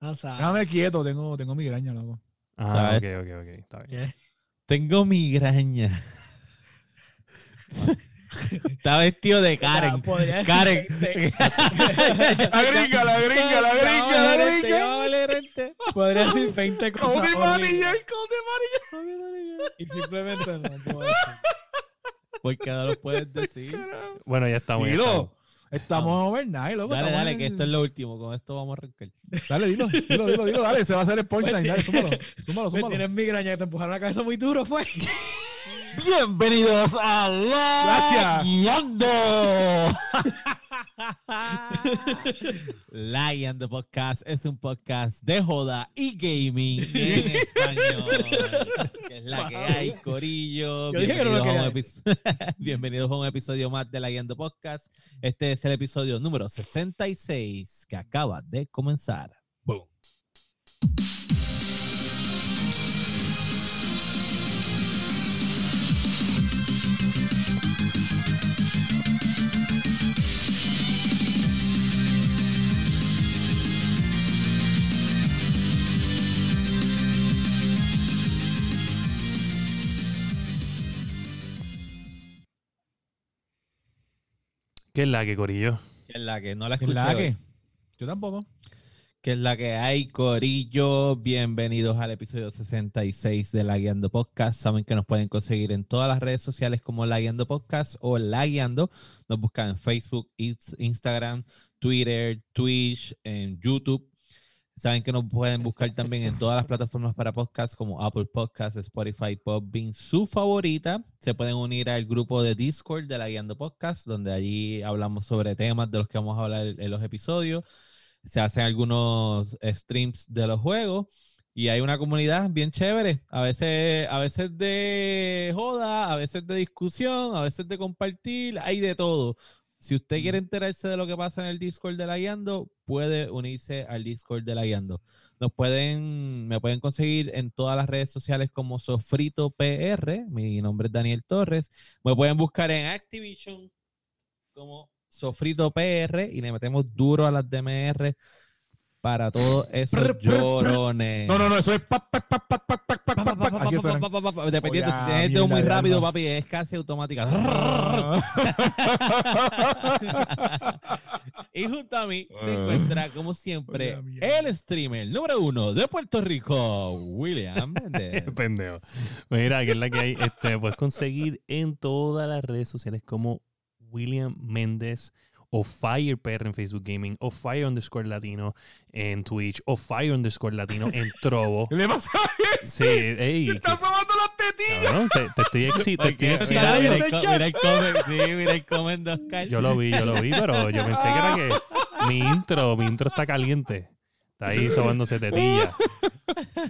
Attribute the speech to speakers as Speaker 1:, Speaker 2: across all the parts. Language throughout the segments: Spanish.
Speaker 1: No sabes.
Speaker 2: Déjame quieto, tengo, tengo migraña, loco.
Speaker 3: Ah, ok, ok, ok. Está bien. Tengo migraña. Está vestido de Karen.
Speaker 1: Podría
Speaker 3: Karen.
Speaker 1: decirte-
Speaker 2: La gringa, la gringa, la gringa, la gringa. este.
Speaker 1: Podría decir 20 cosas.
Speaker 2: Cody
Speaker 1: horribles.
Speaker 2: Manager, Cody
Speaker 1: Y simplemente no puedo decir.
Speaker 3: Porque no lo puedes decir.
Speaker 2: Manager.
Speaker 3: Bueno, ya estamos. ya
Speaker 2: Dilo.
Speaker 3: estamos.
Speaker 2: Estamos overnight, loco.
Speaker 3: Dale,
Speaker 2: estamos
Speaker 3: dale,
Speaker 2: en-
Speaker 3: que esto es lo último. Con esto vamos a arrancar.
Speaker 2: Dale, dilo, dilo, dilo, dilo, dale. Se va a hacer el punchline, dale, súmalo. Súmalo,
Speaker 1: Me
Speaker 2: súmalo.
Speaker 1: tienes migraña, que te empujaron la cabeza muy duro, fue.
Speaker 3: Bienvenidos a la
Speaker 2: Gracias.
Speaker 3: Guiando. la Guiando Podcast es un podcast de joda y gaming en español. Que es la que hay, Corillo.
Speaker 1: Yo dije que no lo
Speaker 3: Bienvenidos a un
Speaker 1: quería
Speaker 3: episo- Bienvenidos a un episodio más de la Guiando Podcast. Este es el episodio número 66 que acaba de comenzar.
Speaker 4: ¿Qué es la que, Corillo?
Speaker 3: Que es la que no la
Speaker 2: ¿En
Speaker 3: escuché.
Speaker 2: la
Speaker 3: hoy.
Speaker 2: que? Yo tampoco.
Speaker 3: que es la que hay, Corillo? Bienvenidos al episodio 66 de La Guiando Podcast. Saben que nos pueden conseguir en todas las redes sociales como La Guiando Podcast o La Guiando. Nos buscan en Facebook, Ins- Instagram, Twitter, Twitch, en YouTube. Saben que nos pueden buscar también en todas las plataformas para podcast como Apple Podcasts, Spotify, Podbean, su favorita. Se pueden unir al grupo de Discord de la Guiando Podcast, donde allí hablamos sobre temas de los que vamos a hablar en los episodios. Se hacen algunos streams de los juegos y hay una comunidad bien chévere. A veces, a veces de joda, a veces de discusión, a veces de compartir, hay de todo. Si usted quiere enterarse de lo que pasa en el Discord de la Guiando, puede unirse al Discord de la Guiando. Nos pueden, me pueden conseguir en todas las redes sociales como Sofrito PR. Mi nombre es Daniel Torres. Me pueden buscar en Activision como Sofrito PR y le metemos duro a las DMR para todos esos
Speaker 1: Prr, prr, prr.
Speaker 3: llorones.
Speaker 2: No, no, no, eso es pac, pac, pac, pac, pac, pac,
Speaker 3: Eh. Pa,
Speaker 2: pac,
Speaker 3: pa,
Speaker 2: pac,
Speaker 3: pa,
Speaker 2: pac.
Speaker 3: pa,
Speaker 2: Aquí
Speaker 3: pa,
Speaker 2: suena.
Speaker 3: pa, pa, pa, pa, Dependiendo,
Speaker 2: Oye,
Speaker 3: si tienes el dedo muy
Speaker 2: mierda Ah. de
Speaker 3: rápido,
Speaker 2: alma.
Speaker 3: papi, es casi automática. y junto a mí se encuentra, como siempre,
Speaker 2: Ah. Oye, mierda.
Speaker 3: el streamer número uno de Puerto Rico, William Méndez.
Speaker 4: Qué pendejo. Mira, ¿qué es la que hay? Este, me puedes conseguir en todas las redes sociales como William Méndez o FirePR en Facebook Gaming o Fire underscore Latino en Twitch o Fire underscore Latino en Trovo.
Speaker 2: ¿Qué le pasa a
Speaker 4: Sí,
Speaker 2: ese?
Speaker 4: ey.
Speaker 2: ¡Te estás sobando las tetillas!
Speaker 4: cabrón, te, te estoy, exi- te estoy
Speaker 3: Mira, mira,
Speaker 4: excitando.
Speaker 3: mira el
Speaker 1: Ese
Speaker 3: co-
Speaker 1: chat.
Speaker 3: mira el comen, sí, mira el comen de Oscar.
Speaker 4: Yo lo vi, yo lo vi, pero yo pensé que era que mi intro, mi intro está caliente. Está ahí sobándose tetilla.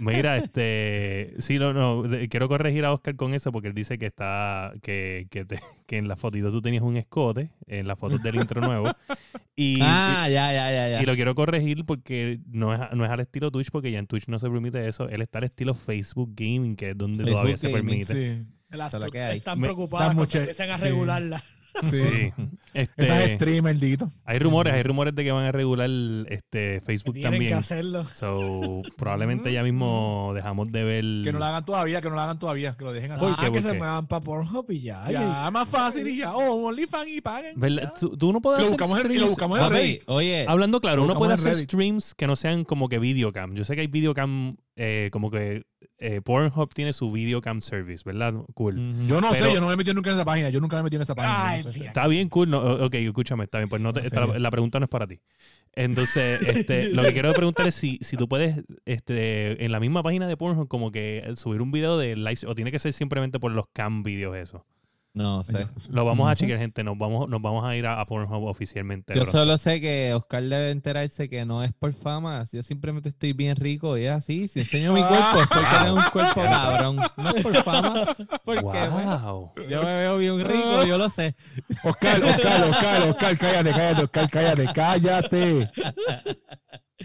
Speaker 4: Mira, este, sí, no, no, de- quiero corregir a Oscar con eso porque él dice que está, que, que, te- que en la fotito tú tenías un escote, en la foto del intro nuevo. Y,
Speaker 3: Ah, ya, ya, ya, ya.
Speaker 4: y lo quiero corregir porque no es, no es al estilo Twitch, porque ya en Twitch no se permite eso. Él está al estilo Facebook Gaming, que es donde
Speaker 3: Facebook
Speaker 4: todavía se
Speaker 3: Gaming,
Speaker 4: permite.
Speaker 2: Sí,
Speaker 1: Las
Speaker 3: Esa es la que
Speaker 1: trucs
Speaker 3: hay.
Speaker 1: están
Speaker 4: Me-
Speaker 1: preocupadas
Speaker 2: las
Speaker 1: cuando
Speaker 2: muchach-
Speaker 1: empiezan a
Speaker 2: sí.
Speaker 1: regularla.
Speaker 2: sí.
Speaker 4: Este,
Speaker 2: Esas streamers, Dito.
Speaker 4: hay rumores,
Speaker 2: Mm.
Speaker 4: hay rumores de que van a regular este Facebook
Speaker 1: Tienen que
Speaker 4: también.
Speaker 1: hacerlo.
Speaker 4: So, probablemente ya mismo dejamos de ver.
Speaker 2: Mm, Que no la hagan todavía, que no la hagan todavía, que lo dejen así.
Speaker 4: ¿Por qué?
Speaker 1: Ah, que
Speaker 4: ¿Por
Speaker 1: se
Speaker 4: qué?
Speaker 1: muevan para Pornhub y ya. ya.
Speaker 2: Ya, más fácil y ya. Oh, OnlyFans y paguen.
Speaker 4: ¿Verdad?
Speaker 2: Ya.
Speaker 4: Tú, tú no puedes
Speaker 2: Lo
Speaker 4: hacer
Speaker 2: buscamos en, y
Speaker 4: streams- Ah,
Speaker 2: lo buscamos en
Speaker 3: Papi,
Speaker 2: Reddit.
Speaker 3: oye,
Speaker 4: Hablando claro,
Speaker 2: Lo
Speaker 4: uno puede
Speaker 2: buscamos en
Speaker 4: hacer
Speaker 2: Reddit.
Speaker 4: streams que no sean como que videocam. Yo sé que hay videocam, eh, como que eh, Pornhub tiene su videocam service, ¿verdad? Cool.
Speaker 2: Yo no
Speaker 4: Pero-
Speaker 2: sé, yo no me he metido nunca en esa página. Yo nunca me he metido en esa página.
Speaker 1: Ay,
Speaker 2: no sé.
Speaker 1: tía.
Speaker 4: Está bien, cool. No, o- ok, escúchame, está bien. Pues no te-
Speaker 2: No,
Speaker 4: esta-
Speaker 2: serio.
Speaker 4: la pregunta no es para ti. Entonces, este, lo que quiero preguntar es si, si tú puedes, este, en la misma página de Pornhub, como que eh, subir un video de live, o tiene que ser simplemente por los cam videos eso.
Speaker 3: no sé.
Speaker 4: Lo vamos a
Speaker 3: Ujú.
Speaker 4: chequear, gente. Nos vamos, nos vamos a ir a, a Pornhub oficialmente.
Speaker 3: Yo
Speaker 4: bro.
Speaker 3: solo sé que Oscar debe enterarse que no es por fama. Yo simplemente estoy bien rico y es así. Si enseño mi cuerpo es porque tengo un cuerpo cabrón. No es por fama, porque bueno,
Speaker 4: Wow.
Speaker 3: yo me veo bien rico, yo lo sé.
Speaker 2: Oscar, Oscar, Oscar, Oscar, cállate, cállate, Oscar, cállate, cállate.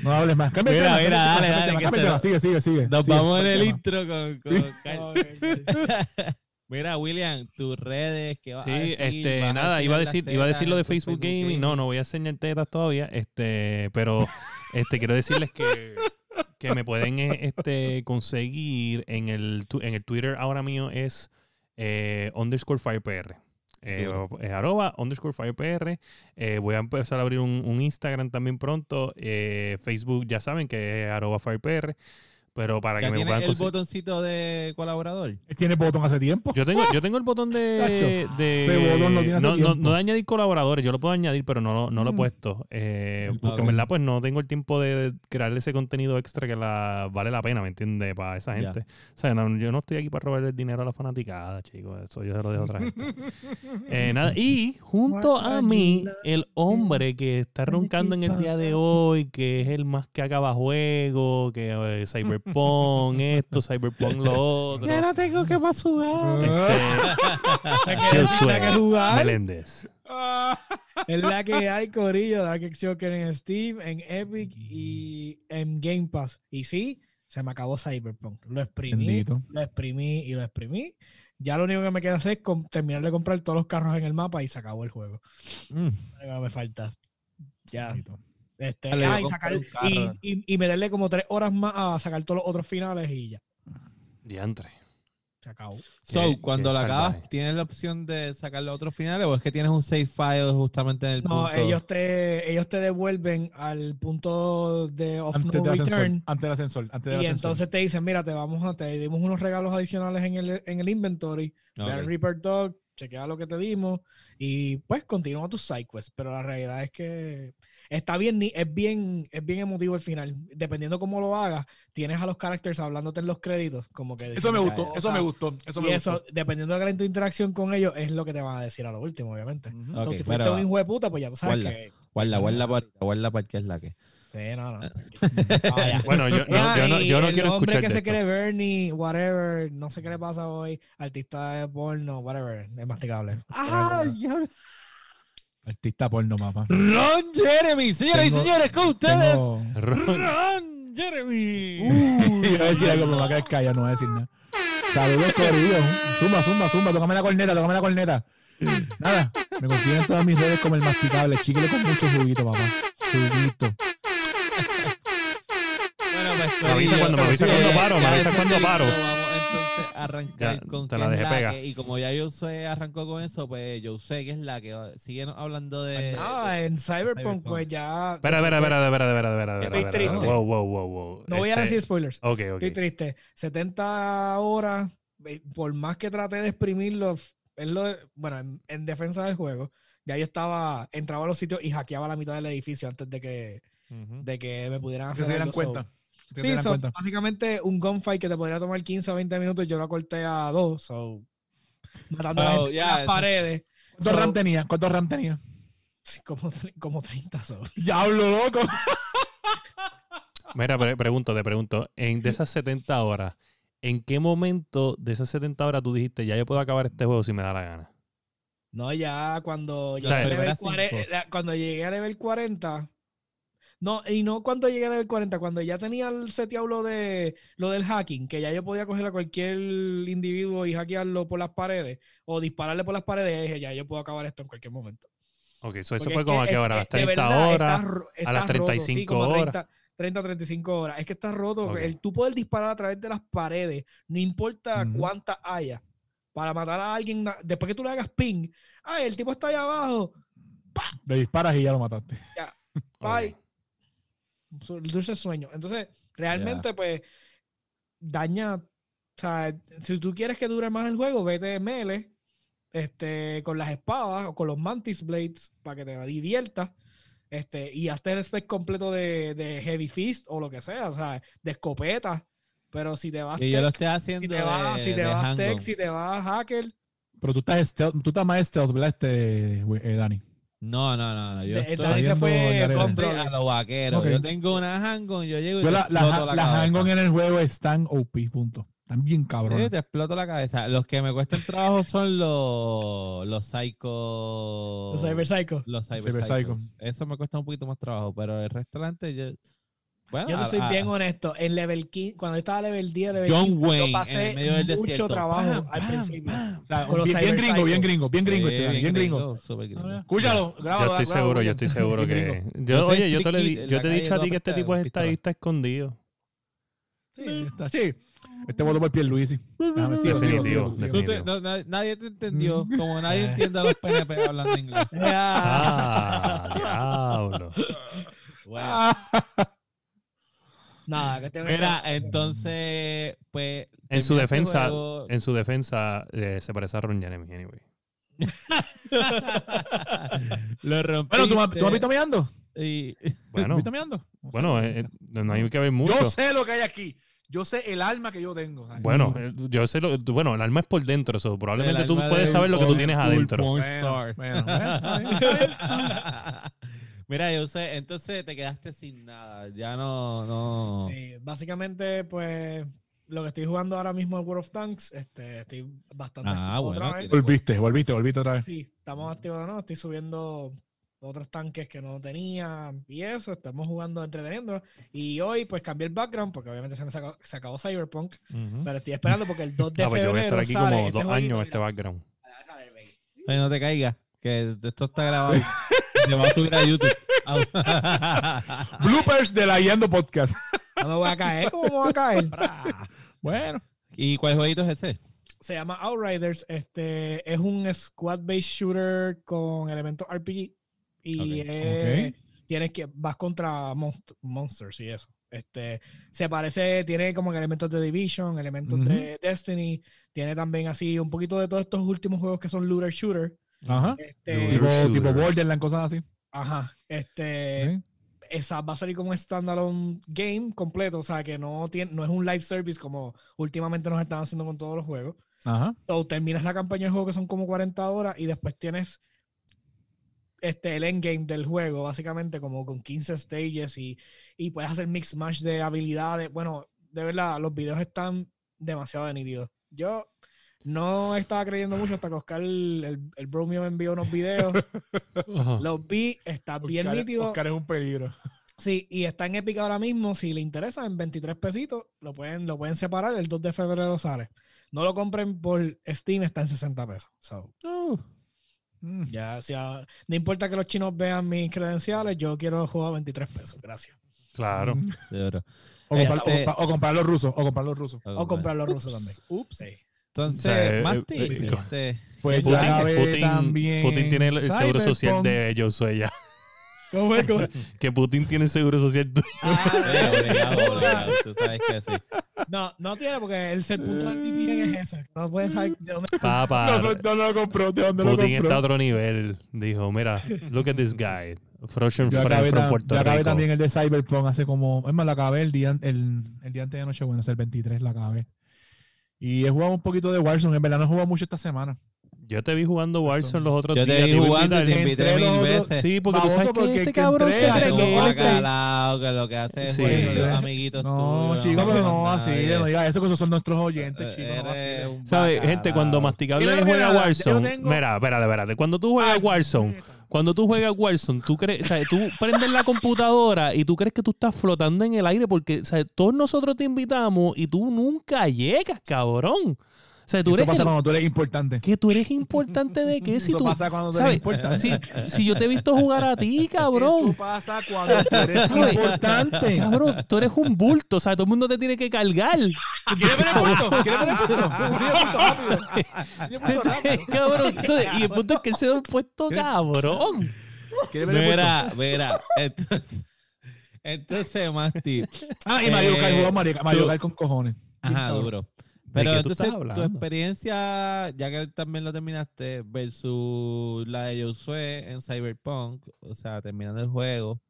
Speaker 2: No hables más. Cambia el
Speaker 3: Mira,
Speaker 2: tema,
Speaker 3: mira,
Speaker 2: cambia el
Speaker 3: dale,
Speaker 2: tema,
Speaker 3: dale,
Speaker 2: cambia el
Speaker 3: que
Speaker 2: tema,
Speaker 3: te
Speaker 2: Sigue, sigue, sigue.
Speaker 3: Nos
Speaker 2: sigue,
Speaker 3: vamos en el
Speaker 2: tema.
Speaker 3: intro con, con
Speaker 1: No,
Speaker 3: Oscar.
Speaker 1: ok, ok.
Speaker 3: Mira, William, tus redes, que vas
Speaker 4: Sí,
Speaker 3: a decir? ¿Vas
Speaker 4: este,
Speaker 3: a
Speaker 4: nada, iba a
Speaker 3: enseñar
Speaker 4: decir,
Speaker 3: las
Speaker 4: iba a
Speaker 3: tetas
Speaker 4: decir lo de
Speaker 3: en tu
Speaker 4: Facebook Gaming. No, no voy a enseñar tetas todavía. Este, pero este, quiero decirles que que me pueden eh, este, conseguir en el, tu- en el Twitter ahora mío es eh, underscore firepr. Eh,
Speaker 3: Duro.
Speaker 4: o- eh, arroba underscore firepr. Eh, voy a empezar a abrir un, un Instagram también pronto. Eh, Facebook ya saben que es arroba firepr. Pero para que
Speaker 3: Ya
Speaker 4: me
Speaker 3: tiene
Speaker 4: puedan
Speaker 3: el
Speaker 4: conseguir.
Speaker 3: botoncito de colaborador.
Speaker 2: Tiene botón hace tiempo.
Speaker 4: Yo tengo, yo tengo el botón de.
Speaker 2: Chacho,
Speaker 4: de-
Speaker 2: ese botón lo tiene hace
Speaker 4: no, no,
Speaker 2: tiempo.
Speaker 4: no de añadir colaboradores, yo lo puedo añadir, pero no, lo- no lo he
Speaker 2: Mm.
Speaker 4: puesto. eh,
Speaker 2: El
Speaker 4: porque en
Speaker 3: botón.
Speaker 4: verdad, pues no tengo el tiempo de crear ese contenido extra que la, vale la pena, ¿me entiendes? Para esa
Speaker 3: Ya.
Speaker 4: gente. O sea, no, yo no estoy aquí para robarle el dinero a la fanaticada, chicos. Eso yo se lo dejo a otra gente. Eh, nada, y junto a mí, el hombre que está roncando en el día de hoy, que es el más que acaba juego, que eh, Cyberpunk, esto, Cyberpunk, lo otro.
Speaker 1: tengo que más jugar.
Speaker 2: Ah,
Speaker 1: Hay que jugar.
Speaker 4: Este, Meléndez.
Speaker 2: ah,
Speaker 1: Es la que hay, Corillo, Dark Joker en Steam, en Epic y en Game Pass. Y sí, se me acabó Cyberpunk. Lo exprimí,
Speaker 2: Bendito.
Speaker 1: lo exprimí y lo exprimí. Ya lo único que me queda hacer es com- terminar de comprar todos los carros en el mapa y se acabó el juego.
Speaker 3: Mm.
Speaker 1: Lo único que me falta. Ya.
Speaker 2: Bendito.
Speaker 1: Este,
Speaker 3: Dale,
Speaker 1: ah,
Speaker 3: yo
Speaker 1: y, sacar-
Speaker 3: compré un
Speaker 1: y-
Speaker 3: carro.
Speaker 1: y- y meterle como tres horas más a sacar todos los otros finales y ya.
Speaker 4: Diantre.
Speaker 1: Se acabó.
Speaker 3: So,
Speaker 4: Qué-
Speaker 3: cuando
Speaker 4: qué
Speaker 3: la
Speaker 4: salvaje.
Speaker 3: acabas, ¿tienes la opción de sacarle a otros finales o es que tienes un save file justamente en el
Speaker 1: No,
Speaker 3: punto?
Speaker 1: ellos te, ellos te devuelven al punto de of
Speaker 2: Antes
Speaker 1: no
Speaker 2: del ascensor.
Speaker 1: return.
Speaker 2: Antes del ascensor. Antes del
Speaker 1: Y
Speaker 2: ascensor.
Speaker 1: entonces te dicen, mira, te vamos a, te dimos unos regalos adicionales en el, en el inventory. Ve al
Speaker 3: Ok.
Speaker 1: Reaper Dog, chequea lo que te dimos y pues continúa tus sidequests. Pero la realidad es que está bien, ni- es bien, es bien emotivo el final. Dependiendo cómo lo hagas, tienes a los characters hablándote en los créditos. Como que
Speaker 2: Eso me
Speaker 1: diciéndote
Speaker 2: gustó,
Speaker 1: cosas.
Speaker 2: eso me gustó, eso
Speaker 1: y
Speaker 2: me
Speaker 1: eso,
Speaker 2: gustó.
Speaker 1: dependiendo de la tu interacción con ellos, es lo que te van a decir a lo último, obviamente. So,
Speaker 2: Ujú.
Speaker 3: Ok,
Speaker 1: si fuiste
Speaker 3: pero
Speaker 1: un hijo de puta, pues ya tú sabes
Speaker 3: guarda.
Speaker 1: que.
Speaker 3: Guarda, guarda para guarda para que es la que.
Speaker 1: Sí, no, no. Vaya.
Speaker 4: Bueno, yo, no, yo no, yo no
Speaker 1: el
Speaker 4: quiero
Speaker 1: hombre
Speaker 4: escuchar
Speaker 1: que
Speaker 4: de
Speaker 1: se
Speaker 4: esto.
Speaker 1: cree Bernie, whatever, no sé qué le pasa hoy, artista de porno, whatever, es masticable.
Speaker 2: Artista porno, papá.
Speaker 3: Ron Jeremy, señoras
Speaker 2: Tengo-
Speaker 3: con
Speaker 2: Tengo-
Speaker 4: Ron,
Speaker 3: Ron Jeremy.
Speaker 2: Iba a decir algo, pero me va a quedar callado, no voy a decir nada. Saludos, Corillo. Zumba, zumba, zumba. Tócame la corneta, tócame la corneta. Nada, me consiguen en todas mis redes como el masticable. Chicle con mucho juguito, papá. Juguito.
Speaker 3: Bueno, pues,
Speaker 4: Me avisa
Speaker 3: Corillo,
Speaker 4: cuando- me avisa
Speaker 3: eh,
Speaker 4: cuando paro, me
Speaker 3: ya
Speaker 4: avisa
Speaker 3: después
Speaker 4: cuando
Speaker 3: del
Speaker 4: paro.
Speaker 3: intro Vamos entonces a arrancar
Speaker 4: Ya,
Speaker 3: con
Speaker 4: te la
Speaker 3: qué es
Speaker 4: dejé
Speaker 3: que,
Speaker 4: pegar.
Speaker 3: Y como ya yo sé arrancó con eso, pues yo sé que es la que sigue hablando de.
Speaker 1: Ah, en Cyberpunk,
Speaker 3: Cyberpunk.
Speaker 1: pues ya.
Speaker 4: Espera, espera, espera, espera, espera, espera, espera,
Speaker 3: Estoy
Speaker 4: espera, espera.
Speaker 3: triste.
Speaker 4: Wow, wow, wow, wow.
Speaker 1: No voy a
Speaker 4: Este,
Speaker 1: decir spoilers,
Speaker 4: Ok,
Speaker 1: estoy
Speaker 4: ok.
Speaker 1: triste. 70 horas, ve- por más que traté de exprimirlo, f- es lo de- bueno, en, en defensa del juego, ya yo estaba, entraba a los sitios y hackeaba la mitad del edificio antes de que,
Speaker 3: Ujú.
Speaker 1: de que me pudieran
Speaker 2: Que
Speaker 1: hacer
Speaker 2: se dieran
Speaker 1: algo, so-
Speaker 2: cuenta. Que se
Speaker 1: Sí,
Speaker 2: dieran
Speaker 1: so,
Speaker 2: cuenta.
Speaker 1: básicamente un gunfight que te podría tomar 15 o 20 minutos, yo lo corté a 2, so, matando a la
Speaker 3: So,
Speaker 1: gente en
Speaker 3: yeah,
Speaker 1: las
Speaker 3: eso-
Speaker 1: paredes.
Speaker 2: ¿Cuántos
Speaker 1: So,
Speaker 2: RAM tenía? ¿Cuántos RAM tenía?
Speaker 1: sí, como, tre- como 30 so.
Speaker 2: Diablo, loco.
Speaker 4: Mira, pre- pregunto, te pregunto. En de esas 70 horas, ¿en qué momento de esas 70 horas tú dijiste, ya yo puedo acabar este juego si me da la gana?
Speaker 1: No, ya cuando llegué,
Speaker 4: sea,
Speaker 1: a level
Speaker 3: primeras
Speaker 1: 40
Speaker 3: cinco.
Speaker 1: la- cuando llegué a level 40. No, y no cuando llegué a level 40, cuando ya tenía el seteado lo, de, lo del hacking, que ya yo podía coger a cualquier individuo y hackearlo por las paredes o dispararle por las paredes, dije, ya yo puedo acabar esto en cualquier momento.
Speaker 4: Ok, so eso
Speaker 1: Porque
Speaker 4: fue
Speaker 1: es
Speaker 4: como a
Speaker 1: que-
Speaker 4: qué
Speaker 1: es-
Speaker 4: hora, a las
Speaker 1: es- de
Speaker 4: 30
Speaker 1: verdad,
Speaker 4: horas.
Speaker 1: estás ro-
Speaker 4: a las
Speaker 1: estás roto, sí,
Speaker 4: 35
Speaker 1: como a
Speaker 4: horas.
Speaker 1: 30, 30, 35 horas. Es que estás roto.
Speaker 4: Ok.
Speaker 1: El tú poder disparar a través de las paredes, no importa
Speaker 2: Ujú.
Speaker 1: cuántas haya, para matar a alguien, na- después que tú le hagas ping, ay, el tipo está ahí abajo,
Speaker 2: Le disparas y ya lo mataste.
Speaker 1: bye.
Speaker 4: Ok.
Speaker 1: su- el dulce sueño. Entonces, realmente, pues, daña. O sea, si tú quieres que dure más el juego, vete mele este, con las espadas o con los mantis blades para que te diviertas. Este, y hazte el spec completo de, de Heavy Fist o lo que sea, o sea, de escopeta. Pero si te vas,
Speaker 3: Que yo lo
Speaker 1: tech,
Speaker 3: estoy haciendo.
Speaker 1: si te vas,
Speaker 3: de-
Speaker 1: si te
Speaker 3: de
Speaker 1: vas
Speaker 3: handgun.
Speaker 1: tech, si te vas hacker,
Speaker 2: Pero tú estás, stealth- tú estás más stealth, ¿verdad, este, güey, eh, Dani?
Speaker 3: No, no, no, no. Yo
Speaker 1: de-
Speaker 3: estoy
Speaker 1: entonces eh, se
Speaker 2: viendo
Speaker 1: fue
Speaker 2: Yarena.
Speaker 1: con
Speaker 3: estoy a los vaqueros.
Speaker 2: Ok.
Speaker 3: Yo tengo una handgun, yo llego y
Speaker 2: Yo
Speaker 3: te
Speaker 2: la- la-
Speaker 3: exploto
Speaker 2: las
Speaker 3: cabeza.
Speaker 2: handgun en el juego están OP, punto. Están bien
Speaker 3: Sí,
Speaker 2: cabrones.
Speaker 3: te exploto la cabeza. Los que me cuestan trabajo son los los psycho
Speaker 1: los Cyber Psycho.
Speaker 3: los cyber
Speaker 2: Cyber
Speaker 3: psychos.
Speaker 2: psychos.
Speaker 3: Eso me cuesta un poquito más trabajo, pero el restaurante yo bueno,
Speaker 1: Yo
Speaker 3: a-
Speaker 1: te soy
Speaker 3: a-
Speaker 1: bien honesto. En level 15, cuando yo estaba level 10, level
Speaker 3: Ah, John
Speaker 1: 15,
Speaker 3: Wayne
Speaker 1: yo
Speaker 3: en
Speaker 1: pasé
Speaker 3: el medio del
Speaker 1: mucho
Speaker 3: desierto.
Speaker 1: trabajo
Speaker 3: Pam,
Speaker 1: al
Speaker 3: pam,
Speaker 1: principio.
Speaker 3: pam.
Speaker 2: O sea,
Speaker 1: Con los
Speaker 2: bien, bien
Speaker 1: cyber
Speaker 2: gringo, bien
Speaker 1: psycho.
Speaker 2: gringo, bien gringo
Speaker 3: Sí,
Speaker 2: este, Dani, bien gringo.
Speaker 3: súper gringo.
Speaker 2: Escúchalo,
Speaker 4: Yo
Speaker 2: grábalo. grábalo,
Speaker 4: estoy seguro,
Speaker 2: escúchalo.
Speaker 4: yo estoy seguro
Speaker 2: Bien
Speaker 4: que.
Speaker 2: gringo.
Speaker 4: Yo,
Speaker 3: Yo soy
Speaker 4: oye, yo te,
Speaker 3: street
Speaker 4: lo di-
Speaker 3: kid en
Speaker 4: yo
Speaker 3: la
Speaker 4: te he
Speaker 3: calle
Speaker 4: dicho a
Speaker 3: con
Speaker 4: ti que este
Speaker 3: pistola-
Speaker 4: tipo es
Speaker 3: pistola.
Speaker 4: estadista escondido.
Speaker 2: Sí, está, sí. Este voto por Pierluisi. Déjame, sigo, sigo, sigo,
Speaker 4: Definitivo,
Speaker 2: sigo.
Speaker 3: Tú te-
Speaker 4: Definitivo.
Speaker 3: no, na- nadie te entendió,
Speaker 2: Mm.
Speaker 3: como nadie entiende a los PNP hablando inglés.
Speaker 4: Ah, diablo.
Speaker 2: Ah.
Speaker 1: Nada, que te
Speaker 3: Mira, entonces, pues.
Speaker 4: En su
Speaker 3: termina este
Speaker 4: defensa,
Speaker 3: juego.
Speaker 4: en su defensa eh, se parece a Ron Jeremy, anyway.
Speaker 3: Lo rompiste.
Speaker 2: Bueno, ¿tú, me- ¿tú me has visto meando?
Speaker 3: y-
Speaker 2: ¿Me
Speaker 4: Bueno,
Speaker 2: has visto meando? No sé.
Speaker 4: bueno, eh, eh, no hay que ver mucho.
Speaker 2: yo sé lo que hay aquí. Yo sé el alma que yo tengo. ¿sabes?
Speaker 4: Bueno, eh, yo sé lo, tú- bueno, el alma es por dentro, eso. Probablemente
Speaker 3: el
Speaker 4: tú
Speaker 3: alma
Speaker 4: puedes
Speaker 3: de
Speaker 4: saber lo que tú
Speaker 3: old
Speaker 4: tienes
Speaker 3: school
Speaker 4: adentro.
Speaker 3: porn
Speaker 2: Bueno,
Speaker 3: star.
Speaker 2: bueno, bueno, está bien, está bien.
Speaker 3: Mira, yo sé, entonces te quedaste sin nada. Ya no, no.
Speaker 1: Sí, básicamente, pues, lo que estoy jugando ahora mismo es World of Tanks. Este, estoy bastante
Speaker 3: Ah,
Speaker 1: activo
Speaker 3: bueno,
Speaker 1: otra vez.
Speaker 3: que-
Speaker 2: Volviste, volviste, volviste otra vez.
Speaker 1: Sí, estamos activos, ¿no? Estoy subiendo otros tanques que no tenía y eso. Estamos jugando, entreteniéndonos. Y hoy, pues, cambié el background porque obviamente se me sacó- se acabó Cyberpunk.
Speaker 3: ¿Mm?
Speaker 4: Ujú.
Speaker 1: Pero estoy esperando porque el 2 de
Speaker 4: Ah, pues yo voy a estar
Speaker 1: febrero
Speaker 4: aquí
Speaker 1: sale
Speaker 4: como
Speaker 1: este
Speaker 4: dos
Speaker 1: jueguito,
Speaker 4: años en este
Speaker 1: mira.
Speaker 4: background.
Speaker 1: Déjame ver, baby.
Speaker 3: Oye, no te caigas, que esto está grabado. Te va a subir a YouTube. Ah.
Speaker 2: Bloopers de la Guiando Podcast.
Speaker 1: No me voy a caer, ¿cómo me voy a caer?
Speaker 2: Bueno,
Speaker 3: ¿Y cuál jueguito es ese?
Speaker 1: Se llama Outriders. Este, es un squad-based shooter con elementos RPG. Y
Speaker 3: Ok.
Speaker 1: es- tienes que vas contra monst- monsters y eso. Este, se parece, tiene como que elementos de Division, elementos de Destiny, tiene también así un poquito de todos estos últimos juegos que son looter shooter.
Speaker 2: ajá.
Speaker 1: Este,
Speaker 2: Tipo,
Speaker 4: Shooter.
Speaker 2: tipo Borderland, cosas así.
Speaker 1: ajá, este,
Speaker 2: ¿Sí?
Speaker 1: esa va a salir como un standalone game completo, o sea, que no tiene no es un live service como últimamente nos están haciendo con todos los juegos.
Speaker 2: Ajá.
Speaker 1: So, terminas la campaña del juego que son como 40 horas y después tienes este, el endgame del juego, básicamente como con 15 stages y, y puedes hacer mix match de habilidades. Bueno, de verdad, los videos están demasiado nítidos. Yo no estaba creyendo mucho hasta que Oscar, el, el bro mío me envió unos videos. los vi, está bien
Speaker 2: Oscar-
Speaker 1: nítido.
Speaker 2: Oscar es un peligro.
Speaker 1: Sí, y está en Epic ahora mismo. Si le interesa, en 23 pesitos lo pueden, lo pueden separar. El 2 de febrero sale. No lo compren por Steam, está en 60 pesos. So,
Speaker 2: Uh. Mm.
Speaker 1: ya, si a- no importa que los chinos vean mis credenciales, yo quiero jugar a 23 pesos. Gracias.
Speaker 4: Claro.
Speaker 1: Mm.
Speaker 3: De oro.
Speaker 2: O, comprar, o
Speaker 3: Este-
Speaker 2: comprar- o comprar los rusos, o comprar los rusos.
Speaker 1: O comprar los rusos también.
Speaker 2: Ups, ups.
Speaker 1: Sí.
Speaker 3: Entonces,
Speaker 4: O sea, eh,
Speaker 3: Mati,
Speaker 4: eh,
Speaker 3: este,
Speaker 2: Pues
Speaker 3: Putin-
Speaker 2: yo acabé
Speaker 4: Putin,
Speaker 2: también.
Speaker 4: Putin tiene el seguro social
Speaker 2: Cyberpunk.
Speaker 4: de ellos, ella.
Speaker 1: ¿Cómo es? ¿Cómo es?
Speaker 4: Que Putin tiene el seguro social tuyo.
Speaker 3: eh, obligado, obligado, tú sabes que sí.
Speaker 1: No, no tiene porque el ser punto del VPN es ese. No pueden saber de dónde.
Speaker 4: Papá.
Speaker 2: No, no, no lo compró, ¿de dónde
Speaker 4: Putin
Speaker 2: lo
Speaker 4: está a
Speaker 2: compró?
Speaker 4: otro nivel. Dijo, mira, look at this guy. Russian
Speaker 2: Yo
Speaker 4: friend
Speaker 2: acabé,
Speaker 4: from
Speaker 2: tam-
Speaker 4: Puerto
Speaker 2: yo acabé
Speaker 4: Rico.
Speaker 2: también el de Cyberpunk hace como. Es más, la acabé el día, an- el, el día antes de noche, bueno, es el 23, la acabé. Y he jugado un poquito de Warzone, en verdad no he jugado mucho esta semana.
Speaker 4: Yo te vi jugando Warzone los otros
Speaker 3: Yo
Speaker 4: días.
Speaker 3: te vi
Speaker 4: iba a
Speaker 3: jugando y
Speaker 4: invitar.
Speaker 3: te invité
Speaker 2: Entre
Speaker 3: mil
Speaker 2: los dos,
Speaker 3: veces.
Speaker 4: Sí, porque tú
Speaker 2: Baboso,
Speaker 4: sabes
Speaker 2: porque
Speaker 4: que
Speaker 2: el
Speaker 4: este
Speaker 2: que este-
Speaker 4: cabrón
Speaker 2: entré
Speaker 4: se
Speaker 2: hace
Speaker 4: cree
Speaker 3: Pero
Speaker 2: un
Speaker 1: este
Speaker 4: que él
Speaker 3: un
Speaker 4: está-
Speaker 3: bacalao, que lo que hace es
Speaker 4: Sí.
Speaker 3: joder con los amiguitos
Speaker 2: No,
Speaker 3: tuyos,
Speaker 2: chico, pero
Speaker 3: jodas
Speaker 2: no
Speaker 3: a
Speaker 2: así,
Speaker 3: nadie.
Speaker 2: no digas eso, que esos son nuestros oyentes,
Speaker 3: Eh,
Speaker 2: chicos. No
Speaker 3: eres
Speaker 2: así.
Speaker 3: un
Speaker 4: ¿Sabes? Gente, cuando
Speaker 3: bacalao.
Speaker 4: Masticable
Speaker 2: Primero que
Speaker 4: juega
Speaker 2: nada, yo
Speaker 4: Warzone.
Speaker 2: tengo-
Speaker 4: Mira, espérate, espérate. Cuando tú juegas Warzone, cuando tú juegas Warzone, tú crees, o sea, tú prendes la computadora y tú crees que tú estás flotando en el aire porque, o sea, todos nosotros te invitamos y tú nunca llegas, cabrón. O sea, tú
Speaker 2: Eso
Speaker 4: eres
Speaker 2: pasa
Speaker 4: el-
Speaker 2: cuando tú eres importante.
Speaker 4: que tú eres importante de qué si
Speaker 2: Eso
Speaker 4: tú
Speaker 2: pasa cuando tú eres
Speaker 4: ¿sabes?
Speaker 2: importante.
Speaker 4: si, si yo te he visto jugar a ti,
Speaker 2: Eso
Speaker 4: cabrón.
Speaker 2: pasa cuando tú eres
Speaker 4: ¿Sabes?
Speaker 2: importante.
Speaker 4: Cabrón, tú eres un bulto, o sea, todo el mundo te tiene que cargar.
Speaker 2: ¿Quieres ver el punto? ¿Quieres ver el punto? Sigue el punto rápido. Sigue el punto
Speaker 4: Este-
Speaker 2: rápido.
Speaker 4: cabrón, entonces, y el punto es que él se da un puesto cabrón.
Speaker 2: ¿Quieres ver el punto?
Speaker 3: Mira, mira. Entonces, entonces Masti.
Speaker 2: Ah, y Mario Kart,
Speaker 3: eh,
Speaker 2: jugó Mario, Kart- Mario
Speaker 3: tú-
Speaker 2: Kart con cojones. Bien
Speaker 3: Ajá,
Speaker 2: cabrón.
Speaker 3: duro. Pero
Speaker 4: qué tú
Speaker 3: entonces,
Speaker 4: estás
Speaker 3: tu
Speaker 4: hablando?
Speaker 3: experiencia, ya que también lo terminaste, versus la de Josué en Cyberpunk, o sea, terminando el juego.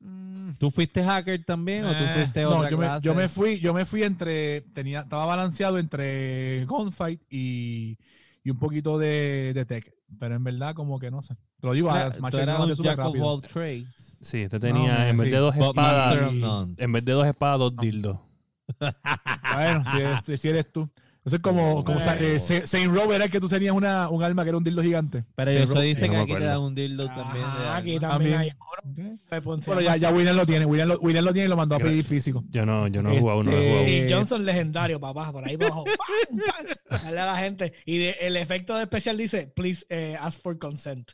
Speaker 2: Mm.
Speaker 3: ¿Tú fuiste hacker también o tú
Speaker 2: Eh,
Speaker 3: fuiste
Speaker 2: no,
Speaker 3: otra
Speaker 2: yo me,
Speaker 3: clase?
Speaker 2: yo me fui, yo me fui entre, tenía, estaba balanceado entre Gunfight y, y un poquito de, de Tech. Pero en verdad, como que no sé. Te lo digo,
Speaker 3: Tú
Speaker 2: ahora
Speaker 3: eras- tú eras un
Speaker 2: Machete
Speaker 3: jack
Speaker 2: súper
Speaker 3: of
Speaker 2: rápido.
Speaker 3: all trades.
Speaker 4: Sí, este tenía,
Speaker 2: No,
Speaker 4: en vez
Speaker 2: sí.
Speaker 4: de dos
Speaker 3: But master
Speaker 4: espadas,
Speaker 3: of none.
Speaker 4: en vez de dos espadas, dos dildos.
Speaker 2: Bueno, si eres, si eres tú. Eso es como, como
Speaker 3: Eh.
Speaker 2: Sa- eh, Sa- Saint Row era el que tú tenías una, un alma que era un dildo gigante.
Speaker 3: Pero
Speaker 2: Saint
Speaker 3: Josué
Speaker 2: Row.
Speaker 3: dice
Speaker 4: no
Speaker 3: que
Speaker 4: me
Speaker 3: aquí te
Speaker 4: acuerdo.
Speaker 3: dan un dildo
Speaker 2: Ah,
Speaker 3: también. de
Speaker 1: Ajá, aquí
Speaker 3: alma.
Speaker 1: también
Speaker 2: También.
Speaker 1: hay.
Speaker 2: Bueno, ya, ya William lo tiene. William lo, William lo tiene y lo mandó a pedir físico.
Speaker 4: Yo no, yo no he jugado, no he
Speaker 2: Este-
Speaker 4: jugado.
Speaker 1: Y Johnson legendario, papá, por ahí bajo. ¡Pam, pam! Dale a la gente. Y de- el efecto especial dice, please eh, ask for consent.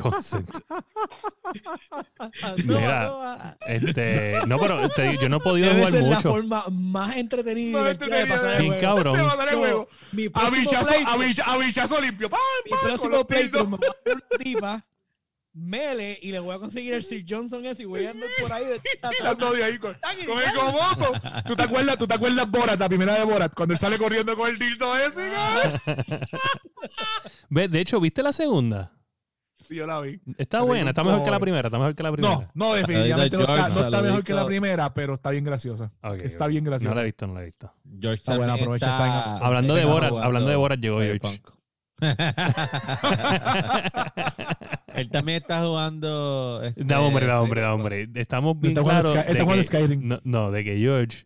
Speaker 4: Consent.
Speaker 3: Ah,
Speaker 4: Mira,
Speaker 3: toma.
Speaker 4: Este, no, pero te- yo no he podido
Speaker 1: Debe
Speaker 4: jugar
Speaker 1: ser la
Speaker 4: mucho.
Speaker 1: forma más entretenida y
Speaker 2: Más
Speaker 1: divertida de
Speaker 2: entretenida
Speaker 1: pasar el
Speaker 2: de-
Speaker 4: Bien
Speaker 1: juego.
Speaker 4: cabrón.
Speaker 2: Te mataré el
Speaker 1: Yo,
Speaker 2: huevo.
Speaker 1: Mi
Speaker 2: A
Speaker 1: próximo
Speaker 2: bichazo,
Speaker 1: play-
Speaker 2: a bicha- a bichazo limpio. ¡Pam,
Speaker 1: mi
Speaker 2: pam! con
Speaker 1: próximo
Speaker 2: los
Speaker 1: playthrough
Speaker 2: dildos.
Speaker 1: me va a dar una tipa mele y le voy a conseguir el Sir Johnson ese y voy a andar por ahí de
Speaker 2: Dando de ahí con, con el gomoso. ¿Tú te acuerdas, tú te acuerdas Borat, la primera de Borat, cuando él sale corriendo con el dildo ese? cabrón?
Speaker 4: Ve, De hecho, ¿viste la segunda?
Speaker 2: Sí, yo la vi.
Speaker 4: Está
Speaker 2: Pero
Speaker 4: buena, está mejor que la
Speaker 2: cojones.
Speaker 4: primera, está mejor que la
Speaker 2: No,
Speaker 4: primera.
Speaker 2: no, definitivamente no está, no está mejor que la
Speaker 3: Saludito.
Speaker 2: primera, pero está bien graciosa.
Speaker 4: Ok,
Speaker 2: Está
Speaker 4: ok.
Speaker 2: bien
Speaker 4: No la he
Speaker 2: graciosa.
Speaker 4: visto, no la he visto.
Speaker 3: George
Speaker 2: Está bueno,
Speaker 3: también
Speaker 2: aprovecha,
Speaker 3: está-
Speaker 2: está en-
Speaker 4: Hablando de
Speaker 3: está
Speaker 4: Borat,
Speaker 3: jugando
Speaker 4: hablando de Borat llegó George.
Speaker 3: Cyberpunk. Él también está jugando. este,
Speaker 4: Da hombre, da hombre, da
Speaker 3: Cyberpunk.
Speaker 4: hombre. Estamos bien
Speaker 2: Está jugando
Speaker 4: claros
Speaker 2: Sky- está
Speaker 4: de
Speaker 2: jugando
Speaker 4: que-
Speaker 2: Skyrim.
Speaker 4: No, no, de que George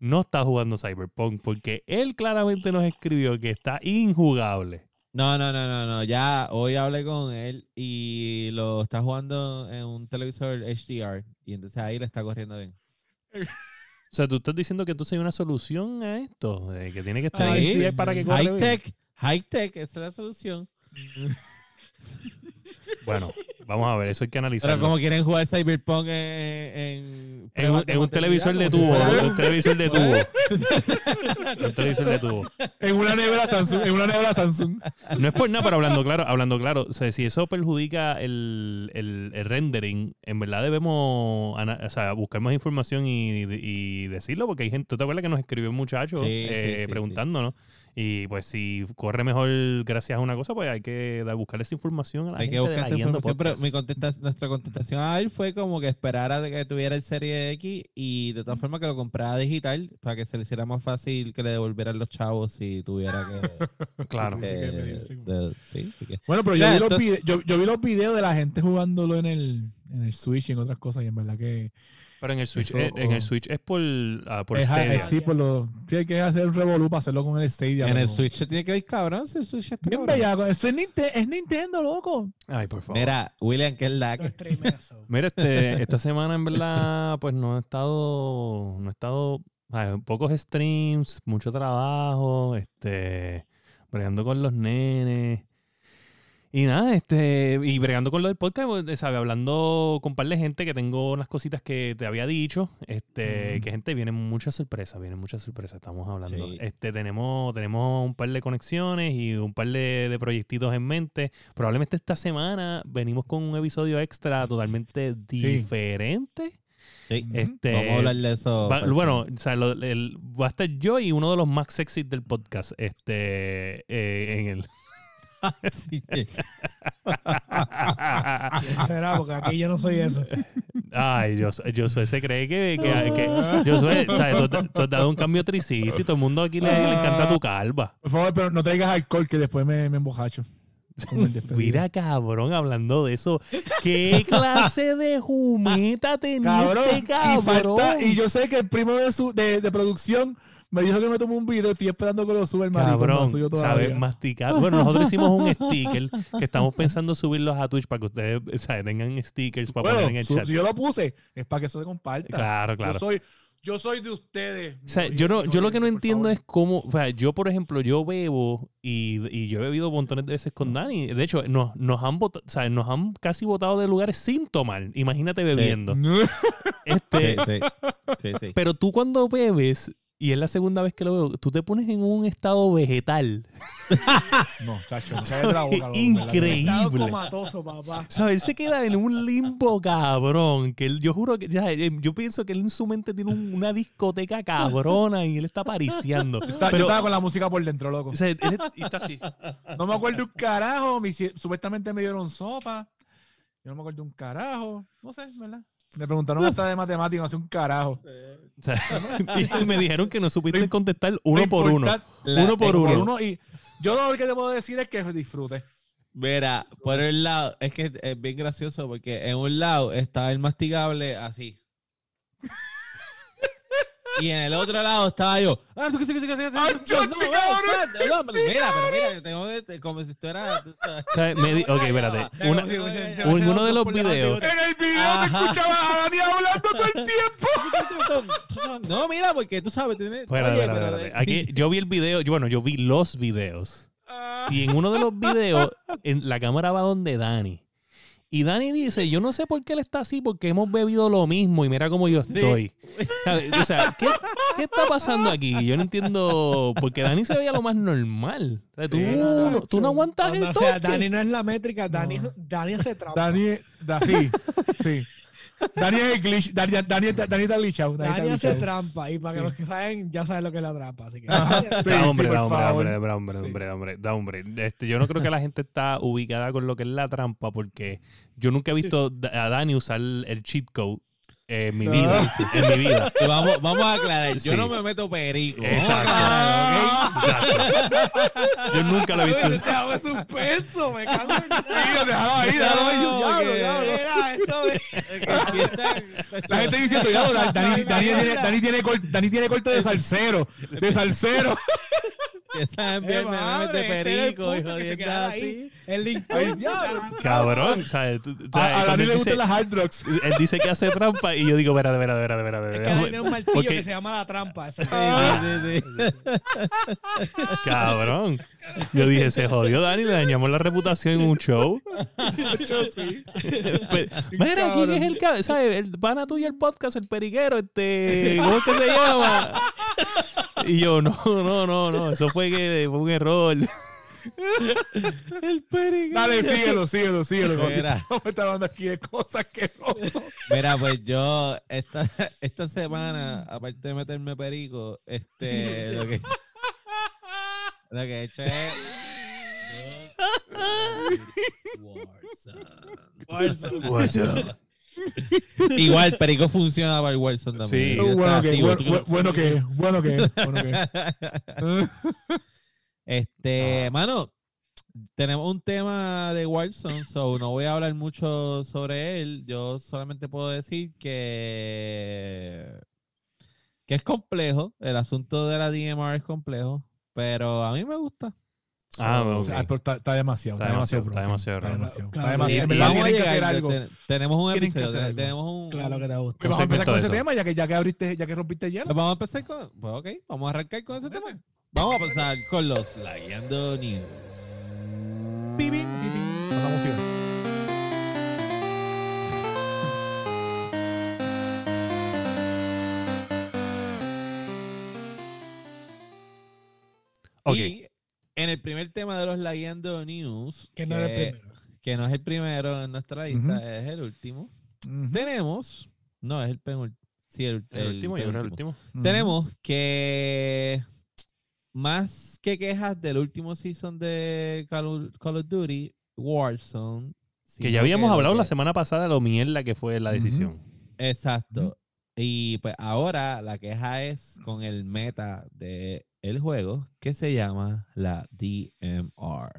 Speaker 4: no está jugando Cyberpunk porque él claramente nos escribió que está injugable.
Speaker 3: No, no, no, no, no. Ya hoy hablé con él y lo está jugando en un televisor HDR. Y entonces ahí le está corriendo bien.
Speaker 4: O sea, tú estás diciendo que entonces hay una solución a esto, eh, que tiene que estar
Speaker 3: Sí.
Speaker 4: en HDR para que corra
Speaker 3: High
Speaker 4: bien.
Speaker 3: tech, high tech, esa es la solución.
Speaker 4: Bueno, vamos a ver, eso hay que
Speaker 3: Pero
Speaker 4: analizarlo.
Speaker 3: como quieren jugar Cyberpunk en. en,
Speaker 4: En un,
Speaker 3: pruebas de
Speaker 4: en un
Speaker 3: material,
Speaker 4: televisor de
Speaker 3: como si
Speaker 4: tubo,
Speaker 3: fuera-
Speaker 4: en un televisor de tubo. En un televisor de tubo.
Speaker 2: En una nevera Samsung, en una nevera Samsung.
Speaker 4: No es por nada, pero hablando claro, hablando claro, o sea, si eso perjudica el, el- el rendering, en verdad debemos ana- o sea, buscar más información y, y decirlo, porque hay gente, ¿tú te acuerdas que nos escribió un muchacho
Speaker 3: Sí, sí,
Speaker 4: eh,
Speaker 3: sí, sí.
Speaker 4: preguntándonos? Y pues si corre mejor gracias a una cosa, pues hay que dar- buscar esa información a la
Speaker 3: Hay
Speaker 4: gente
Speaker 3: que buscar
Speaker 4: de la
Speaker 3: esa
Speaker 4: Guiando
Speaker 3: información, pero
Speaker 4: Podcast.
Speaker 3: mi contesta- nuestra contestación a él fue como que esperara de que tuviera el Serie X y de todas formas que lo comprara digital para que se le hiciera más fácil que le devolvieran los chavos si tuviera que...
Speaker 4: Claro.
Speaker 3: que-
Speaker 2: Sí, que pedir, sí.
Speaker 3: de- sí, sí que-
Speaker 2: Bueno, pero yo, vi los
Speaker 3: Entonces-
Speaker 2: vide- yo, yo vi los videos de la gente jugándolo en el, en el Switch y en otras cosas, y en verdad que.
Speaker 4: Pero en el Switch,
Speaker 2: Eso-
Speaker 4: eh, en el Switch es por, ah, por
Speaker 2: es,
Speaker 4: Stadia.
Speaker 2: es- sí, por los. Sí, hay que hacer un revolú para hacerlo con el Stadia.
Speaker 3: en el
Speaker 2: loco.
Speaker 3: Switch se tiene que ver cabrón, si el Switch está
Speaker 2: Bien
Speaker 3: cabrón.
Speaker 2: bellaco. Eso es, Ninte- es Nintendo, loco.
Speaker 4: Ay, por favor. Mira,
Speaker 3: Mira, William, que es la...
Speaker 1: Los streamers.
Speaker 4: este, esta semana en verdad, pues no he estado, no he estado, ay, pocos streams, mucho trabajo, este, bregando con los nenes. Y nada, este, y bregando con lo del podcast, pues, ¿sabe? hablando con un par de gente que tengo unas cositas que te había dicho, este,
Speaker 2: Mm.
Speaker 4: que gente, vienen muchas sorpresas, vienen muchas sorpresas, estamos hablando.
Speaker 3: Sí.
Speaker 4: Este, tenemos, tenemos un par de conexiones y un par de, de proyectitos en mente. Probablemente esta semana venimos con un episodio extra totalmente diferente.
Speaker 3: Sí,
Speaker 4: Este,
Speaker 3: Vamos a hablar de eso.
Speaker 4: Va-
Speaker 3: próximo.
Speaker 4: bueno, o sea, lo- el- va a estar yo y uno de los más sexys del podcast, este, eh, en el...
Speaker 3: Sí.
Speaker 1: Espera, porque aquí yo no soy eso.
Speaker 4: Ay, Jos- Josué se cree que, que,
Speaker 2: Ah.
Speaker 4: que- Josué, ¿sabes? Tú, tú has dado un cambio tricito y todo el mundo aquí le, le encanta tu calva.
Speaker 2: Por favor, pero no traigas alcohol que después me, me embojacho. Con el despedido.
Speaker 4: Mira, cabrón, hablando de eso, ¿qué clase de jumeta tenía
Speaker 2: Cabrón,
Speaker 4: este cabrón?
Speaker 2: Y, falta, y yo sé que el primo de, su, de, de producción me dijo que me tomó un video. Estoy esperando que lo suba el maricón, no
Speaker 4: Cabrón,
Speaker 2: lo suyo todavía.
Speaker 4: sabes masticar. Bueno, nosotros hicimos un sticker que estamos pensando subirlos a Twitch para que ustedes ¿sabes? tengan stickers para poner en
Speaker 2: Bueno,
Speaker 4: el
Speaker 2: su-
Speaker 4: chat.
Speaker 2: si yo lo puse, es para que eso se comparta.
Speaker 4: Claro, claro.
Speaker 2: Yo soy, yo soy de ustedes.
Speaker 4: O sea, yo, no, yo lo que no
Speaker 2: por
Speaker 4: entiendo
Speaker 2: favor.
Speaker 4: es cómo, o sea, yo por ejemplo, yo bebo y, y yo he bebido montones de veces con Dani. De hecho, nos, nos, han, bota- o sea, nos han casi botado de lugares sin tomar. Imagínate bebiendo.
Speaker 3: Sí,
Speaker 4: Este,
Speaker 3: sí. Sí, sí.
Speaker 4: pero tú cuando bebes, y es la segunda vez que lo veo, tú te pones en un estado vegetal.
Speaker 2: No, chacho, no sale de la boca. loco, en verdad.
Speaker 4: Increíble.
Speaker 1: Estado comatoso, papá.
Speaker 4: ¿Sabes? Él se queda en un limbo cabrón. Que él- yo juro que ya, eh, yo pienso que él en su mente tiene un- una discoteca cabrona y él está pariciando.
Speaker 2: Está- yo
Speaker 4: Pero,
Speaker 2: estaba con la música por dentro, loco.
Speaker 4: o sea, él es- y está así.
Speaker 2: No me acuerdo un carajo. me hici- supuestamente me dieron sopa. Yo no me acuerdo un carajo. No sé, ¿verdad? Me preguntaron hasta de matemáticas, no sé un carajo.
Speaker 4: O sea, y me dijeron que no supiste
Speaker 2: Lo im-
Speaker 4: contestar
Speaker 2: Lo
Speaker 4: uno por uno.
Speaker 2: importan-
Speaker 3: La-
Speaker 4: uno por
Speaker 2: por
Speaker 4: uno.
Speaker 2: uno. Y yo lo que te puedo decir es que disfrute.
Speaker 3: Mira, por un lado, es que es bien gracioso porque en un lado estaba el masticable así. Y en el otro lado estaba yo. "Ah, no, no, no, no, no, no, Mira, pero mira, yo tengo este- como si estuviera. tú sabes.
Speaker 4: O sea, me di- ok, espérate. Una-
Speaker 1: Sí, sí, sí, sí, sí,
Speaker 4: uno
Speaker 1: sí,
Speaker 4: de
Speaker 1: dos
Speaker 4: los
Speaker 1: por debajo de
Speaker 4: videos.
Speaker 1: otro.
Speaker 2: En el video
Speaker 3: Ajá.
Speaker 2: escuchaba a Dani hablando todo el tiempo.
Speaker 3: No, mira, porque tú sabes. tiene-
Speaker 4: espérate,
Speaker 3: oye,
Speaker 4: espérate,
Speaker 3: pero-
Speaker 4: espérate. Aquí, yo vi el video, yo- bueno, yo vi los videos.
Speaker 2: Ah.
Speaker 4: Y en uno de los videos, en la cámara va donde Dani. Y Dani dice, yo no sé por qué él está así, porque hemos bebido lo mismo y mira cómo yo estoy. ¿Sabes? O sea, ¿qué, qué está pasando aquí? Yo no entiendo, porque Dani se veía lo más normal. O sea, tú,
Speaker 1: Sí,
Speaker 4: no, tú no aguantas
Speaker 1: No,
Speaker 4: el
Speaker 1: no, O
Speaker 4: toque.
Speaker 1: sea, Dani no es la métrica, Dani, Dani hace trampa.
Speaker 2: Dani, da, sí, sí. Dani es el glitch, Dani, Dani, Dani está lichado. Dani,
Speaker 1: Dani
Speaker 2: está
Speaker 1: hace
Speaker 2: lichado.
Speaker 1: trampa. Y para que los que saben, ya saben lo que es la trampa. Así que.
Speaker 2: Sí,
Speaker 4: Da
Speaker 2: sí, por
Speaker 4: hombre, da hombre, da
Speaker 2: favor.
Speaker 4: hombre, da hombre, da
Speaker 2: Sí.
Speaker 4: hombre, da hombre, da hombre. Este, yo no creo que la gente está ubicada con lo que es la trampa, porque yo nunca he visto a Dani usar el el cheat code en mi
Speaker 2: No.
Speaker 4: vida. En mi vida.
Speaker 3: Y Vamos, vamos a aclarar, yo
Speaker 4: Sí. Eh.
Speaker 3: no me meto perico. Vamos a
Speaker 4: Exacto.
Speaker 3: aclarar, ¿ok?
Speaker 4: Yo nunca lo he
Speaker 1: Oye,
Speaker 4: visto.
Speaker 1: te hago suspenso, me cago en
Speaker 2: Sí, déjalo ahí, déjalo ahí.
Speaker 3: No,
Speaker 1: Diablo,
Speaker 3: que-
Speaker 1: diablo, era eso. eh.
Speaker 2: La gente diciendo, ya, Dani, Dani, Dani tiene, Dani, tiene cor- Dani tiene corte de salsero, de salsero.
Speaker 3: Que saben bien,
Speaker 1: Eh,
Speaker 3: me mete
Speaker 1: madre, ese era el
Speaker 3: perico,
Speaker 1: puto
Speaker 3: hijo
Speaker 1: que se
Speaker 3: de
Speaker 1: quedaba
Speaker 3: Dante.
Speaker 1: ahí. El link.
Speaker 2: Ay, diablo.
Speaker 4: Cabrón. ¿sabes? Tú- o sea,
Speaker 2: A, a
Speaker 4: cuando
Speaker 2: Dani
Speaker 4: él
Speaker 2: le gustan
Speaker 4: dice-
Speaker 2: las hard drugs.
Speaker 4: Él dice que hace trampa y yo digo, espérate, espérate, espérate, espérate.
Speaker 1: Es que Dani tiene un martillo
Speaker 4: Porque-
Speaker 1: que se llama la trampa. ese.
Speaker 3: Sí, sí, sí.
Speaker 4: Cabrón. Yo dije, se jodió Dani, le dañamos la reputación en un show. Pero, mira, ¿quién es el cabrón? ¿Sabes? El pana tuyo el podcast, el periquero, este. ¿Cómo es que se llama? Y yo, no, no, no, no. Eso fue que fue un error. El periquero.
Speaker 2: Dale, síguelo, síguelo, síguelo. Como si-
Speaker 3: Mira.
Speaker 2: No me está hablando aquí de cosas que no son.
Speaker 3: Mira, pues yo esta, esta semana, aparte de meterme perico, este, lo que, lo que he hecho es...
Speaker 1: Warzone.
Speaker 4: Guacho.
Speaker 3: Igual, perico funciona para el Warzone
Speaker 4: Sí.
Speaker 3: también. Yo estaba
Speaker 2: Bueno que,
Speaker 3: activo,
Speaker 2: Oh, bueno, bueno
Speaker 3: tú-
Speaker 2: que, bueno que, bueno que.
Speaker 3: Este, mano, tenemos un tema de Warzone, so no voy a hablar mucho sobre él. Yo solamente puedo decir que, que es complejo. El asunto de la DMR es complejo, pero a mí me gusta.
Speaker 4: Ah, ok.
Speaker 2: O sea, pero está, está demasiado, está,
Speaker 4: Está
Speaker 2: demasiado,
Speaker 4: demasiado,
Speaker 2: broken,
Speaker 4: está demasiado,
Speaker 1: claro.
Speaker 2: Está demasiado. Está demasiado. En
Speaker 3: Y- y
Speaker 2: verdad
Speaker 3: vamos a
Speaker 2: tienen que
Speaker 3: llegar,
Speaker 2: hacer algo.
Speaker 3: te- tenemos un
Speaker 2: Tienen que
Speaker 3: episodio,
Speaker 2: hacer algo.
Speaker 3: tenemos un...
Speaker 1: Claro que te gusta.
Speaker 2: Pues vamos a empezar con ese
Speaker 4: Segmento
Speaker 2: tema, ya que, ya que abriste, ya que rompiste el hielo.
Speaker 3: Vamos a empezar con... Pues ok, vamos a arrancar con ese tema. Vamos a pasar con los Lagueando News.
Speaker 2: Pipín, pipín. Nos vamos, tío.
Speaker 4: Ok.
Speaker 3: Y en el primer tema de los Lagueando News...
Speaker 1: Que no era el
Speaker 3: que-
Speaker 1: primero.
Speaker 3: que no es el primero en nuestra lista,
Speaker 2: Ujú.
Speaker 3: es el último.
Speaker 2: Ujú,
Speaker 3: Tenemos, no, es el penúltimo. Sí, el,
Speaker 4: El, último, yo creo el último.
Speaker 2: ujú.
Speaker 3: Tenemos que más que quejas del último season de Call of, Call of Duty, Warzone.
Speaker 4: Que
Speaker 3: sino
Speaker 4: ya habíamos
Speaker 3: lo
Speaker 4: hablado
Speaker 3: que-
Speaker 4: la semana pasada lo mierda que fue la
Speaker 2: Ujú.
Speaker 4: decisión.
Speaker 3: Exacto. Y pues ahora la queja es con el meta de el juego que se llama la DMR.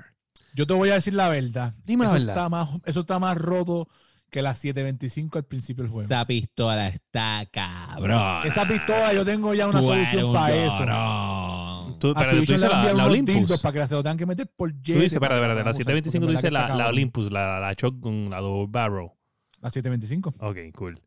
Speaker 2: Yo te voy a decir la verdad.
Speaker 4: Dime la
Speaker 2: eso
Speaker 4: verdad.
Speaker 2: Está más, eso está más roto que la 725 al principio del juego.
Speaker 3: Esa pistola está cabrón.
Speaker 2: Esa pistola, yo tengo ya una solución para eso. A
Speaker 3: eso.
Speaker 4: Tú, espérate,
Speaker 2: tu
Speaker 4: tú
Speaker 2: bicho
Speaker 4: dices
Speaker 2: le han
Speaker 4: la,
Speaker 2: enviado
Speaker 4: la
Speaker 2: unos
Speaker 4: Olympus.
Speaker 2: dildos para que la se lo tengan que meter por jet.
Speaker 4: Tú dices, espérate, espérate, la 725 tú dices la, la Olympus, la, la Shotgun, la Double Barrel.
Speaker 2: La 725.
Speaker 4: Ok, cool.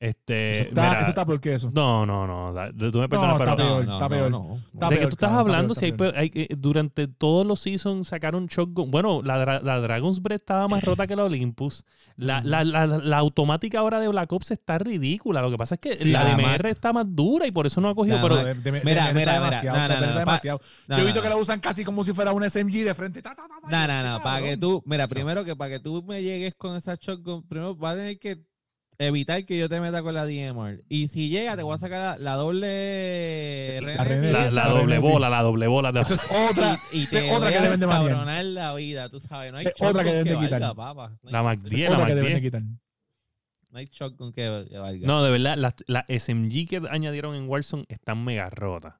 Speaker 4: Este,
Speaker 2: eso, está,
Speaker 4: Eh, mira,
Speaker 2: eso está porque eso.
Speaker 4: No, no, no. la- tú me perdonas,
Speaker 2: está
Speaker 4: pero...
Speaker 2: peor,
Speaker 3: No, no,
Speaker 2: está
Speaker 3: no,
Speaker 2: peor.
Speaker 3: no.
Speaker 2: Está
Speaker 4: de
Speaker 2: peor,
Speaker 4: que tú
Speaker 2: cabrón,
Speaker 4: estás
Speaker 2: está
Speaker 4: hablando,
Speaker 2: peor,
Speaker 4: si hay
Speaker 2: está peor.
Speaker 4: pe- hay que- durante todos los seasons sacaron Shotgun. Bueno, la, dra- la Dragon's Breath estaba más rota que la Olympus. La, la, la, la- la automática ahora de Black Ops está ridícula. Lo que pasa es que
Speaker 3: Sí,
Speaker 4: la
Speaker 3: la
Speaker 4: DMR está más dura y por eso no ha cogido.
Speaker 3: La
Speaker 4: pero
Speaker 3: Mac.
Speaker 2: De- de- de-
Speaker 3: Mira,
Speaker 2: de-
Speaker 3: mira,
Speaker 2: está
Speaker 3: mira.
Speaker 2: demasiado,
Speaker 3: No, no,
Speaker 2: de- de-
Speaker 3: no,
Speaker 2: está
Speaker 3: pa-
Speaker 2: demasiado.
Speaker 3: No,
Speaker 2: Yo he
Speaker 3: no,
Speaker 2: visto que
Speaker 3: no.
Speaker 2: la usan casi como si fuera una SMG de frente. Ta, ta, ta, ta,
Speaker 3: No, no,
Speaker 2: y-
Speaker 3: no, para que
Speaker 2: cabrón.
Speaker 3: tú, mira, primero que para que tú me llegues con esa shotgun, primero vas a tener que evitar que yo te meta con la DMR. Y si llega, te voy a sacar la, la doble
Speaker 2: Renegade.
Speaker 4: la, la
Speaker 2: La
Speaker 4: doble
Speaker 2: Renegade.
Speaker 4: bola, la doble bola. de-
Speaker 2: Esa es otra.
Speaker 3: y, y
Speaker 2: esa
Speaker 3: te
Speaker 2: es otra
Speaker 3: voy
Speaker 2: que
Speaker 3: a
Speaker 2: deben de manejar.
Speaker 3: descabronar la vida, tú sabes, no hay
Speaker 2: Esa es otra que deben
Speaker 3: shotgun
Speaker 2: de
Speaker 3: valga,
Speaker 2: quitar.
Speaker 3: papá. No hay,
Speaker 4: La Mac
Speaker 2: esa es
Speaker 4: 10, la
Speaker 2: otra
Speaker 4: Mac
Speaker 2: que deben de
Speaker 4: 10.
Speaker 2: quitar.
Speaker 3: no hay shotgun que, que valga.
Speaker 4: No, de verdad, las las SMG que añadieron en Warzone están mega rotas.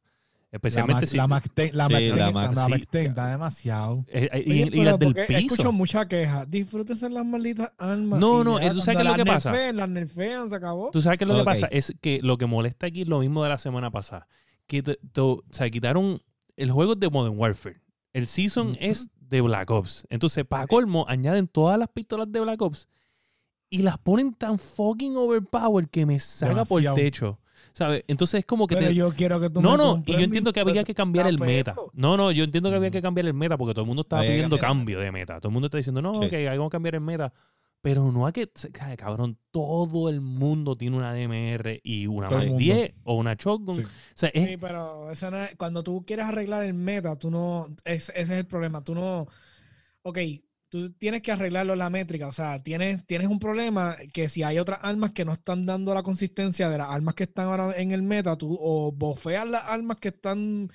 Speaker 2: La
Speaker 4: Especialmente
Speaker 2: Mac
Speaker 4: si.
Speaker 2: la Mac 10, la
Speaker 3: Sí,
Speaker 2: Mac 10,
Speaker 3: la
Speaker 2: la
Speaker 3: Mac-
Speaker 2: Mac
Speaker 4: sí.
Speaker 2: 10 está demasiado.
Speaker 4: eh, eh,
Speaker 1: Oye,
Speaker 4: y, y
Speaker 1: pero
Speaker 4: las del
Speaker 1: porque Escucho
Speaker 4: piso.
Speaker 1: mucha queja. Disfrútense las malditas armas.
Speaker 4: No,
Speaker 1: y
Speaker 4: no,
Speaker 1: ya,
Speaker 4: ¿tú sabes
Speaker 1: cuando
Speaker 4: qué es lo
Speaker 1: las
Speaker 4: que pasa?
Speaker 1: nerfean, Las nerfean, se acabó.
Speaker 4: Tú sabes que lo
Speaker 3: Ok.
Speaker 4: que pasa es que lo que molesta aquí es lo mismo de la semana pasada. Que te- te- o sea, quitaron el juego es de Modern Warfare. El season es de Black Ops. Entonces, para colmo, añaden todas las pistolas de Black Ops y las ponen tan fucking overpowered que me saca por el
Speaker 2: Demasiado.
Speaker 4: techo. O ¿Sabes? Entonces es como que
Speaker 1: Pero
Speaker 4: te-
Speaker 1: yo quiero que tú
Speaker 4: No,
Speaker 1: me
Speaker 4: no, y
Speaker 1: compres
Speaker 4: yo entiendo
Speaker 1: mis
Speaker 4: que había que cambiar el
Speaker 1: 60
Speaker 4: meta.
Speaker 1: pesos.
Speaker 4: No, no, yo entiendo que había
Speaker 3: Ujú.
Speaker 4: que cambiar el meta porque todo el mundo estaba
Speaker 3: Mm. Había que
Speaker 4: pidiendo
Speaker 3: cambiar el
Speaker 4: cambio de meta. Todo el mundo está diciendo, no,
Speaker 3: Sí.
Speaker 4: ok, hay que cambiar el meta. Pero no hay que, sabe, cabrón, todo el mundo tiene una DMR y una
Speaker 2: Todo el
Speaker 4: Mark
Speaker 2: mundo.
Speaker 4: 10 o una shotgun.
Speaker 2: Sí.
Speaker 4: O sea,
Speaker 3: Eh.
Speaker 4: es-
Speaker 1: Sí, pero esa no es- cuando tú quieres arreglar el meta, tú no. es- ese es el problema. Tú no. Ok, tú tienes que arreglarlo en la métrica. O sea, tienes, tienes un problema que si hay otras armas que no están dando la consistencia de las armas que están ahora en el meta, tú o bofeas las armas que están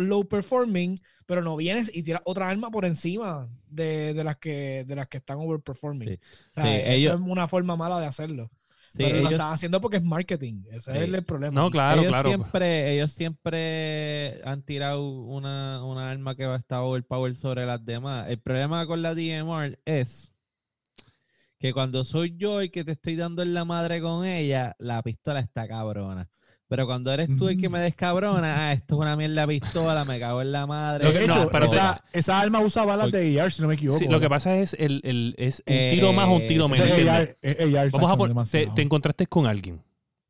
Speaker 1: low performing, pero no vienes y tiras otra arma por encima de, de las que de las que están overperforming.
Speaker 3: Sí.
Speaker 1: O sea,
Speaker 3: Sí,
Speaker 1: eso
Speaker 3: ellos-
Speaker 1: es una forma mala de hacerlo.
Speaker 3: Sí,
Speaker 1: pero lo
Speaker 3: ellos-
Speaker 1: están haciendo porque es marketing. Ese
Speaker 3: Sí.
Speaker 1: es el problema.
Speaker 4: no, claro,
Speaker 3: ellos
Speaker 4: claro. pues.
Speaker 3: Siempre, ellos siempre han tirado una, una arma que va a estar overpower sobre las demás. El problema con la DMR es que cuando soy yo el que te estoy dando en la madre con ella, la pistola está cabrona. Pero cuando eres tú el
Speaker 4: Mm.
Speaker 3: que me des cabrona, ah, esto es una mierda pistola, me cago en la madre.
Speaker 2: Lo que he
Speaker 4: No,
Speaker 2: Eh, hecho,
Speaker 4: pero-
Speaker 2: esa, esa alma usa balas de AR, si no me equivoco.
Speaker 4: Sí, lo que pasa es el, el- es un
Speaker 3: Eh,
Speaker 4: tiro más o un tiro
Speaker 3: de
Speaker 4: menos.
Speaker 2: es
Speaker 4: ¿entiendes?
Speaker 2: AR, es AR,
Speaker 4: Vamos a
Speaker 2: exacto,
Speaker 4: por, te,
Speaker 2: demasiado.
Speaker 4: te encontraste con alguien.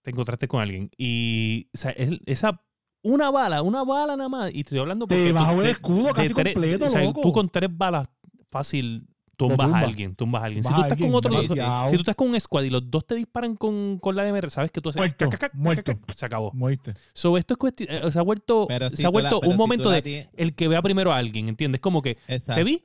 Speaker 4: Te encontraste con alguien. Y o sea, es- esa. Una bala, una bala nada más. Y estoy hablando
Speaker 2: Te
Speaker 4: porque tú-
Speaker 2: bajó el
Speaker 4: de-
Speaker 2: escudo
Speaker 4: de
Speaker 2: casi
Speaker 4: tres-
Speaker 2: completo,
Speaker 4: o sea,
Speaker 2: loco.
Speaker 4: Tú con tres balas fácil tumbas
Speaker 2: tumba.
Speaker 4: a alguien, tumbas a alguien. Si
Speaker 2: Baja
Speaker 4: tú estás
Speaker 2: alguien,
Speaker 4: con otro.
Speaker 2: demasiado.
Speaker 4: Si tú estás con un squad y los dos te disparan con, con la DMR, sabes que tú haces.
Speaker 2: Muerto,
Speaker 4: cac, cac, cac,
Speaker 2: muerto.
Speaker 4: cac, se acabó.
Speaker 2: Moriste.
Speaker 4: So, esto es cuestión. eh, Se ha vuelto,
Speaker 3: Pero si
Speaker 4: se ha
Speaker 3: tú la-
Speaker 4: vuelto
Speaker 3: pero si
Speaker 4: un
Speaker 3: tú
Speaker 4: momento
Speaker 3: la
Speaker 4: de
Speaker 3: tienes-
Speaker 4: el que vea primero a alguien, ¿entiendes? Como que
Speaker 3: Exacto.
Speaker 4: te vi,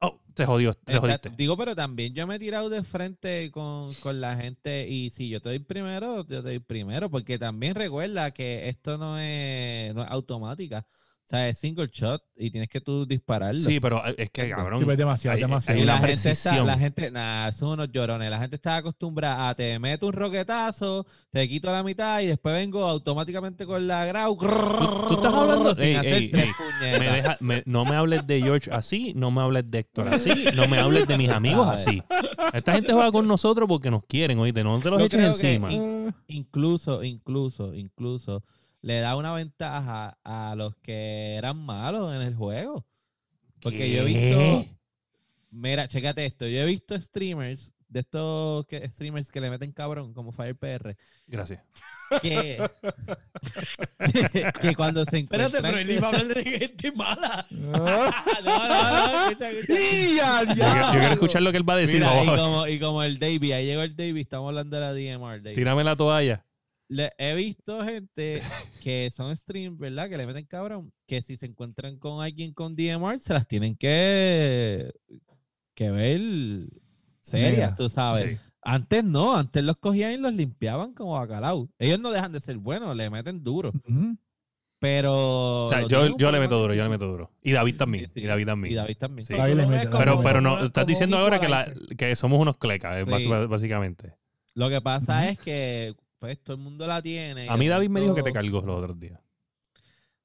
Speaker 4: oh, te jodió, te
Speaker 3: Exacto.
Speaker 4: jodiste.
Speaker 3: Digo, pero también yo me he tirado de frente con, con la gente y si yo te doy primero, yo te doy primero, porque también recuerda que esto no es, no es automática, o sea, es single shot y tienes que tú dispararlo.
Speaker 4: Sí, pero eh, es que cabrón.
Speaker 2: Sí, pero es pues, demasiado,
Speaker 4: ahí-
Speaker 2: demasiado.
Speaker 4: ahí
Speaker 3: y
Speaker 4: la
Speaker 3: la gente, está,
Speaker 4: precisión.
Speaker 3: la gente, nada, son unos llorones. La gente está acostumbrada a te meto un roquetazo, te quito la mitad y después vengo automáticamente con la grau.
Speaker 4: tú estás hablando-
Speaker 3: sin
Speaker 4: Ey,
Speaker 3: hacer
Speaker 4: ey,
Speaker 3: tres
Speaker 4: ey,
Speaker 3: puñetas.
Speaker 4: Me deja- me- no me hables de George así, no me hables de Héctor así, no me hables de mis amigos así. Esta gente juega con nosotros porque nos quieren, oíste, no te los
Speaker 3: Yo
Speaker 4: eches
Speaker 3: creo que
Speaker 4: encima.
Speaker 3: in- incluso, incluso, incluso le da una ventaja a los que eran malos en el juego. Porque yo he visto,
Speaker 4: ¿Qué?
Speaker 3: mira, chécate esto, yo he visto streamers, de estos que, streamers que le meten cabrón, como FirePR,
Speaker 4: Gracias.
Speaker 3: que, que cuando se encuentran...
Speaker 1: Espérate, pero él iba a hablar de gente mala.
Speaker 3: No, no, no, escucha, escucha.
Speaker 2: ¡Y al
Speaker 4: Yo, quiero- yo quiero
Speaker 2: diablo!
Speaker 4: escuchar lo que él va a decir.
Speaker 3: Mira,
Speaker 4: por
Speaker 3: y,
Speaker 4: favor.
Speaker 3: como, y como el Davey, ahí llegó el Davey, estamos hablando de la DMR, Davey.
Speaker 4: Tírame la toalla.
Speaker 3: Le- he visto gente que son stream, ¿verdad? Que le meten cabrón. Que si se encuentran con alguien con DMR, se las tienen que, que ver serias,
Speaker 2: Mira,
Speaker 3: tú sabes.
Speaker 4: Sí.
Speaker 3: Antes no, antes los cogían y los limpiaban como bacalao. Ellos no dejan de ser buenos, le meten duro.
Speaker 2: Ujú.
Speaker 3: Pero.
Speaker 4: O sea,
Speaker 3: los
Speaker 4: yo,
Speaker 3: tiempos
Speaker 4: yo le
Speaker 3: fueron
Speaker 4: meto
Speaker 3: más
Speaker 4: duro, yo le
Speaker 3: difíciles.
Speaker 4: meto duro. Y David también.
Speaker 3: Sí, sí.
Speaker 4: Y David también.
Speaker 3: Y David también.
Speaker 4: Sí.
Speaker 1: Eso tú lo ves como-
Speaker 4: Pero, pero no,
Speaker 1: como
Speaker 4: estás
Speaker 1: un
Speaker 4: diciendo ahora que, la,
Speaker 1: equalizer.
Speaker 4: que somos unos clecas, eh,
Speaker 3: Sí.
Speaker 4: básica- básicamente.
Speaker 3: Lo que pasa es que pues todo el mundo la tiene. y
Speaker 4: A
Speaker 3: de
Speaker 4: mí David me dijo que te
Speaker 3: pronto-
Speaker 4: cargó los otros días.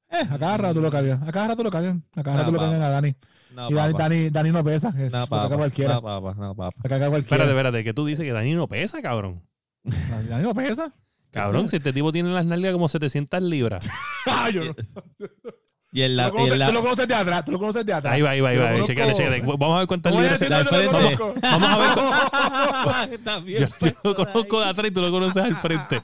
Speaker 2: Eh, a cada rato lo cambian, a cada rato lo cambian, a cada
Speaker 3: No,
Speaker 2: rato lo
Speaker 3: papá.
Speaker 2: cambian a Dani.
Speaker 3: No,
Speaker 2: y Dani,
Speaker 3: papá.
Speaker 2: Dani, Dani no pesa, es,
Speaker 3: No,
Speaker 2: lo caga
Speaker 3: papá.
Speaker 2: cualquiera,
Speaker 3: No, papá. No, papá.
Speaker 2: lo caga cualquiera.
Speaker 4: Espérate, espérate, que tú dices que Dani no pesa, cabrón.
Speaker 2: Dani- Dani no pesa.
Speaker 4: Cabrón, si este tipo tiene las nalgas como 700 libras.
Speaker 2: Ah, yo no-
Speaker 3: Y en
Speaker 2: tú lo
Speaker 3: la. y en
Speaker 2: conoces-
Speaker 3: la-
Speaker 2: Tú lo conoces de atrás, tú lo conoces de atrás.
Speaker 4: Ahí va, ahí va, ahí
Speaker 2: Yo
Speaker 4: va.
Speaker 2: lo
Speaker 4: ahí,
Speaker 2: conozco.
Speaker 4: Chécale, chécale. Vamos a ver cuántas
Speaker 2: No voy a
Speaker 4: libras.
Speaker 2: decir
Speaker 4: te-
Speaker 2: dónde lo
Speaker 3: frente.
Speaker 2: conozco.
Speaker 4: Vamos a ver. cu-
Speaker 3: También
Speaker 4: Yo, yo lo
Speaker 3: personal.
Speaker 4: conozco de atrás y tú lo conoces al frente.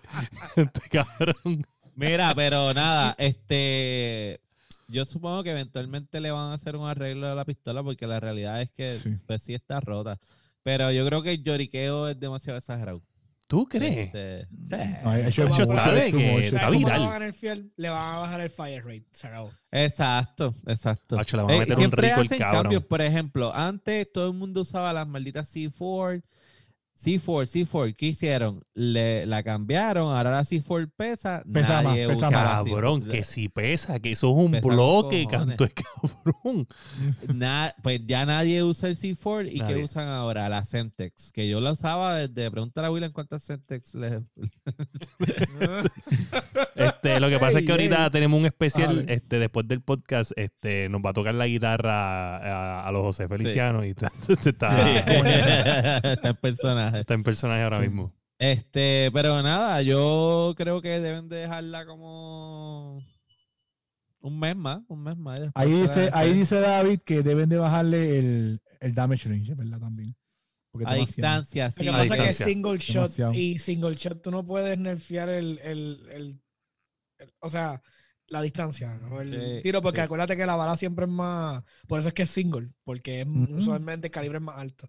Speaker 4: Este cabrón.
Speaker 3: Mira, pero nada, este. Yo supongo que eventualmente le van a hacer un arreglo a la pistola porque la realidad es que
Speaker 2: Sí.
Speaker 3: pues sí está rota. Pero yo creo que el lloriqueo es demasiado exagerado.
Speaker 4: ¿Tú crees?
Speaker 3: Este,
Speaker 2: No, eso
Speaker 1: Eso
Speaker 2: es
Speaker 1: está
Speaker 2: mucho,
Speaker 4: de
Speaker 2: es too
Speaker 4: que-
Speaker 2: much,
Speaker 1: O sea,
Speaker 2: es
Speaker 4: eh, está
Speaker 2: too
Speaker 1: ¿cómo
Speaker 2: much.
Speaker 1: Le
Speaker 4: viral.
Speaker 1: van, a nerfear? le van a bajar el fire rate. Se acabó.
Speaker 3: Exacto, exacto.
Speaker 4: Hacho, le van a
Speaker 3: Eh,
Speaker 4: meter un
Speaker 3: siempre
Speaker 4: rico el
Speaker 3: hacen
Speaker 4: cabrón.
Speaker 3: cambios, por ejemplo, antes todo el mundo usaba las malditas C4. C4, C4, ¿qué hicieron? Le, la cambiaron, ahora la C4 pesa.
Speaker 2: Pesa más,
Speaker 3: nadie
Speaker 2: pesa
Speaker 3: usa la C4.
Speaker 4: Cabrón, que si pesa, que eso es un
Speaker 3: Pesa con
Speaker 4: bloque,
Speaker 3: cojones.
Speaker 4: canto es cabrón.
Speaker 3: Na- pues ya nadie usa el C4 y
Speaker 4: Nadie.
Speaker 3: que usan ahora la Sentex, que yo la usaba desde preguntar a William cuántas Sentex le
Speaker 4: Este, lo que pasa es que
Speaker 2: Ey,
Speaker 4: ahorita
Speaker 2: ey.
Speaker 4: tenemos un especial,
Speaker 2: Dale.
Speaker 4: este, después del podcast, este, nos va a tocar la guitarra a, a los José Feliciano y está, está,
Speaker 3: está en personaje.
Speaker 4: está en personaje ahora
Speaker 2: Sí.
Speaker 4: mismo.
Speaker 3: Este, pero nada, yo creo que deben de dejarla como un mes más, un mes más. y después
Speaker 2: Ahí
Speaker 3: que la
Speaker 2: dice, ahí
Speaker 3: dejen.
Speaker 2: dice David que deben de bajarle el, el damage range, ¿verdad? También. Porque es
Speaker 3: a
Speaker 2: demasiado.
Speaker 3: distancia,
Speaker 1: Lo
Speaker 3: sí.
Speaker 1: que
Speaker 4: a
Speaker 1: pasa es que es
Speaker 4: distancia.
Speaker 1: single shot
Speaker 2: Demasiado.
Speaker 1: y single shot tú no puedes nerfear el, el, el o sea, la distancia, ¿no? el
Speaker 3: Sí,
Speaker 1: tiro, porque
Speaker 3: sí.
Speaker 1: acuérdate que la bala siempre es más, por eso es que es single, porque es,
Speaker 2: Ujú.
Speaker 1: usualmente el calibre es más alto.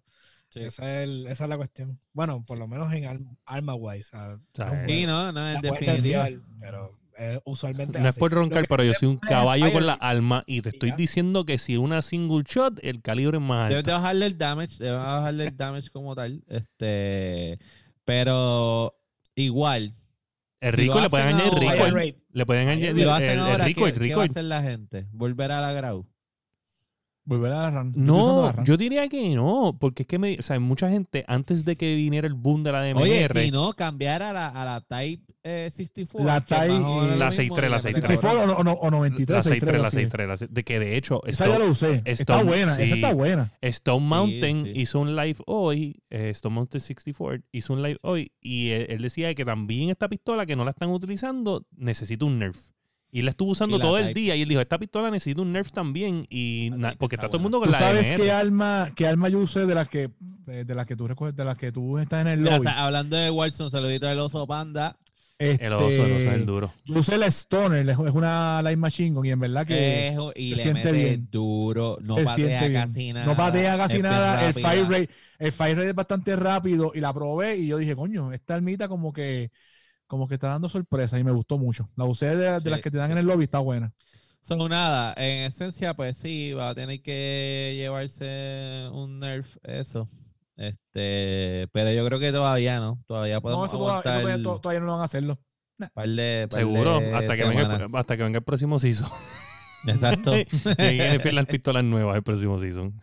Speaker 3: Sí.
Speaker 1: Esa, es el- esa es la cuestión. Bueno, por lo menos en al- arma wise. al-
Speaker 4: O sea,
Speaker 1: no,
Speaker 4: eh,
Speaker 3: Sí, no, no, en
Speaker 1: la puerta
Speaker 3: definitiva.
Speaker 1: es real, pero eh, usualmente
Speaker 4: No es
Speaker 1: así.
Speaker 4: por roncar,
Speaker 1: Lo que-
Speaker 4: pero yo soy un
Speaker 1: es el
Speaker 4: caballo con
Speaker 1: fire
Speaker 4: la alma y te estoy
Speaker 1: ya.
Speaker 4: diciendo que si una single shot, el calibre es más
Speaker 3: Debes
Speaker 4: alto.
Speaker 3: de bajarle el damage, debes de bajarle el damage como tal. Este, pero igual.
Speaker 4: El
Speaker 3: si
Speaker 4: rico
Speaker 3: lo
Speaker 4: le pueden
Speaker 3: hacen
Speaker 4: añadir
Speaker 3: ahora-
Speaker 1: fire
Speaker 4: recoil.
Speaker 1: rate.
Speaker 4: Le pueden añadir
Speaker 3: Si lo
Speaker 4: el,
Speaker 3: hacen
Speaker 4: el
Speaker 3: ahora,
Speaker 4: recoil,
Speaker 3: ¿qué, qué va a
Speaker 4: recoil.
Speaker 3: hacer la gente? Volver a la grau.
Speaker 2: Volver a la RAM. Estoy usando la
Speaker 4: No,
Speaker 2: RAM.
Speaker 4: yo diría que no, porque es que me, o sea, mucha gente antes de que viniera el boom de la DMR,
Speaker 3: Oye, si no, cambiar a la, a la Type eh, 64.
Speaker 2: La
Speaker 3: que es más
Speaker 2: Type,
Speaker 3: o menos
Speaker 2: eh,
Speaker 3: lo
Speaker 4: la
Speaker 3: mismo,
Speaker 4: 63, la
Speaker 3: que
Speaker 2: 64 o, no- o no- o 93.
Speaker 4: la 6.3, la
Speaker 2: 63,
Speaker 4: 6.3, la 6.3, de que de hecho
Speaker 2: Esa ya
Speaker 4: Stone,
Speaker 2: la usé. está
Speaker 4: Stone,
Speaker 2: buena,
Speaker 4: sí.
Speaker 2: esa está buena.
Speaker 4: Stone Mountain
Speaker 3: sí.
Speaker 4: hizo un live hoy, eh, Stone Mountain 64 hizo un live hoy y eh, él, él decía que también esta pistola que no la están utilizando necesita un nerf. Y la estuvo usando
Speaker 3: Y la
Speaker 4: todo el
Speaker 3: Type.
Speaker 4: día y él dijo, esta pistola necesita un nerf también y
Speaker 3: La
Speaker 4: na-
Speaker 3: Type
Speaker 4: porque
Speaker 3: está
Speaker 4: está todo el
Speaker 3: buena.
Speaker 4: mundo con
Speaker 2: ¿Tú
Speaker 4: la
Speaker 2: sabes
Speaker 4: DMR.
Speaker 2: qué arma, qué arma yo usé de las que, eh, de las que tú recoges, de las que tú estás en el
Speaker 3: Mira,
Speaker 2: lobby?
Speaker 3: sa- hablando de Watson, saludito del oso panda.
Speaker 2: Este,
Speaker 4: El oso, el oso es el duro.
Speaker 2: Yo usé la Stoner, es es una Light Machine Gun y en verdad que
Speaker 3: Eh, jo- y
Speaker 2: se
Speaker 3: le
Speaker 2: siente
Speaker 3: mete
Speaker 2: bien.
Speaker 3: duro, no
Speaker 2: se siente
Speaker 3: patea
Speaker 2: bien.
Speaker 3: casi nada. este,
Speaker 2: No patea casi
Speaker 3: es bien
Speaker 2: nada, el
Speaker 3: rápida.
Speaker 2: fire, rate, el fire rate es bastante rápido y la probé y yo dije, coño, esta almita como que como que está dando sorpresa y me gustó mucho. La usé de, de
Speaker 3: Sí,
Speaker 2: las que te dan
Speaker 3: sí.
Speaker 2: en el lobby, está buena.
Speaker 3: Son nada, en esencia, pues sí, va a tener que llevarse un nerf, eso. Este, pero yo creo que todavía no, todavía
Speaker 2: No,
Speaker 3: podemos
Speaker 2: eso, toda- eso
Speaker 3: aguantar
Speaker 2: todavía, to- todavía no lo van a hacerlo.
Speaker 3: par de- par
Speaker 4: Seguro,
Speaker 3: de
Speaker 4: hasta que, venga
Speaker 3: semanas.
Speaker 4: el, hasta que venga el próximo season.
Speaker 3: Exacto.
Speaker 4: y ahí vienen las pistolas nuevas el próximo season.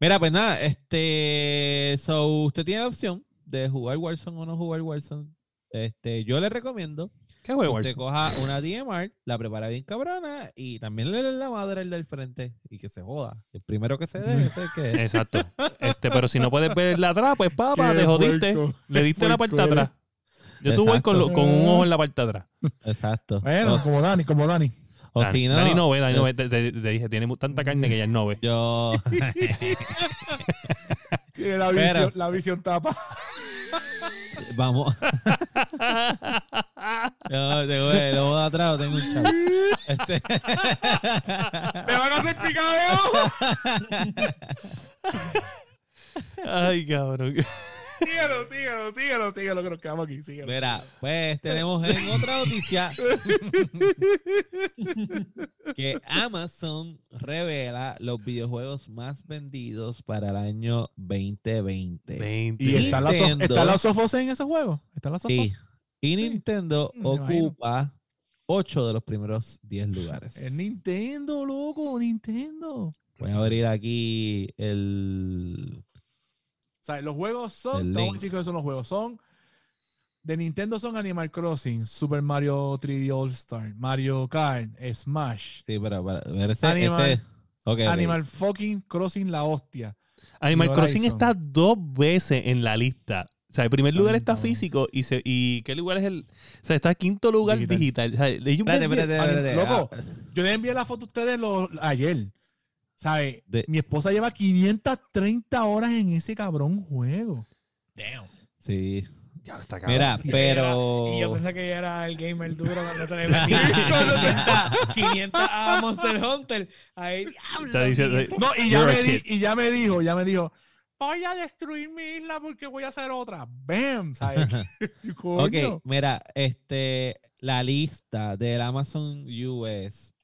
Speaker 3: Mira, pues nada, este, so usted tiene la opción de jugar Warzone o no jugar Warzone. Este, yo le recomiendo
Speaker 4: ¿Qué juego
Speaker 3: que usted
Speaker 4: Warzone?
Speaker 3: coja una DMR, la prepara bien cabrona y también le dé la madre al del frente y que se joda. El primero que se dé, ese es el que es.
Speaker 4: Exacto. Este, pero si no puedes ver la atrás, pues papá,
Speaker 2: Qué
Speaker 4: te jodiste.
Speaker 2: puerco.
Speaker 4: Le diste la parte
Speaker 2: puerco
Speaker 4: de
Speaker 2: eres.
Speaker 4: atrás. Yo tuve con, lo- con un ojo en la parte de atrás.
Speaker 3: Exacto.
Speaker 2: Bueno,
Speaker 3: O-
Speaker 2: como Dani, como Dani.
Speaker 3: o,
Speaker 4: Dani-
Speaker 3: si no,
Speaker 4: Dani no ve, Dani no ve.
Speaker 3: es-
Speaker 4: Te, te- te dije, tiene mu- tanta carne que ya él no ve.
Speaker 3: Yo.
Speaker 2: Tiene la
Speaker 3: Espera.
Speaker 2: visión, la visión tapa.
Speaker 3: Vamos. Yo tengo el ojo de atrás, o tengo un chavo. Este,
Speaker 2: ¡Me van a hacer picadeo!
Speaker 4: Ay, cabrón.
Speaker 2: síguelo, síguelo, síguelo, síguelo, que nos quedamos aquí, síguelo.
Speaker 3: mira, pues tenemos en otra noticia que Amazon revela los videojuegos más vendidos para el año 2020.
Speaker 2: ¿Y
Speaker 4: Veinte.
Speaker 2: están las, of-
Speaker 3: Nintendo.
Speaker 2: están las sofos en esos juegos? ¿Están las sofos?
Speaker 3: Sí. Y Nintendo
Speaker 2: Me imagino.
Speaker 3: ocupa 8 de los primeros 10 lugares.
Speaker 2: Es Nintendo, loco, Nintendo.
Speaker 3: Voy a abrir aquí el.
Speaker 2: O sea, los juegos
Speaker 3: El
Speaker 2: son. Tengo
Speaker 3: link.
Speaker 2: que decir que son los juegos. Son. De Nintendo son Animal Crossing, Super Mario 3D All Star, Mario Kart, Smash,
Speaker 3: Sí, pero, pero- pero ese,
Speaker 2: Animal-
Speaker 3: ese- ok, ok.
Speaker 2: Animal fucking Crossing la hostia.
Speaker 4: Animal
Speaker 2: Y
Speaker 4: Crossing
Speaker 2: Horizon.
Speaker 4: está dos veces en la lista. O sea, el primer lugar
Speaker 2: Ay,
Speaker 4: está
Speaker 2: cabrón.
Speaker 4: físico y, se, y ¿qué lugar es el...? O sea, está quinto lugar digital.
Speaker 2: Digital.
Speaker 4: O sea, ellos
Speaker 3: Espérate,
Speaker 4: vendían-
Speaker 3: espérate,
Speaker 2: Ani-
Speaker 3: espérate.
Speaker 2: loco.
Speaker 3: Ah,
Speaker 2: Yo les envié la foto a ustedes lo- ayer. ¿Sabes?
Speaker 3: De-
Speaker 2: Mi esposa lleva 530 horas en ese cabrón juego.
Speaker 1: Damn.
Speaker 3: sí.
Speaker 4: Ya, está cabrón.
Speaker 3: Mira,
Speaker 1: Y yo
Speaker 3: pero.
Speaker 1: era-
Speaker 4: Oh.
Speaker 1: y yo pensé que yo era el gamer duro cuando te le metí 500, 500 a Monster Hunter. Ahí, diablo.
Speaker 4: Está diciendo-
Speaker 1: 500.
Speaker 2: No, y ya,
Speaker 4: You're a
Speaker 2: me, di-
Speaker 4: kid.
Speaker 2: y ya me dijo, ya me dijo, voy a destruir mi isla porque voy a hacer otra. ¡Bam! ¿Sabes? Coño.
Speaker 3: ok, mira, este. La lista del Amazon US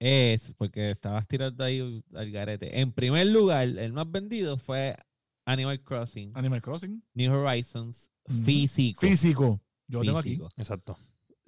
Speaker 3: es. Porque estabas tirando ahí al garete. En primer lugar, el más vendido fue Animal Crossing,
Speaker 2: Animal Crossing.
Speaker 3: New Horizons,
Speaker 2: Ah. Ujú.
Speaker 3: físico.
Speaker 2: Físico. Yo lo tengo aquí.
Speaker 3: Físico.
Speaker 4: Exacto.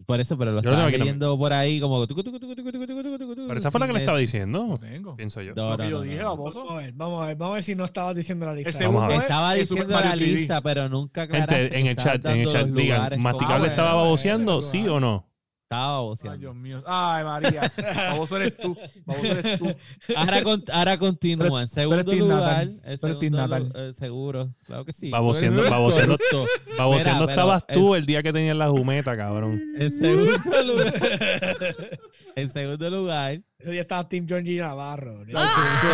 Speaker 3: Por eso, pero lo
Speaker 4: Yo lo tengo
Speaker 3: estaba
Speaker 4: aquí también.
Speaker 3: leyendo por ahí como. tucu, tucu, tucu, tucu, tucu, tucu, tucu, tucu,
Speaker 4: Pero esa fue la que
Speaker 3: sin
Speaker 4: le estaba
Speaker 3: letra.
Speaker 2: Lo
Speaker 4: diciendo,
Speaker 2: tengo.
Speaker 4: pienso yo.
Speaker 3: No,
Speaker 2: Lo que
Speaker 3: no,
Speaker 2: yo
Speaker 3: no,
Speaker 2: dije,
Speaker 3: no.
Speaker 2: baboso.
Speaker 1: Vamos a ver, vamos a ver, vamos a ver si no estabas diciendo la lista.
Speaker 2: El segundo
Speaker 4: Vamos a ver.
Speaker 2: es
Speaker 3: Estaba
Speaker 2: el Super
Speaker 3: diciendo
Speaker 2: Mario
Speaker 3: la
Speaker 2: 3D.
Speaker 3: lista, pero nunca
Speaker 4: Gente,
Speaker 3: aclaraste
Speaker 4: en
Speaker 3: que
Speaker 4: el chat,
Speaker 3: estabas
Speaker 4: en el
Speaker 3: dando
Speaker 4: chat,
Speaker 3: los
Speaker 4: digan,
Speaker 3: lugares Ah,
Speaker 4: ¿Masticable
Speaker 3: como-
Speaker 2: bueno,
Speaker 4: estaba
Speaker 2: bueno,
Speaker 4: baboseando?
Speaker 2: bueno,
Speaker 4: ¿Sí
Speaker 2: bueno.
Speaker 4: o no?
Speaker 3: Estaba
Speaker 2: Ay,
Speaker 3: baboseando.
Speaker 2: Dios mío. Ay, María. Baboso eres tú. Baboso eres tú.
Speaker 3: Ahora, con, ahora continúa. En segundo
Speaker 2: Team
Speaker 3: lugar,
Speaker 2: Natal.
Speaker 3: en
Speaker 2: Tú eres Team
Speaker 3: segundo lu-
Speaker 2: Natal.
Speaker 3: eh, seguro, claro que sí.
Speaker 4: Baboseando,
Speaker 3: Tú eres
Speaker 4: baboseando.
Speaker 3: corrupto.
Speaker 4: Baboseando
Speaker 3: Mira, pero
Speaker 4: estabas
Speaker 3: el-
Speaker 4: tú el día que tenías la jumeta, cabrón.
Speaker 3: En segundo lugar. En segundo lugar.
Speaker 1: Ese día estaba Team John G. Navarro.
Speaker 2: Ah,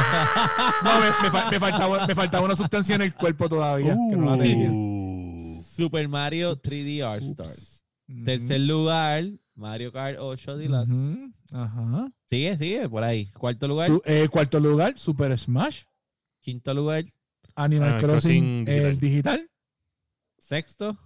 Speaker 2: No, me, me fa- me faltaba, me faltaba una sustancia en Uh. el cuerpo todavía. Que no la tenía.
Speaker 4: Uh.
Speaker 3: Super Mario 3D All Stars. Tercer lugar, Mario Kart 8 Deluxe.
Speaker 2: Ujú, Ajá.
Speaker 3: Sigue, sigue, por ahí. Cuarto lugar,
Speaker 2: Su- eh, cuarto lugar, Super Smash.
Speaker 3: quinto lugar,
Speaker 2: Animal
Speaker 4: Ah,
Speaker 2: Crossing,
Speaker 4: Crossing
Speaker 2: el digital.
Speaker 3: sexto.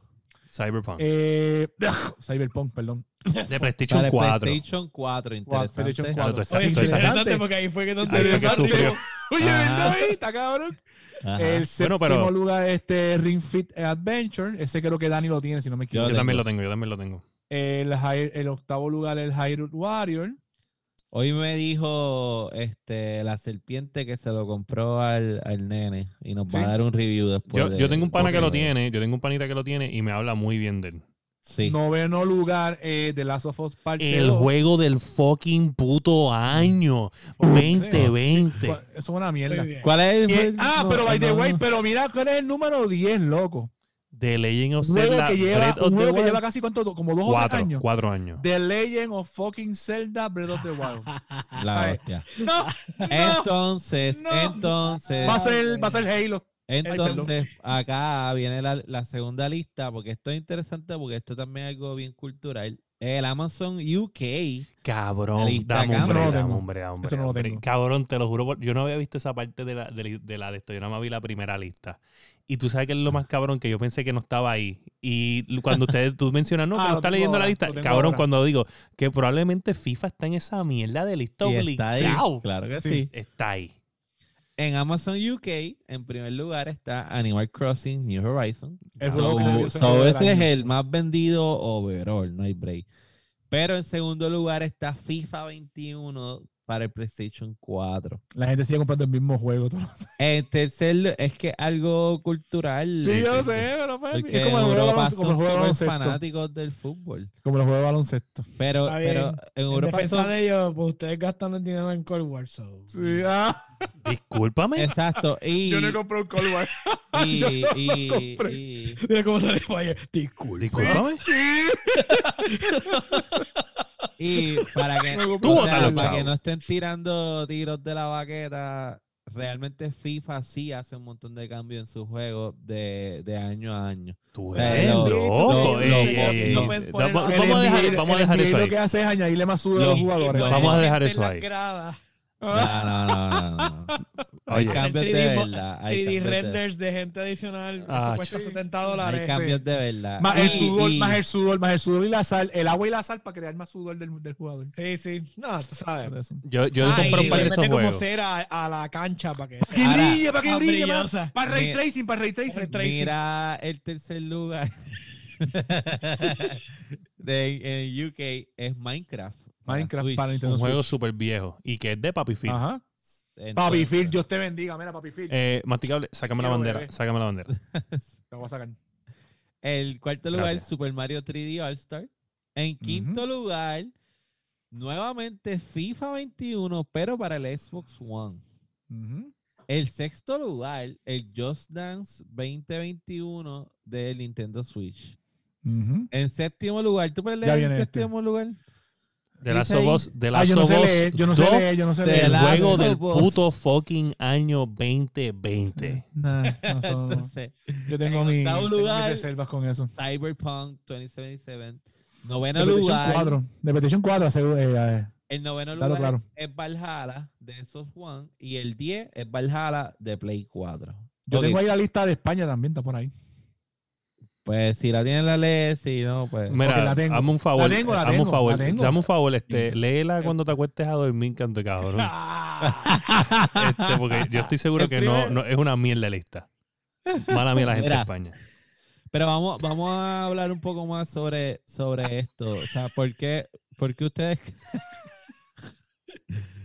Speaker 4: Cyberpunk.
Speaker 2: Eh, ugh, Cyberpunk, perdón.
Speaker 4: de PlayStation
Speaker 3: para
Speaker 4: 4.
Speaker 3: PlayStation 4,
Speaker 2: Guau,
Speaker 3: interesante.
Speaker 2: PlayStation
Speaker 4: Claro,
Speaker 2: 4.
Speaker 4: tú estás-
Speaker 2: Oye,
Speaker 4: tú estás-
Speaker 2: interesante.
Speaker 1: porque ahí fue que
Speaker 4: Ahí fue que sufrió.
Speaker 2: Oye, ¿verdad?
Speaker 3: Ajá.
Speaker 2: Ahí Está cabrón.
Speaker 3: Ajá.
Speaker 2: El séptimo
Speaker 4: pero-
Speaker 2: lugar, este Ring Fit Adventure. Ese creo que Dani lo tiene, si no me
Speaker 3: Yo
Speaker 2: equivoco.
Speaker 4: Yo
Speaker 3: tengo.
Speaker 4: también lo tengo, yo también lo tengo.
Speaker 2: El, Hy- el octavo lugar, el Hyrule Warrior.
Speaker 3: Hoy me dijo este la serpiente que se lo compró al, al nene y nos va
Speaker 2: Sí.
Speaker 3: a dar un review después.
Speaker 4: Yo,
Speaker 3: de-
Speaker 4: yo tengo un pana que lo
Speaker 3: porque-
Speaker 4: tiene, yo tengo un panita que lo tiene y me habla muy bien de él.
Speaker 3: Sí.
Speaker 2: Noveno lugar, eh, The Last of Us parte 2.
Speaker 4: juego del fucking puto año
Speaker 2: Eso es una mierda.
Speaker 3: ¿Cuál es
Speaker 2: Y
Speaker 3: el-
Speaker 2: el- ah,
Speaker 3: no,
Speaker 2: pero by the
Speaker 3: no,
Speaker 2: way,
Speaker 3: no.
Speaker 2: pero mira cuál es el número 10, loco.
Speaker 4: The Legend of
Speaker 2: Un juego
Speaker 4: Zelda.
Speaker 2: que lleva,
Speaker 4: Breath of
Speaker 2: un
Speaker 4: the
Speaker 2: juego que
Speaker 4: Wild.
Speaker 2: lleva casi cuánto, como dos o
Speaker 4: cuatro,
Speaker 2: tres años.
Speaker 4: cuatro años.
Speaker 2: The Legend of fucking Zelda Breath of the Wild.
Speaker 3: La
Speaker 2: Ay.
Speaker 3: hostia.
Speaker 2: No, no.
Speaker 3: Entonces,
Speaker 2: no.
Speaker 3: entonces,
Speaker 2: Va a ser, va a ser Halo.
Speaker 3: entonces, acá viene la, la segunda lista, porque esto es interesante, porque esto también es algo bien cultural. El Amazon UK. La
Speaker 4: Cabrón,
Speaker 3: lista,
Speaker 4: dame
Speaker 3: cabrón.
Speaker 2: Eso
Speaker 4: hombre,
Speaker 2: no lo
Speaker 4: dame
Speaker 2: tengo.
Speaker 4: hombre, hombre,
Speaker 2: Eso no lo
Speaker 4: hombre.
Speaker 2: tengo.
Speaker 4: Cabrón, te lo juro, por- yo no había visto esa parte de la de, la- de la de esto, yo nada más vi la primera lista. Y tú sabes que
Speaker 2: Ah.
Speaker 4: es lo más cabrón que yo pensé que no estaba ahí. Y cuando ustedes, tú mencionas, no,
Speaker 2: Ah,
Speaker 4: que no
Speaker 2: lo
Speaker 4: está
Speaker 2: tengo
Speaker 4: leyendo
Speaker 2: ahora,
Speaker 4: la lista.
Speaker 2: lo tengo
Speaker 4: Cabrón,
Speaker 2: ahora.
Speaker 4: cuando digo que probablemente FIFA está en esa mierda de lista
Speaker 3: y está ahí,
Speaker 4: obligado.
Speaker 3: Claro que
Speaker 2: Sí.
Speaker 3: sí.
Speaker 4: Está ahí.
Speaker 3: En Amazon UK, en primer lugar está Animal Crossing New Horizon.
Speaker 2: Eso
Speaker 4: So-
Speaker 2: que le dio
Speaker 3: So,
Speaker 2: el
Speaker 3: so
Speaker 2: juego del
Speaker 3: ese es
Speaker 2: año.
Speaker 3: el más vendido overall, no hay break. Pero en segundo lugar está FIFA 21 para el PlayStation 4.
Speaker 2: La gente sigue comprando el mismo juego. todo.
Speaker 3: En tercer lu- es que algo cultural.
Speaker 2: Sí, yo
Speaker 3: porque-
Speaker 2: sé, pero papi,
Speaker 3: Porque
Speaker 2: es como el juego de
Speaker 3: Europa
Speaker 2: baloncesto. Como
Speaker 3: son
Speaker 2: el juego de
Speaker 3: súper
Speaker 2: baloncesto.
Speaker 3: fanáticos del fútbol.
Speaker 2: Como el juego de baloncesto.
Speaker 3: Pero,
Speaker 1: Está
Speaker 3: pero
Speaker 1: bien.
Speaker 3: en
Speaker 1: En
Speaker 3: Europa
Speaker 1: defensa
Speaker 3: son...
Speaker 1: de ellos, pues ustedes gastan el dinero en Cold War, so.
Speaker 2: Sí, ah,
Speaker 4: Discúlpame.
Speaker 3: Exacto. Y,
Speaker 2: yo no compré un Cold War.
Speaker 3: y-
Speaker 2: yo
Speaker 3: y-
Speaker 2: compré.
Speaker 3: y-
Speaker 1: Mira cómo sale Fire. Disculpa.
Speaker 4: Discúlpame.
Speaker 3: Y para que,
Speaker 2: Tú
Speaker 3: o
Speaker 4: bótalo,
Speaker 3: sea, para
Speaker 4: chavo.
Speaker 3: que no estén tirando tiros de la baqueta, realmente FIFA sí hace un montón de cambios en su juego de, de año a año.
Speaker 4: Tú
Speaker 3: O sea,
Speaker 4: eres
Speaker 3: lo-
Speaker 4: loco. eh,
Speaker 3: lo-
Speaker 4: ey,
Speaker 3: lo-
Speaker 4: ey, ey.
Speaker 1: no puedes poner-
Speaker 4: Vamos
Speaker 2: El
Speaker 4: vamos a dejar,
Speaker 2: NBA
Speaker 4: vamos a
Speaker 2: el
Speaker 4: dejar
Speaker 2: NBA
Speaker 4: eso
Speaker 2: lo
Speaker 4: ahí.
Speaker 2: que hace es añadirle más sudor a
Speaker 3: Lo-
Speaker 2: los jugadores.
Speaker 3: lo-
Speaker 4: Vamos a dejar
Speaker 1: Gente en
Speaker 4: eso
Speaker 1: las
Speaker 4: ahí.
Speaker 1: gradas.
Speaker 3: No, no,
Speaker 2: Ah.
Speaker 3: no, no, no, no. Hay
Speaker 4: Oye.
Speaker 3: cambios de
Speaker 1: 3D mo-
Speaker 3: verdad.
Speaker 1: 3D
Speaker 3: Hay cambios de-
Speaker 1: renders de gente adicional.
Speaker 4: Ah,
Speaker 1: Eso cuesta
Speaker 2: sí.
Speaker 1: 70
Speaker 3: hay
Speaker 1: dólares.
Speaker 3: cambios de verdad.
Speaker 2: Más el
Speaker 3: Y-
Speaker 2: sudor,
Speaker 3: y-
Speaker 2: más el sudor, más el sudor y la sal, el agua y la sal para crear más sudor del, del jugador.
Speaker 1: Sí, sí. No, tú sabes.
Speaker 2: Por eso.
Speaker 4: Yo, yo
Speaker 1: Ah,
Speaker 4: compré
Speaker 1: y
Speaker 4: un par
Speaker 1: le
Speaker 4: de esos
Speaker 1: mete como
Speaker 4: juegos.
Speaker 1: cera a, a la cancha para que
Speaker 2: Para que
Speaker 1: sea.
Speaker 3: Ahora-
Speaker 2: brille, para que
Speaker 1: más
Speaker 2: brille, más-
Speaker 1: brillosa.
Speaker 2: para ray
Speaker 3: Mi-
Speaker 2: tracing, para ray
Speaker 1: Ray
Speaker 2: tracing.
Speaker 1: tracing.
Speaker 3: Mira el tercer lugar de en UK es Minecraft.
Speaker 2: Minecraft para
Speaker 3: Switch.
Speaker 2: Nintendo
Speaker 4: Un juego
Speaker 2: Switch.
Speaker 4: súper viejo. Y que es de Papi Phil.
Speaker 2: Ajá. Papi
Speaker 3: Entonces- eh.
Speaker 2: Phil, Dios te bendiga, mira Papi Phil.
Speaker 4: Eh, masticable, sácame la
Speaker 2: Quiero
Speaker 4: bandera.
Speaker 2: bebé.
Speaker 4: Sácame la bandera.
Speaker 2: Te voy a sacar.
Speaker 3: El cuarto lugar,
Speaker 4: Gracias.
Speaker 3: Super Mario 3D All Star. En quinto lugar, nuevamente FIFA 21, pero para el Xbox One.
Speaker 2: Ujú.
Speaker 3: El sexto lugar, el Just Dance 2021 del Nintendo Switch.
Speaker 2: Ujú.
Speaker 3: En séptimo lugar, ¿tú puedes
Speaker 2: Ya
Speaker 3: leer el
Speaker 2: viene este.
Speaker 3: séptimo lugar?
Speaker 4: De las
Speaker 3: ahí.
Speaker 4: Us de
Speaker 2: Ah,
Speaker 4: las
Speaker 2: yo no sé
Speaker 4: Us
Speaker 2: leer, yo no sé
Speaker 4: dos,
Speaker 2: leer, yo no sé
Speaker 3: de
Speaker 2: leer.
Speaker 4: El
Speaker 3: Last
Speaker 4: juego
Speaker 3: of
Speaker 4: del
Speaker 3: Us.
Speaker 4: puto fucking año 2020.
Speaker 2: Nah, no, eso no.
Speaker 3: Entonces,
Speaker 2: Yo
Speaker 3: en
Speaker 2: tengo mi-
Speaker 3: octavo
Speaker 2: tengo mis
Speaker 3: lugar,
Speaker 2: reservas con eso.
Speaker 3: Cyberpunk 2077.
Speaker 2: De
Speaker 3: Noveno
Speaker 2: PlayStation
Speaker 3: lugar.
Speaker 2: 4. De PlayStation 4, seguro, eh, eh,
Speaker 3: El noveno
Speaker 2: Claro,
Speaker 3: lugar
Speaker 2: claro.
Speaker 3: es Valhalla de Xbox One y el 10 es Valhalla de Play 4.
Speaker 2: Yo
Speaker 3: Ok,
Speaker 2: tengo ahí la lista de España también, está por ahí.
Speaker 3: Pues si la tienen la ley, si no, pues...
Speaker 2: Ok,
Speaker 4: Mira,
Speaker 2: la tengo.
Speaker 4: dame un favor.
Speaker 2: La tengo, la
Speaker 4: dame
Speaker 2: tengo,
Speaker 4: un
Speaker 2: la
Speaker 4: favor.
Speaker 2: tengo.
Speaker 4: Dame un favor, este, léela cuando te acuestes a dormir, canto de cabrón. Este, porque yo estoy seguro
Speaker 3: El
Speaker 4: que no,
Speaker 3: primer-
Speaker 4: no- es una mierda de lista. Mala mía la gente de
Speaker 3: Mira.
Speaker 4: España.
Speaker 3: Pero vamos, vamos a hablar un poco más sobre, sobre esto. O sea, ¿por qué, por qué ustedes...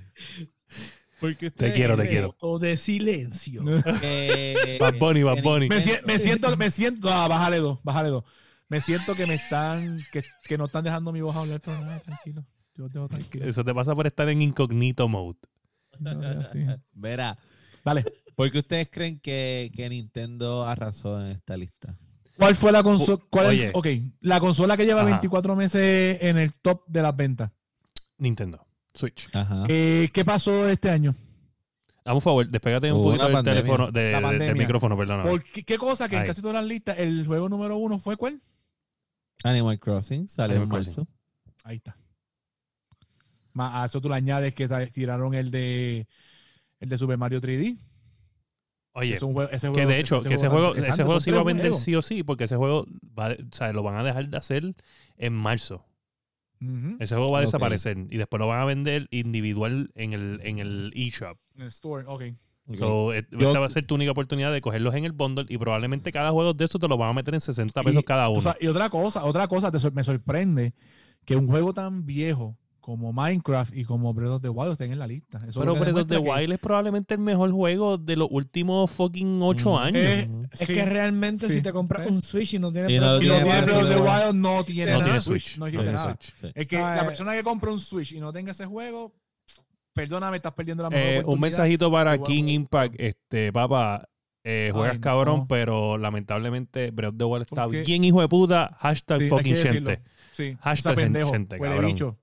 Speaker 3: ¿Por qué ustedes
Speaker 4: quiero, te
Speaker 3: creen
Speaker 4: quiero.
Speaker 1: O de silencio.
Speaker 3: que-
Speaker 4: Bad Bunny, Bad Bunny.
Speaker 2: Me, sie- me siento, me siento, ah, bájale dos, bájale dos. Me siento que me están, que, que no están dejando mi voz hablar, pero nada, tranquilo. Yo te dejo tranquilo.
Speaker 4: Eso te pasa por estar en incognito mode.
Speaker 2: No seas así.
Speaker 3: Verá,
Speaker 2: Dale.
Speaker 3: ¿por qué ustedes creen que, que Nintendo arrasó en esta lista?
Speaker 2: ¿Cuál fue la consola?
Speaker 4: O-
Speaker 2: ¿Cuál
Speaker 4: oye.
Speaker 2: es- ok, la consola que lleva
Speaker 4: Ajá.
Speaker 2: 24 meses en el top de las ventas.
Speaker 4: Nintendo. Switch.
Speaker 3: Ajá.
Speaker 2: Eh, ¿Qué pasó este año?
Speaker 4: Dame un favor, despégate un
Speaker 3: Hubo
Speaker 4: poquito
Speaker 3: una
Speaker 4: del
Speaker 3: pandemia.
Speaker 4: teléfono, de-
Speaker 2: La
Speaker 4: de- del
Speaker 2: pandemia.
Speaker 4: Ah. micrófono, perdón.
Speaker 2: ¿Por qué, qué cosa que en
Speaker 4: Ahí.
Speaker 2: casi todas las listas el juego número uno fue cuál?
Speaker 3: Animal Crossing sale
Speaker 4: Animal
Speaker 3: en marzo.
Speaker 2: Ahí está. Más a eso tú le añades que ta- tiraron el de el de Super Mario 3D.
Speaker 4: Oye,
Speaker 2: Es un jue- ese
Speaker 4: que
Speaker 2: juego- este
Speaker 4: de hecho, que ese
Speaker 2: juego-
Speaker 4: juego, ese
Speaker 2: exacto,
Speaker 4: juego
Speaker 2: son
Speaker 4: sí va a
Speaker 2: tres
Speaker 4: vender
Speaker 2: juegos.
Speaker 4: sí o sí, porque ese juego va de- o sea, lo van a dejar de hacer en marzo.
Speaker 2: Ujú.
Speaker 4: Ese juego va a
Speaker 3: Ok.
Speaker 4: desaparecer y después lo van a vender individual en el en el eShop.
Speaker 2: En el store, ok.
Speaker 3: Ok.
Speaker 4: So, eh,
Speaker 3: Yo-
Speaker 4: esa va a ser tu única oportunidad de cogerlos en el bundle y probablemente cada juego de esos te lo van a meter en 60 pesos
Speaker 2: Y-
Speaker 4: cada
Speaker 2: O
Speaker 4: uno.
Speaker 2: sea, y otra cosa, otra cosa te sor- me sorprende que un juego tan viejo como Minecraft y como Breath of the Wild estén en la lista. Eso
Speaker 4: pero
Speaker 2: lo que
Speaker 4: Breath of the
Speaker 2: demuestra que-
Speaker 4: Wild es probablemente el mejor juego de los últimos fucking 8
Speaker 3: Mm.
Speaker 4: años.
Speaker 2: Eh,
Speaker 1: Es
Speaker 2: sí.
Speaker 1: que realmente
Speaker 2: sí.
Speaker 1: si te compras un Switch y no tienes
Speaker 3: Y no
Speaker 1: Breath of the
Speaker 2: Si no
Speaker 1: Wild,
Speaker 2: tiene Breath
Speaker 3: Breath
Speaker 2: of the
Speaker 1: Wild,
Speaker 2: Wild, no tiene
Speaker 1: No
Speaker 2: nada.
Speaker 4: tiene Switch.
Speaker 2: No
Speaker 3: Sí,
Speaker 2: tiene nada.
Speaker 3: sí, sí.
Speaker 2: Es que
Speaker 1: Ah,
Speaker 2: la
Speaker 1: eh.
Speaker 2: persona que compra un Switch y no tenga ese juego, perdóname, estás perdiendo la mejor
Speaker 4: Eh, un
Speaker 2: oportunidad.
Speaker 4: mensajito para
Speaker 2: de jugar
Speaker 4: King
Speaker 2: juego.
Speaker 4: Impact. Este, papá, eh, juegas
Speaker 2: Ay,
Speaker 4: cabrón,
Speaker 2: no.
Speaker 4: pero lamentablemente Breath of the Wild está
Speaker 2: ¿Por qué?
Speaker 4: bien hijo de puta. Hashtag
Speaker 2: Sí, hay
Speaker 4: fucking
Speaker 2: que decirlo.
Speaker 4: gente.
Speaker 2: Sí,
Speaker 4: Hashtag
Speaker 2: Hashtag pendejo,
Speaker 4: gente,
Speaker 2: huele
Speaker 4: cabrón.
Speaker 2: bicho.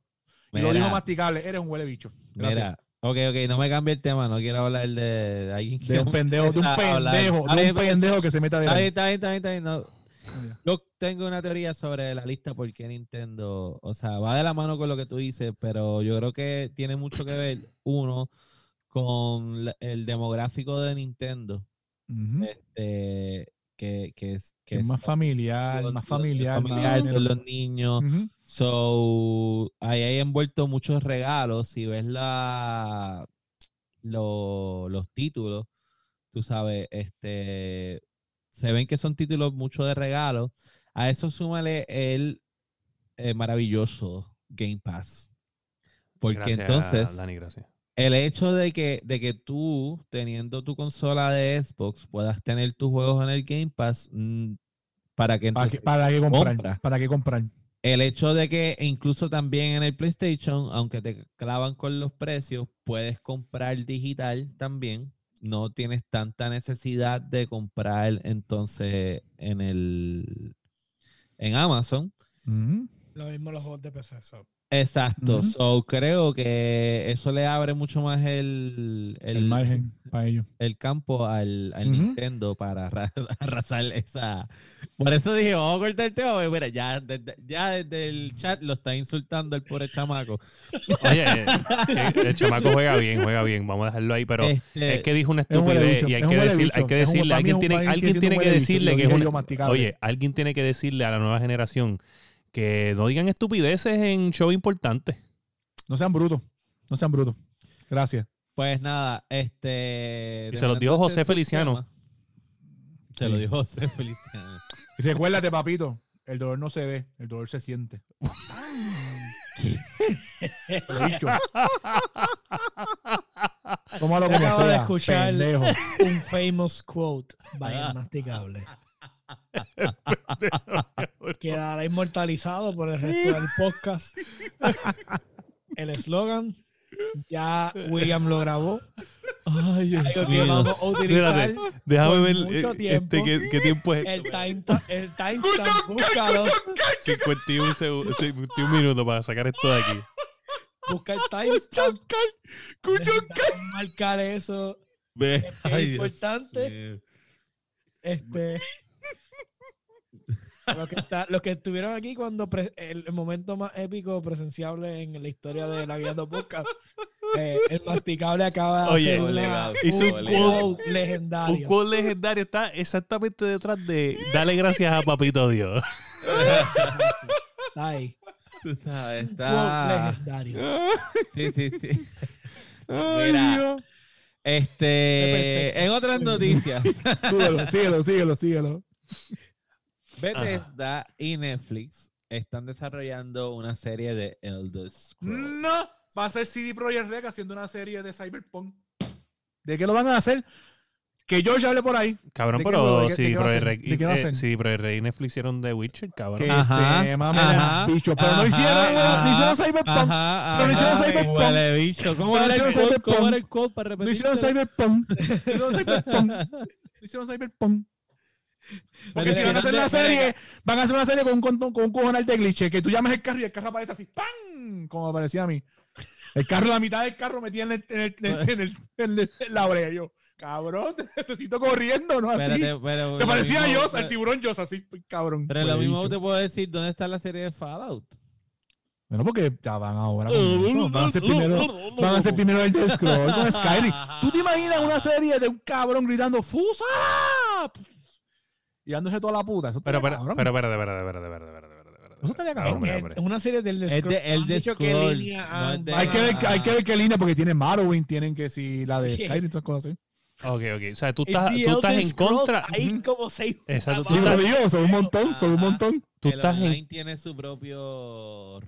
Speaker 2: Y
Speaker 3: Mira,
Speaker 2: lo digo masticable, eres un huele bicho. Gracias.
Speaker 3: mira. Ok, ok, no me cambie el tema, no quiero hablar de, de alguien que-
Speaker 2: De un pendejo, de un
Speaker 3: Ah, hablar.
Speaker 2: pendejo,
Speaker 3: Ah,
Speaker 2: de
Speaker 3: bien,
Speaker 2: un pendejo que se meta de
Speaker 3: Está bien,
Speaker 2: ahí.
Speaker 3: está bien, está bien, está bien, no. Yo tengo una teoría sobre la lista porque Nintendo, o sea, va de la mano con lo que tú dices, pero yo creo que tiene mucho que ver, uno, con la- el demográfico de Nintendo,
Speaker 2: Ujú.
Speaker 3: este, que, que es, que
Speaker 2: Que es más
Speaker 3: son
Speaker 2: familiar,
Speaker 3: los-
Speaker 2: más
Speaker 3: los-
Speaker 2: familiar. más
Speaker 3: familiar, son
Speaker 2: dinero.
Speaker 3: los niños.
Speaker 2: Ujú.
Speaker 3: So, ahí hay envuelto muchos regalos. Si ves la, lo- los títulos, tú sabes, este, se ven que son títulos mucho de regalos. A eso súmale el, eh, maravilloso Game Pass. Porque
Speaker 4: Gracias,
Speaker 3: entonces,
Speaker 4: Dani, gracias.
Speaker 3: el hecho de que, de que tú, teniendo tu consola de Xbox, puedas tener tus juegos en el Game Pass, mm, para que
Speaker 2: ¿Para
Speaker 3: entonces
Speaker 2: qué, para qué comprar?
Speaker 3: compra.
Speaker 2: ¿Para qué comprar?
Speaker 3: el hecho de que incluso también en el PlayStation, aunque te clavan con los precios, puedes comprar digital también. No tienes tanta necesidad de comprar entonces en el en Amazon.
Speaker 2: Ujú.
Speaker 1: Lo mismo los juegos de PC. so.
Speaker 3: Exacto.
Speaker 2: Ujú.
Speaker 3: So creo que eso le abre mucho más el,
Speaker 2: El,
Speaker 3: el,
Speaker 2: margen para ello.
Speaker 3: el campo al, al
Speaker 2: Ujú.
Speaker 3: Nintendo para arra- arrasar esa. Por eso dije, vamos a cortar el tema. porque Mira, ya desde, ya desde el chat lo está insultando el pobre chamaco.
Speaker 4: Oye, eh, que el chamaco juega bien, juega bien. Vamos a dejarlo ahí, pero
Speaker 3: Este,
Speaker 4: es que dijo una
Speaker 2: es un huele
Speaker 4: estupidez
Speaker 2: bicho,
Speaker 4: y hay
Speaker 2: es un
Speaker 4: que,
Speaker 2: huele
Speaker 4: decir,
Speaker 2: bicho,
Speaker 4: hay que
Speaker 2: es un-
Speaker 4: decirle,
Speaker 2: para mí es
Speaker 4: alguien
Speaker 2: un
Speaker 4: tiene,
Speaker 2: país
Speaker 4: alguien
Speaker 2: siendo un
Speaker 4: tiene que
Speaker 2: huele bicho,
Speaker 4: decirle
Speaker 2: lo
Speaker 4: que es
Speaker 2: dije
Speaker 4: una-
Speaker 2: yo masticable.
Speaker 4: Oye, alguien tiene que decirle a la nueva generación que no digan estupideces en show importantes.
Speaker 2: No sean brutos. No sean brutos. Gracias.
Speaker 3: Pues nada, este.
Speaker 4: Y se los dio
Speaker 3: dejando
Speaker 4: José
Speaker 3: ese
Speaker 4: Feliciano.
Speaker 3: tema, Se lo dio José Feliciano.
Speaker 2: Y recuérdate, papito, el dolor no se ve, el dolor se siente. Huele bicho. Tómalo
Speaker 1: Yo
Speaker 2: como
Speaker 1: acabo de
Speaker 2: sea,
Speaker 1: escuchar-
Speaker 2: pendejo.
Speaker 1: Un famous quote by el masticable. Quedará inmortalizado por el resto del podcast. El eslogan. Ya William lo grabó.
Speaker 3: Ay,
Speaker 1: Algo que vamos a utilizar.
Speaker 4: Espérate, déjame
Speaker 1: por
Speaker 4: ver
Speaker 1: mucho
Speaker 4: eh,
Speaker 1: tiempo.
Speaker 4: este, ¿qué, qué tiempo es.
Speaker 1: El time el timestamp, búscalo.
Speaker 4: 51, segu- 51 minutos para sacar esto de aquí.
Speaker 1: Busca el timestamp. Necesitamos Marcar eso.
Speaker 3: Ve,
Speaker 1: Es
Speaker 3: ay, Dios
Speaker 1: importante.
Speaker 3: mío.
Speaker 1: Este. los, que está- los que estuvieron aquí cuando pre- el, el momento más épico presenciable en la historia de la vida de podcast. eh, el masticable acaba de
Speaker 4: Oye,
Speaker 1: hacer una-
Speaker 3: obligado,
Speaker 4: hizo un
Speaker 1: quote
Speaker 4: quote. Un
Speaker 1: legendario.
Speaker 4: quote legendario está exactamente detrás de Dale gracias a Papito Dios.
Speaker 1: Está ahí.
Speaker 3: Tú sabes,
Speaker 4: Ah.
Speaker 1: Quote
Speaker 3: está.
Speaker 1: legendario.
Speaker 3: Sí, sí, sí. Mira. Este,
Speaker 1: Perfecto.
Speaker 3: en otras noticias,
Speaker 2: Síguelo, síguelo, síguelo, síguelo.
Speaker 3: Bethesda y Netflix están desarrollando una serie de Elder Scrolls.
Speaker 2: No, va a ser CD Projekt Red haciendo una serie de Cyberpunk. ¿De qué lo van a hacer? Que yo ya hable por ahí.
Speaker 4: Cabrón,
Speaker 2: ¿De qué juego? ¿De
Speaker 4: pero
Speaker 2: qué-
Speaker 4: si
Speaker 2: de qué va a
Speaker 4: Projekt
Speaker 2: ser?
Speaker 4: Red
Speaker 2: ¿De qué va a
Speaker 4: eh,
Speaker 2: ser?
Speaker 4: CD Projekt Red y Netflix hicieron The Witcher, cabrón.
Speaker 2: Que
Speaker 3: Ajá,
Speaker 2: se mamen
Speaker 3: ajá,
Speaker 2: los bichos. Pero no hicieron,
Speaker 3: ajá,
Speaker 2: no hicieron Cyberpunk.
Speaker 3: Ajá,
Speaker 2: Pero no hicieron
Speaker 3: ajá,
Speaker 2: Cyberpunk.
Speaker 3: huele bicho. ¿Cómo
Speaker 2: Pero
Speaker 3: era
Speaker 2: no
Speaker 3: el
Speaker 2: hicieron
Speaker 3: code? ¿Cómo
Speaker 2: Cyberpunk.
Speaker 3: era el code para
Speaker 2: No
Speaker 3: repetir?
Speaker 2: hicieron Cyberpunk. No hicieron Cyberpunk. No hicieron Cyberpunk. Porque
Speaker 3: Pero
Speaker 2: si
Speaker 3: que
Speaker 2: van a hacer
Speaker 3: no
Speaker 2: una
Speaker 3: te-
Speaker 2: serie, van a hacer una serie con un, con, con un cojonal de glitches. Que tú llamas el carro y el carro aparece así, ¡pam! Como aparecía a mí. El carro, la mitad del carro metía en, el, en, el- en el- en el- en el- en la brea. Yo, Cabrón, te necesito corriendo, ¿no? Así.
Speaker 3: Espérate, pero
Speaker 2: te
Speaker 3: lo
Speaker 2: parecía
Speaker 3: mismo-
Speaker 2: yo, al tiburón yo, así, cabrón.
Speaker 3: Pero lo
Speaker 2: Pues,
Speaker 3: mismo
Speaker 2: bicho.
Speaker 3: te puedo decir, ¿dónde está la serie de Fallout?
Speaker 2: Bueno, porque ya van ahora. con eso. Van a ser primero, van a ser primero el Death Scroll con Skyrim. ¿Tú te imaginas una serie de un cabrón gritando ¡Fusa! Y dándose toda la puta. Eso
Speaker 4: Pero,
Speaker 2: estaría
Speaker 4: pero,
Speaker 2: cabrón.
Speaker 4: pero, espérate, espérate, espérate, espérate, espérate, espérate, espérate.
Speaker 2: Eso estaría cabrón.
Speaker 4: Hombre,
Speaker 1: Es
Speaker 4: hombre.
Speaker 1: es una serie del
Speaker 3: Es de
Speaker 1: Han
Speaker 3: Elder
Speaker 1: dicho qué
Speaker 3: Scroll,
Speaker 1: línea
Speaker 3: no
Speaker 1: han
Speaker 3: es de-
Speaker 1: va-
Speaker 2: hay, que
Speaker 4: ah.
Speaker 2: ver, hay que ver qué línea, porque tienen Morrowind, tienen que si la de
Speaker 1: Sí.
Speaker 2: Skyrim y esas cosas así.
Speaker 4: Ok, ok. O sea, tú
Speaker 1: Es
Speaker 4: estás,
Speaker 1: The
Speaker 4: tú estás
Speaker 1: Elder
Speaker 4: en
Speaker 1: Scrolls,
Speaker 4: contra.
Speaker 1: Hay como seis.
Speaker 4: Exacto, tú
Speaker 2: Ah, Sí, pero
Speaker 4: estás-
Speaker 2: digo, son un montón, son un
Speaker 3: Ajá.
Speaker 2: montón.
Speaker 4: Tú
Speaker 3: el
Speaker 4: estás
Speaker 3: online
Speaker 4: en
Speaker 3: tiene su propio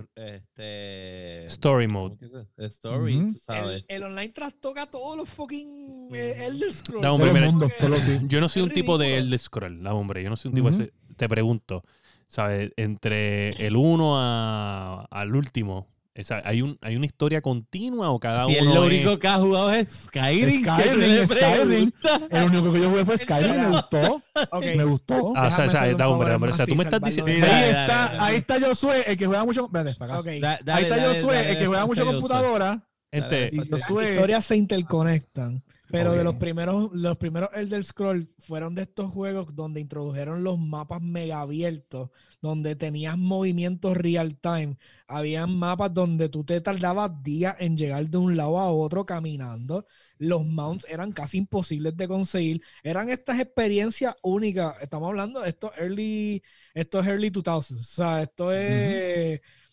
Speaker 3: este
Speaker 4: story
Speaker 3: ¿cómo
Speaker 4: mode.
Speaker 3: que se- story,
Speaker 2: Ujú.
Speaker 3: tú
Speaker 1: El,
Speaker 3: sabes.
Speaker 1: el online trastoca todos los fucking eh, Elder Scrolls.
Speaker 4: Da un
Speaker 2: Todo el
Speaker 4: primer-
Speaker 2: mundo,
Speaker 1: Porque-
Speaker 2: todo lo- sí.
Speaker 4: Yo no soy
Speaker 1: Es
Speaker 4: un tipo de
Speaker 1: ridículo.
Speaker 4: Elder Scroll, no, hombre. Yo no soy un tipo
Speaker 2: Ujú.
Speaker 4: de ese- Te pregunto, ¿sabes? Entre el uno a, al último, o sea, ¿hay, un, ¿hay una historia continua o cada
Speaker 3: Si es
Speaker 4: uno
Speaker 3: lo
Speaker 4: es-
Speaker 3: único que ha jugado es Skyrim. ¿qué tú
Speaker 2: Skyrim,
Speaker 3: le
Speaker 2: Skyrim.
Speaker 3: preguntas?
Speaker 2: El único que yo jugué fue Skyrim, me gustó,
Speaker 1: Ok.
Speaker 2: me gustó.
Speaker 4: Ah, o sea,
Speaker 1: Déjame
Speaker 4: o sea,
Speaker 1: hacer un
Speaker 4: da, hombre,
Speaker 1: power
Speaker 4: hombre, o sea, tú me
Speaker 1: master
Speaker 4: estás
Speaker 1: y
Speaker 4: diciendo...
Speaker 1: salvarlo
Speaker 2: Y
Speaker 1: de-
Speaker 3: dale,
Speaker 2: ahí
Speaker 3: dale,
Speaker 2: está,
Speaker 3: dale.
Speaker 2: ahí está Josué, el que juega mucho. Espérate, para acá.
Speaker 1: Ok.
Speaker 3: Da- dale,
Speaker 2: Ahí está
Speaker 3: dale,
Speaker 2: Josué,
Speaker 3: dale,
Speaker 2: el que juega
Speaker 3: dale,
Speaker 2: mucho
Speaker 3: Josué.
Speaker 2: computadora.
Speaker 4: Gente,
Speaker 2: Y
Speaker 3: Entonces,
Speaker 1: Las
Speaker 2: Josué.
Speaker 1: historias se interconectan, pero
Speaker 4: Ok.
Speaker 1: de los primeros, los primeros Elder Scrolls fueron de estos juegos donde introdujeron los mapas mega abiertos, donde tenías movimientos real time, habían mapas donde tú te tardabas días en llegar de un lado a otro caminando, los mounts eran casi imposibles de conseguir, eran estas experiencias únicas, estamos hablando de estos early, estos early 2000s, o sea, esto es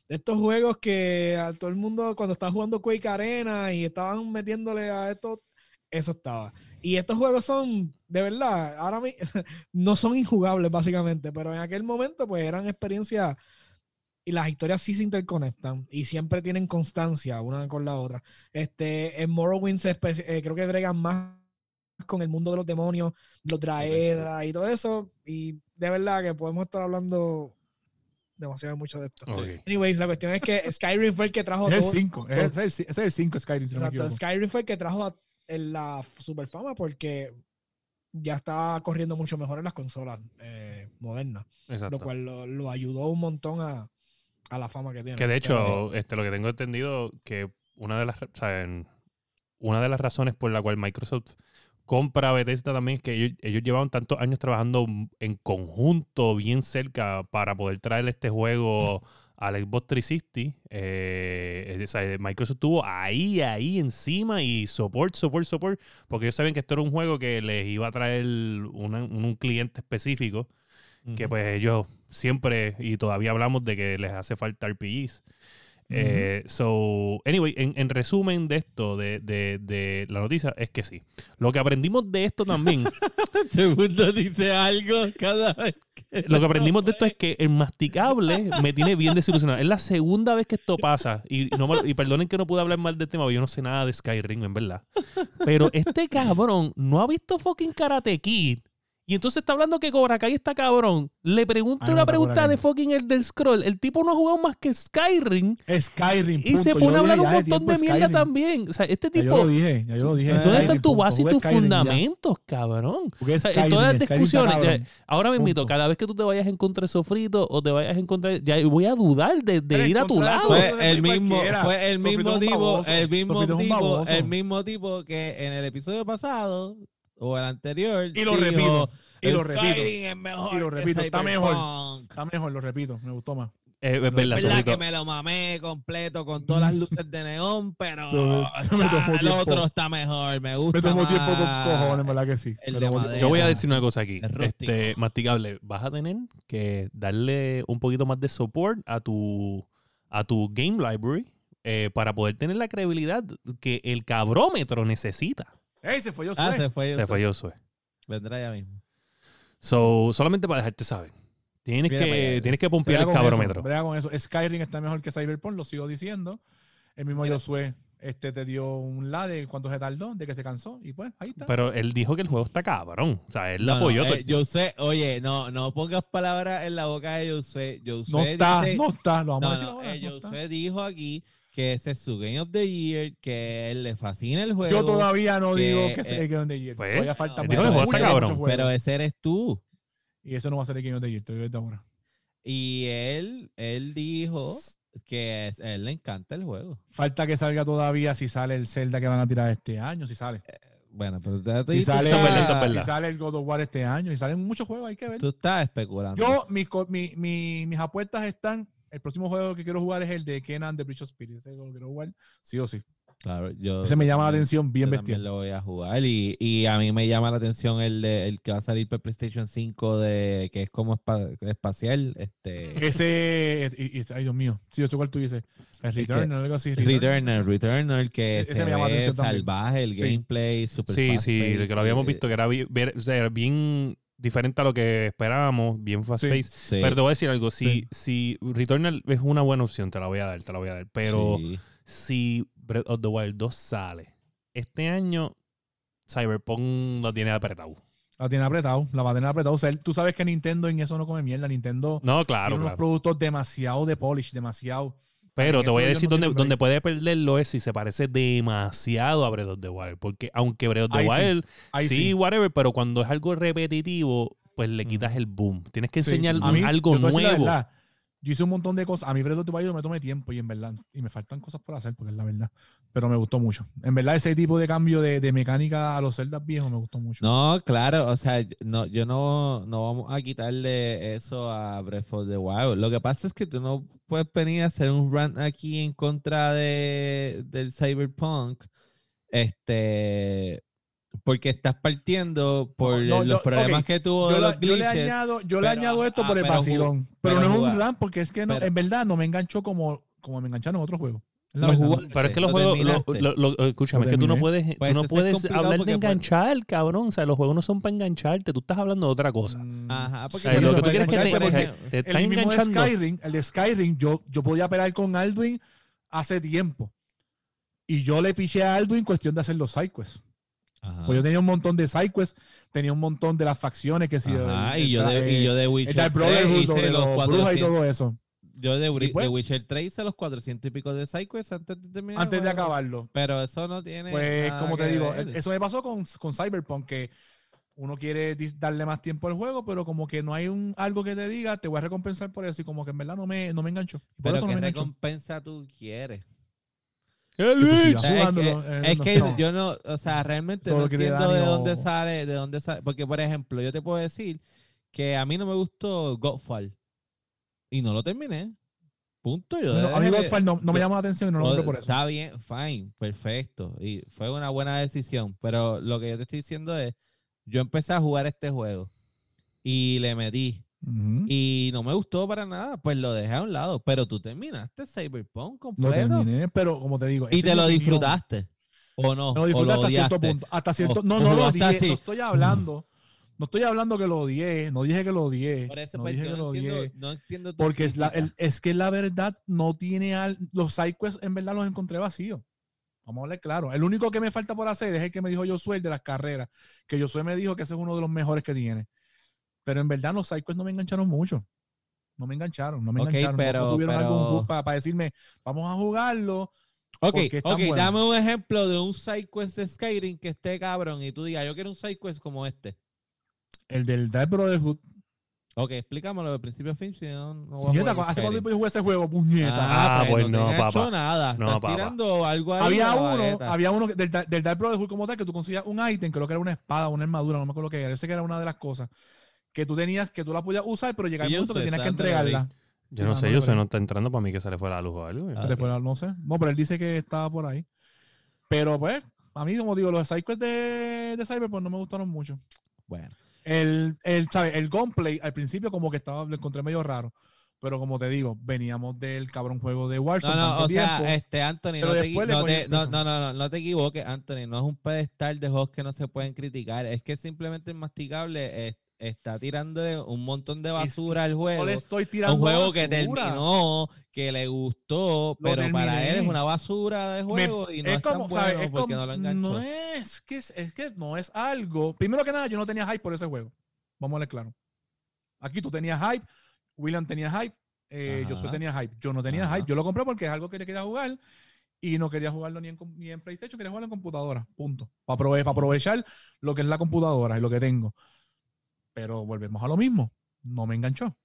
Speaker 1: de estos juegos que a todo el mundo cuando estaba jugando Quake Arena y estaban metiéndole a esto, eso estaba. Y estos juegos son, de verdad, ahora mi- no son injugables básicamente, pero en aquel momento pues eran experiencias y las historias sí se interconectan y siempre tienen constancia una con la otra. Este, en Morrowind se espe- eh, creo que bregan más con el mundo de los demonios, los draedra y todo eso. Y de verdad que podemos estar hablando demasiado mucho de esto.
Speaker 4: Ok.
Speaker 1: Anyways, la cuestión es que Skyrim fue el que trajo
Speaker 2: Es el
Speaker 1: todo-
Speaker 2: 5, ese es el- ese es el 5 Skyrim, si no me
Speaker 1: Exacto,
Speaker 2: equivoco.
Speaker 1: Skyrim fue el que trajo a- en la superfama porque ya estaba corriendo mucho mejor en las consolas eh, modernas, lo
Speaker 4: Exacto.
Speaker 1: cual lo, lo ayudó un montón a, a la fama que tiene.
Speaker 4: Que de
Speaker 1: Pero-
Speaker 4: hecho, este, lo que tengo entendido, que una de las, o sea, en- una de las razones por la cual Microsoft compra a Bethesda también es que ellos, ellos llevaban tantos años trabajando en conjunto, bien cerca, para poder traer este juego al Xbox 360. Eh, eh, o sea, Microsoft estuvo ahí, ahí encima y support, support, support, porque ellos sabían que esto era un juego que les iba a traer una- un- un cliente específico que
Speaker 3: Ujú.
Speaker 4: pues ellos siempre y todavía hablamos de que les hace falta RPGs. Eh, so, anyway, en, en resumen de esto, de, de- de la noticia, es que sí. Lo que aprendimos de esto también,
Speaker 3: Segundo dice algo cada vez. que-
Speaker 4: lo que aprendimos de esto es que el masticable me tiene bien desilusionado. Es la segunda vez que esto pasa. Y, no me- y perdonen que no pude hablar mal del tema, porque yo no sé nada de Skyrim, en verdad. Pero este cabrón no ha visto fucking Karate Kid. Y entonces está hablando que Cobra Kai está cabrón. Le pregunto
Speaker 2: Ay, Ah, no,
Speaker 4: una
Speaker 2: Cobra
Speaker 4: pregunta
Speaker 2: Kai
Speaker 4: de
Speaker 2: no.
Speaker 4: fucking el del scroll. El tipo no ha jugado más que Skyrim.
Speaker 2: Skyrim.
Speaker 4: Y se
Speaker 2: punto.
Speaker 4: pone
Speaker 2: Yo
Speaker 4: a hablar
Speaker 2: dije,
Speaker 4: un
Speaker 2: ya
Speaker 4: montón
Speaker 2: tiempo
Speaker 4: de mierda
Speaker 2: Skyrim.
Speaker 4: también. O sea, este
Speaker 2: Ya yo lo
Speaker 4: tipo.
Speaker 2: dije, ya yo lo dije.
Speaker 4: ¿Dónde
Speaker 2: Skyrim,
Speaker 4: están tus
Speaker 2: punto.
Speaker 4: bases y
Speaker 2: Jugué
Speaker 4: tus
Speaker 2: Skyrim, ya.
Speaker 4: fundamentos, cabrón?
Speaker 2: Jugué
Speaker 4: sea, en
Speaker 2: Skyrim,
Speaker 4: todas las
Speaker 2: Skyrim está
Speaker 4: discusiones,
Speaker 2: cabrón.
Speaker 4: Ahora mismito,
Speaker 2: Punto.
Speaker 4: cada vez que tú te vayas a encontrar sofrito o te vayas a encontrar, ya voy a dudar de, de
Speaker 2: Pero
Speaker 4: ir a tu
Speaker 2: encontrar
Speaker 4: lado.
Speaker 2: eso-
Speaker 3: Fue el mismo,
Speaker 2: Cualquiera.
Speaker 3: fue el
Speaker 2: Sofrito es
Speaker 3: mismo
Speaker 2: un
Speaker 3: tipo,
Speaker 2: baboso.
Speaker 3: el mismo
Speaker 2: Sofrito es un
Speaker 3: tipo,
Speaker 2: baboso.
Speaker 3: el mismo tipo que en el episodio pasado o el anterior.
Speaker 2: Y lo
Speaker 3: dijo,
Speaker 2: repito, y lo
Speaker 3: "Skyrim
Speaker 2: repito.
Speaker 3: es mejor
Speaker 2: Y lo
Speaker 3: que
Speaker 2: repito, está mejor.
Speaker 3: Cyberpunk".
Speaker 2: Está mejor, lo repito, me gustó más.
Speaker 4: Eh, es
Speaker 3: Es
Speaker 4: verdad,
Speaker 3: verdad
Speaker 4: sofrito.
Speaker 3: que me lo mamé completo con todas las luces de neón, pero
Speaker 2: Tú- tú me
Speaker 3: está-
Speaker 2: tomó
Speaker 3: el
Speaker 2: tiempo.
Speaker 3: otro está mejor, me gusta
Speaker 2: Me tomó tiempo con
Speaker 3: más.
Speaker 2: cojones, ¿verdad que sí?
Speaker 3: el
Speaker 2: Me
Speaker 3: de
Speaker 2: tomó-
Speaker 3: madera.
Speaker 4: Yo voy a decir una cosa aquí.
Speaker 3: Es rústico.
Speaker 4: Este, masticable, vas a tener que darle un poquito más de support a tu, a tu game library eh, para poder tener la credibilidad que el cabrómetro necesita.
Speaker 2: ¡Ey, se fue yo!
Speaker 3: Ah,
Speaker 2: sé.
Speaker 3: se fue,
Speaker 4: Se fue Josué.
Speaker 3: Vendrá ya mismo.
Speaker 4: So, solamente para dejarte saber. Tienes
Speaker 3: Mira para
Speaker 4: que,
Speaker 3: allá.
Speaker 4: tienes que pompear
Speaker 2: Vea
Speaker 4: el
Speaker 2: con eso,
Speaker 4: cabrómetro.
Speaker 2: vea con eso. Skyrim está mejor que Cyberpunk, lo sigo diciendo. El mismo Josué este, te dio un la de cuánto se tardó, de que se cansó, y pues ahí está.
Speaker 4: Pero él dijo que el juego está cabrón. O sea, él
Speaker 3: No, no,
Speaker 4: apoyó.
Speaker 3: eh, Josué, oye, no, no pongas palabras en la boca de Josué. Josué
Speaker 2: no está,
Speaker 3: dice-
Speaker 2: no está, lo vamos a
Speaker 3: No,
Speaker 2: decir
Speaker 3: no,
Speaker 2: ahora,
Speaker 3: eh,
Speaker 2: no está.
Speaker 3: Josué dijo aquí que ese es su Game of the Year, que él le fascina el juego.
Speaker 2: Yo todavía no
Speaker 3: que,
Speaker 2: digo que sea
Speaker 3: eh,
Speaker 2: el Game of the Year.
Speaker 4: pues,
Speaker 2: todavía falta
Speaker 3: él
Speaker 2: mucho,
Speaker 3: dijo que el juego
Speaker 2: mucho,
Speaker 3: está
Speaker 2: mucho
Speaker 4: cabrón.
Speaker 2: juego.
Speaker 3: Pero ese eres tú.
Speaker 2: Y eso no va a ser el Game of the Year, te lo digo desde ahora.
Speaker 3: Y él, él dijo que es- a él le encanta el juego.
Speaker 2: Falta que salga todavía si sale el Zelda que van a tirar este año, si sale.
Speaker 3: Bueno, pero te- te-
Speaker 2: Si sale,
Speaker 4: Eso es verdad, eso es
Speaker 2: si
Speaker 4: verdad.
Speaker 2: sale el God of War este año y salen muchos juegos, hay que ver.
Speaker 3: tú estás especulando.
Speaker 2: Yo, mis, co- mi- mi- mis apuestas están. El próximo juego que quiero jugar es el de Kenan de Bridge of Spirit. Ese juego quiero jugar, sí o sí.
Speaker 3: Claro, yo-
Speaker 2: Ese me llama la
Speaker 3: yo-
Speaker 2: atención bien
Speaker 3: yo
Speaker 2: bestial.
Speaker 3: también lo voy a jugar y, y a mí me llama la atención el, de- el que va a salir para PlayStation 5 de que es como espa- espacial, este
Speaker 2: Ese, y- y- ay Dios mío, sí, yo sé cuál tú dices. El
Speaker 3: que-
Speaker 2: Return o algo así.
Speaker 3: Returnal, Returnal que
Speaker 2: E-, Ese
Speaker 3: se
Speaker 2: me llama la
Speaker 3: ve
Speaker 2: atención también.
Speaker 3: salvaje, el
Speaker 2: Sí.
Speaker 3: gameplay super
Speaker 4: Sí, sí,
Speaker 3: fast-paced,
Speaker 4: que lo habíamos
Speaker 3: eh,
Speaker 4: visto, que era bien, ver- o sea, era bien diferente a lo que esperábamos, bien fast paced.
Speaker 3: sí,
Speaker 4: Pero te voy a decir algo, si,
Speaker 2: Sí.
Speaker 4: si Returnal es una buena opción, te la voy a dar, te la voy a dar. Pero
Speaker 3: sí.
Speaker 4: si Breath of the Wild 2 sale este año, Cyberpunk lo tiene apretado.
Speaker 2: La tiene apretado, la va a tener apretado. O sea, tú sabes que Nintendo en eso no come mierda. Nintendo
Speaker 4: No, claro,
Speaker 2: tiene unos
Speaker 4: claro.
Speaker 2: productos demasiado de polish, demasiado.
Speaker 4: Pero
Speaker 2: en
Speaker 4: te voy a
Speaker 2: eso ellos
Speaker 4: decir
Speaker 2: no
Speaker 4: dónde,
Speaker 2: tienen break.
Speaker 4: dónde puede perderlo es si se parece demasiado a Breath of the Wild. Porque aunque Breath of the
Speaker 2: Ahí sí,
Speaker 4: Wild,
Speaker 2: Ahí
Speaker 4: sí,
Speaker 2: sí. Mm.
Speaker 4: whatever, pero cuando es algo repetitivo, pues le quitas el boom. Tienes que
Speaker 2: Sí.
Speaker 4: enseñar
Speaker 2: A mí,
Speaker 4: algo
Speaker 2: yo te voy a decir la
Speaker 4: nuevo.
Speaker 2: verdad, Yo hice un montón de cosas. A mí Breath of the Wild me tomé tiempo y en verdad, y me faltan cosas por hacer porque es la verdad. Pero me gustó mucho. En verdad, ese tipo de cambio de, de mecánica a los celdas viejos me gustó mucho.
Speaker 3: No, claro, o sea, no, yo no, no vamos a quitarle eso a Breath of the Wild. Lo que pasa es que tú no puedes venir a hacer un rant aquí en contra de, del Cyberpunk, este, porque estás partiendo por
Speaker 2: no,
Speaker 3: eh,
Speaker 2: yo-
Speaker 3: los
Speaker 2: ok,
Speaker 3: problemas que tuvo
Speaker 2: yo,
Speaker 3: de
Speaker 2: la-
Speaker 3: los
Speaker 2: yo le
Speaker 3: glitches.
Speaker 2: añado, yo le
Speaker 3: pero-
Speaker 2: añado esto
Speaker 3: ah,
Speaker 2: por el
Speaker 3: pero ju-
Speaker 2: vacilón. Pero,
Speaker 3: pero
Speaker 2: no es
Speaker 3: jugar.
Speaker 2: un gran porque es que no,
Speaker 3: Pero-
Speaker 2: en verdad no me enganchó como, como me engancharon otros juegos. Es la
Speaker 3: Lo
Speaker 2: verdad.
Speaker 3: jugué-
Speaker 4: Pero es que los
Speaker 3: Lo
Speaker 4: juegos, lo-
Speaker 3: terminaste.
Speaker 4: lo- lo- escúchame,
Speaker 2: Lo
Speaker 4: es que tú no
Speaker 2: terminé.
Speaker 4: puedes,
Speaker 3: Pues
Speaker 4: tú no
Speaker 3: entonces es
Speaker 4: puedes
Speaker 3: complicado
Speaker 4: hablar de
Speaker 3: porque, pues-
Speaker 4: enganchar, cabrón. O sea, los juegos no son para engancharte, tú estás hablando de otra cosa.
Speaker 2: Mm,
Speaker 3: Ajá,
Speaker 2: sí,
Speaker 3: porque
Speaker 4: O sea, lo
Speaker 2: eso
Speaker 4: que tú
Speaker 2: me
Speaker 4: quieres que
Speaker 2: enganchaste
Speaker 4: te,
Speaker 2: porque-
Speaker 4: te está
Speaker 2: el mismo de
Speaker 4: enganchando.
Speaker 2: Skyrim, el de Skyrim, yo, yo podía pelear con Alduin hace tiempo. Y yo le piché a Alduin cuestión de hacer los sidequests.
Speaker 3: Ajá,
Speaker 2: Pues yo tenía un montón de sidequests, tenía un montón de las facciones que sí.
Speaker 3: ajá,
Speaker 2: el-
Speaker 3: y, yo
Speaker 2: el-
Speaker 3: de, y yo de
Speaker 2: eh, el
Speaker 3: Witcher
Speaker 2: Dark
Speaker 3: 3
Speaker 2: Brotherhood, lo
Speaker 3: hice
Speaker 2: de
Speaker 3: los
Speaker 2: los brujas y
Speaker 3: 400
Speaker 2: todo eso.
Speaker 3: Yo de, Bri-
Speaker 2: Y pues-
Speaker 3: de Witcher 3 hice los 400 y pico de sidequests antes de terminar. el
Speaker 2: Antes de
Speaker 3: juego.
Speaker 2: acabarlo.
Speaker 3: Pero eso no tiene.
Speaker 2: Pues,
Speaker 3: nada
Speaker 2: como te
Speaker 3: que
Speaker 2: digo,
Speaker 3: ver.
Speaker 2: eso me pasó con, con Cyberpunk, que uno quiere dis- darle más tiempo al juego, pero como que no hay un algo que te diga, te voy a recompensar por eso. Y como que en verdad no me, no me enganchó. Por
Speaker 3: Pero
Speaker 2: eso no
Speaker 3: ¿qué
Speaker 2: me enganchó.
Speaker 3: recompensa tú quieres?
Speaker 2: Que tú sigas
Speaker 3: O sea, es
Speaker 2: jugándolo,
Speaker 3: que-
Speaker 2: eh,
Speaker 3: es
Speaker 2: no
Speaker 3: que
Speaker 2: sé.
Speaker 3: yo no, o sea, realmente
Speaker 2: Solo
Speaker 3: no
Speaker 2: que le
Speaker 3: entiendo
Speaker 2: dan
Speaker 3: de
Speaker 2: y no-
Speaker 3: dónde sale, de dónde sale. Porque, por ejemplo, yo te puedo decir que a mí no me gustó Godfall y no lo terminé. Punto. Yo
Speaker 2: No, a mí
Speaker 3: dejé de-
Speaker 2: Godfall no, no me
Speaker 3: yo-
Speaker 2: llama la atención y no lo
Speaker 3: o-
Speaker 2: nombré por eso.
Speaker 3: Está bien, fine, perfecto. Y fue una buena decisión. Pero lo que yo te estoy diciendo es, yo empecé a jugar este juego y le metí.
Speaker 2: Ujú.
Speaker 3: Y no me gustó para nada, pues lo dejé a un lado. Pero tú terminaste Cyberpunk
Speaker 2: Lo
Speaker 3: completo.
Speaker 2: terminé, pero como te digo.
Speaker 3: y
Speaker 2: esa
Speaker 3: te
Speaker 2: es
Speaker 3: lo
Speaker 2: mi opinión.
Speaker 3: disfrutaste. O
Speaker 2: No
Speaker 3: no.
Speaker 2: lo
Speaker 3: o
Speaker 2: disfruté
Speaker 3: lo
Speaker 2: hasta cierto
Speaker 3: odiaste.
Speaker 2: punto. Hasta cierto.
Speaker 3: O-
Speaker 2: No,
Speaker 3: o
Speaker 2: no lo
Speaker 3: jugaste
Speaker 2: odié.
Speaker 3: así.
Speaker 2: No estoy hablando. No estoy hablando que lo odié. No dije que lo odié.
Speaker 3: Por eso,
Speaker 2: no
Speaker 3: pues,
Speaker 2: dije
Speaker 3: yo
Speaker 2: que lo
Speaker 3: no
Speaker 2: odié.
Speaker 3: entiendo, no entiendo tu
Speaker 2: Porque es, la, el-
Speaker 3: crítica.
Speaker 2: es que la verdad no tiene. Al, los sidequests en verdad los encontré vacíos. Vamos a hablar claro. El único que me falta por hacer es el que me dijo Josué de las carreras. Que Josué me dijo que ese es uno de los mejores que tiene. Pero en verdad los sidequests no me engancharon mucho. No me engancharon, no me
Speaker 3: Ok,
Speaker 2: engancharon. no-
Speaker 3: pero-
Speaker 2: no tuvieron
Speaker 3: pero-
Speaker 2: algún hook para, para decirme, vamos a jugarlo.
Speaker 3: Ok,
Speaker 2: porque es tan
Speaker 3: ok,
Speaker 2: bueno.
Speaker 3: dame un ejemplo de un sidequest de Skyrim que esté cabrón y tú digas, yo quiero un sidequest como este.
Speaker 2: El del Dead Brotherhood.
Speaker 3: Ok, explícamelo de principio a fin, si no, no voy a
Speaker 2: Puñeta,
Speaker 3: jugar
Speaker 2: ¿hace
Speaker 3: Skyrim.
Speaker 2: cuánto tiempo yo jugué ese juego? Puñeta.
Speaker 4: Ah, pues
Speaker 3: te
Speaker 4: no,
Speaker 3: has
Speaker 4: papá.
Speaker 3: hecho nada.
Speaker 4: No,
Speaker 3: Estás
Speaker 4: papá.
Speaker 3: tirando algo ahí. de
Speaker 2: había
Speaker 3: la
Speaker 2: uno,
Speaker 3: vareta.
Speaker 2: había uno que- del, Dark- del Dark Brotherhood como tal que tú conseguías un ítem, creo que era una espada, una armadura, no me acuerdo qué era. Yo sé que era una de las cosas que tú tenías, que tú la podías usar, pero llegaba un
Speaker 3: Y yo
Speaker 2: momento que
Speaker 3: sé,
Speaker 2: tenías que
Speaker 3: está dándole
Speaker 2: entregarla.
Speaker 4: Yo no
Speaker 2: Ah,
Speaker 4: sé,
Speaker 2: no,
Speaker 4: yo sé,
Speaker 2: pero-
Speaker 4: no está entrando para mí que se le fuera la luz o algo.
Speaker 3: Ah,
Speaker 2: Se le fue la- no sé. No, pero él dice que estaba por ahí. Pero pues, a mí, como digo, los sidequests de, de Cyberpunk no me gustaron mucho.
Speaker 3: Bueno,
Speaker 2: El, el, ¿sabes? El gameplay al principio como que estaba, lo encontré medio raro. Pero como te digo, veníamos del cabrón juego de
Speaker 3: no,
Speaker 2: Warzone.
Speaker 3: no,
Speaker 2: tanto
Speaker 3: o
Speaker 2: tiempo.
Speaker 3: sea, este, Anthony,
Speaker 2: pero
Speaker 3: no te,
Speaker 2: después
Speaker 3: equi-
Speaker 2: le
Speaker 3: no,
Speaker 2: cogió
Speaker 3: te-
Speaker 2: el
Speaker 3: no,
Speaker 2: peso.
Speaker 3: no, no, no, no te equivoques, Anthony, no es un pedestal de juegos que no se pueden criticar, es que simplemente el masticable es- está tirando un montón de basura al
Speaker 2: No
Speaker 3: juego.
Speaker 2: le estoy
Speaker 3: A
Speaker 2: tirando
Speaker 3: un juego que
Speaker 2: basura.
Speaker 3: terminó, que le gustó, pero para
Speaker 2: terminé.
Speaker 3: él es una basura de
Speaker 2: Me-
Speaker 3: juego y no es,
Speaker 2: es como,
Speaker 3: tan bueno
Speaker 2: ¿sabes? Es
Speaker 3: porque
Speaker 2: como-
Speaker 3: no lo enganchó.
Speaker 2: no es que es, es que no es algo. Primero que nada, yo no tenía hype por ese juego. Vamos a ver claro. Aquí tú tenías hype, William tenía hype, eh,
Speaker 3: Ajá.
Speaker 2: yo tenía hype. Yo no tenía
Speaker 3: Ajá.
Speaker 2: hype. Yo lo compré porque es algo que le quería jugar y no quería jugarlo ni en, com- ni en PlayStation, quería jugarlo en computadora. Punto. Para aprovechar lo que es la computadora y lo que tengo. Pero volvemos a lo mismo. No me enganchó.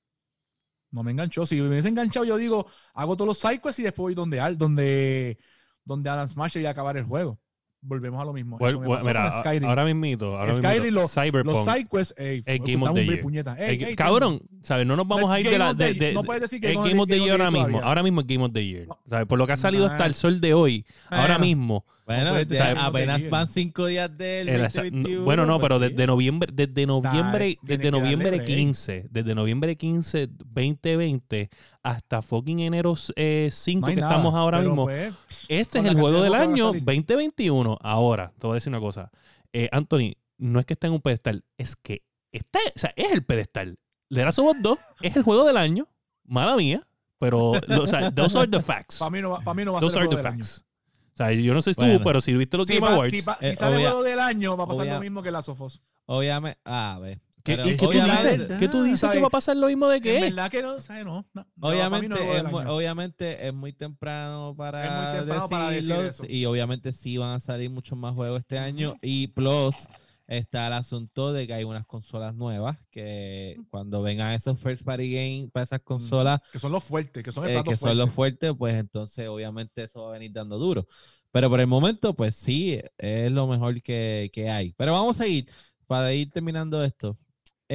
Speaker 2: No me enganchó. Si me hubiese enganchado, yo digo, hago todos los sidequests y después voy donde, Al- donde, donde Alan Smasher y acabar el juego. volvemos a lo mismo.
Speaker 4: Vuel-
Speaker 2: Eso me
Speaker 4: vuel-
Speaker 2: pasó con
Speaker 4: mira, a-
Speaker 2: Skyrim.
Speaker 4: ahora mismito, ahora
Speaker 2: Skyrim,
Speaker 4: mismito,
Speaker 2: los-
Speaker 4: Cyberpunk.
Speaker 2: Los sidequests, ey,
Speaker 4: El
Speaker 2: me
Speaker 4: Game of
Speaker 2: gustaban
Speaker 4: the
Speaker 2: un
Speaker 4: Year.
Speaker 2: puñeta.
Speaker 4: El
Speaker 2: Ey,
Speaker 4: Ga-
Speaker 2: ey,
Speaker 4: cabrón, ¿sabes? No nos vamos
Speaker 2: No,
Speaker 4: a ir de
Speaker 2: Game
Speaker 4: la.
Speaker 2: of
Speaker 4: de-
Speaker 2: the-
Speaker 4: de-
Speaker 2: no puedes decir que
Speaker 4: el
Speaker 2: no es
Speaker 4: Game of the Year ahora mismo.
Speaker 2: todavía.
Speaker 4: Ahora mismo es Game of the Year.
Speaker 2: No.
Speaker 4: ¿sabes? Por lo que ha salido hasta
Speaker 2: Nah.
Speaker 4: el sol de hoy. Ahora
Speaker 2: Bueno.
Speaker 4: mismo.
Speaker 3: Bueno,
Speaker 2: puedes
Speaker 3: ya
Speaker 2: decir este, que no te
Speaker 3: apenas
Speaker 2: quieren.
Speaker 3: van cinco días del
Speaker 4: el-
Speaker 3: 2021,
Speaker 4: bueno, no,
Speaker 3: pues
Speaker 4: pero
Speaker 3: sí.
Speaker 4: desde noviembre, desde noviembre,
Speaker 2: tienes
Speaker 4: desde
Speaker 2: que darle
Speaker 4: noviembre
Speaker 2: break.
Speaker 4: 15, desde noviembre 15, 2020, hasta fucking enero eh, 5
Speaker 2: No hay
Speaker 4: que
Speaker 2: nada,
Speaker 4: estamos ahora
Speaker 2: pero,
Speaker 4: mismo.
Speaker 2: pues, con
Speaker 4: Este es
Speaker 2: la
Speaker 4: el
Speaker 2: cantidad
Speaker 4: juego
Speaker 2: de
Speaker 4: del
Speaker 2: juegos que va a
Speaker 4: año
Speaker 2: salir.
Speaker 4: 2021. Ahora, te voy a decir una cosa. Eh, Anthony, no es que esté en un pedestal, es que está, o sea, es el pedestal. The Last of Us 2 es el juego del año, mala mía, pero, lo- o sea, those are the facts.
Speaker 2: Para mí no va, para mí no va a ser
Speaker 4: Those
Speaker 2: el
Speaker 4: are
Speaker 2: juego
Speaker 4: the
Speaker 2: del año.
Speaker 4: facts. O sea, yo no sé tú,
Speaker 3: Bueno.
Speaker 4: pero si viste los
Speaker 2: Si,
Speaker 4: Game
Speaker 2: va-
Speaker 4: Awards.
Speaker 2: si, va- si
Speaker 3: eh,
Speaker 2: sale el
Speaker 3: obvia-
Speaker 2: juego del año, va a pasar
Speaker 3: obvia-
Speaker 2: lo mismo que Last of Us.
Speaker 3: Obviamente, ah, a ver.
Speaker 4: ¿Qué-
Speaker 3: Pero
Speaker 4: ¿Y qué tú
Speaker 3: obviamente-
Speaker 4: dices? ¿Qué tú dices
Speaker 2: ¿sabes?
Speaker 4: que va a pasar lo mismo de
Speaker 2: En
Speaker 4: que es?
Speaker 2: verdad que no, ¿sabes? No, no, no, para mí
Speaker 3: Obviamente,
Speaker 2: no es el juego
Speaker 3: es
Speaker 2: del
Speaker 3: mu-
Speaker 2: año.
Speaker 3: obviamente es muy temprano para,
Speaker 2: Es muy temprano para decir eso.
Speaker 3: Y obviamente sí van a salir muchos más juegos este año. Y plus está el asunto de que hay unas consolas nuevas que cuando vengan esos first party games para esas consolas
Speaker 2: Que son los fuertes, que son el
Speaker 3: eh,
Speaker 2: plato
Speaker 3: que son
Speaker 2: fuerte.
Speaker 3: los fuertes, pues entonces obviamente eso va a venir dando duro. Pero por el momento, pues sí, es lo mejor que, que hay. Pero vamos a seguir para ir terminando esto.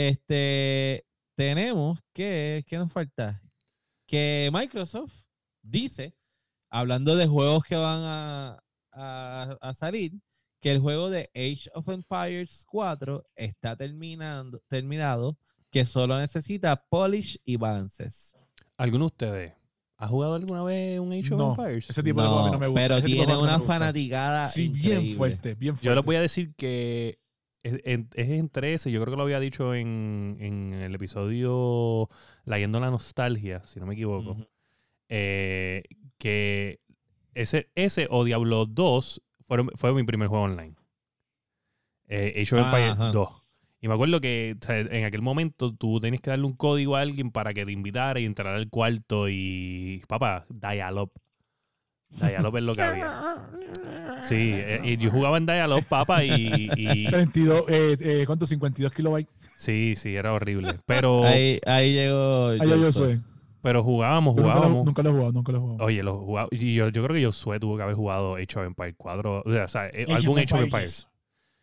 Speaker 3: Este, tenemos que, ¿qué nos falta? Que Microsoft dice, hablando de juegos que van a, a- a salir, que el juego de Age of Empires 4 está terminando, terminado, que solo necesita polish y balances.
Speaker 4: ¿Alguno de ustedes ha jugado alguna vez un Age of
Speaker 2: No,
Speaker 4: Empires?
Speaker 2: Ese tipo de
Speaker 3: No,
Speaker 2: juego a mí no me gusta.
Speaker 3: Pero
Speaker 2: ese tipo de
Speaker 3: tiene
Speaker 2: juego a mí no
Speaker 3: una
Speaker 2: me gusta.
Speaker 3: fanaticada.
Speaker 2: Ah, Sí, bien
Speaker 3: increíble.
Speaker 2: fuerte, bien fuerte.
Speaker 4: Yo les voy a decir que es, en- es entre ese, yo creo que lo había dicho en, en el episodio Leyendo la Nostalgia, si no me equivoco,
Speaker 3: Ujú.
Speaker 4: eh, que ese, ese o Diablo 2 fueron, fue mi primer juego online. Eh, Age of
Speaker 3: Ah,
Speaker 4: Empires
Speaker 3: ajá.
Speaker 4: 2. Y me acuerdo que o sea, en aquel momento tú tenías que darle un código a alguien para que te invitara y entrar al cuarto y... Papá, dial-up. Dial-up es lo que había. Sí, eh, y yo jugaba en dial-up, papá, y... y-
Speaker 2: 32, eh, eh, ¿cuánto? 52 kilobytes.
Speaker 4: sí, sí, era horrible. Pero,
Speaker 3: Ahí, ahí llegó.
Speaker 2: Ah, yo, yo
Speaker 3: Joshua.
Speaker 2: soy.
Speaker 4: pero jugábamos,
Speaker 2: Yo nunca, lo,
Speaker 4: jugábamos.
Speaker 2: nunca lo he jugado, nunca lo he jugado.
Speaker 4: Oye, los jugaba- y yo, yo creo que Josué tuvo que haber jugado Age of Empires 4. O sea, o sea, eh,
Speaker 1: of
Speaker 4: algún Age of
Speaker 1: Empires,
Speaker 4: Empires.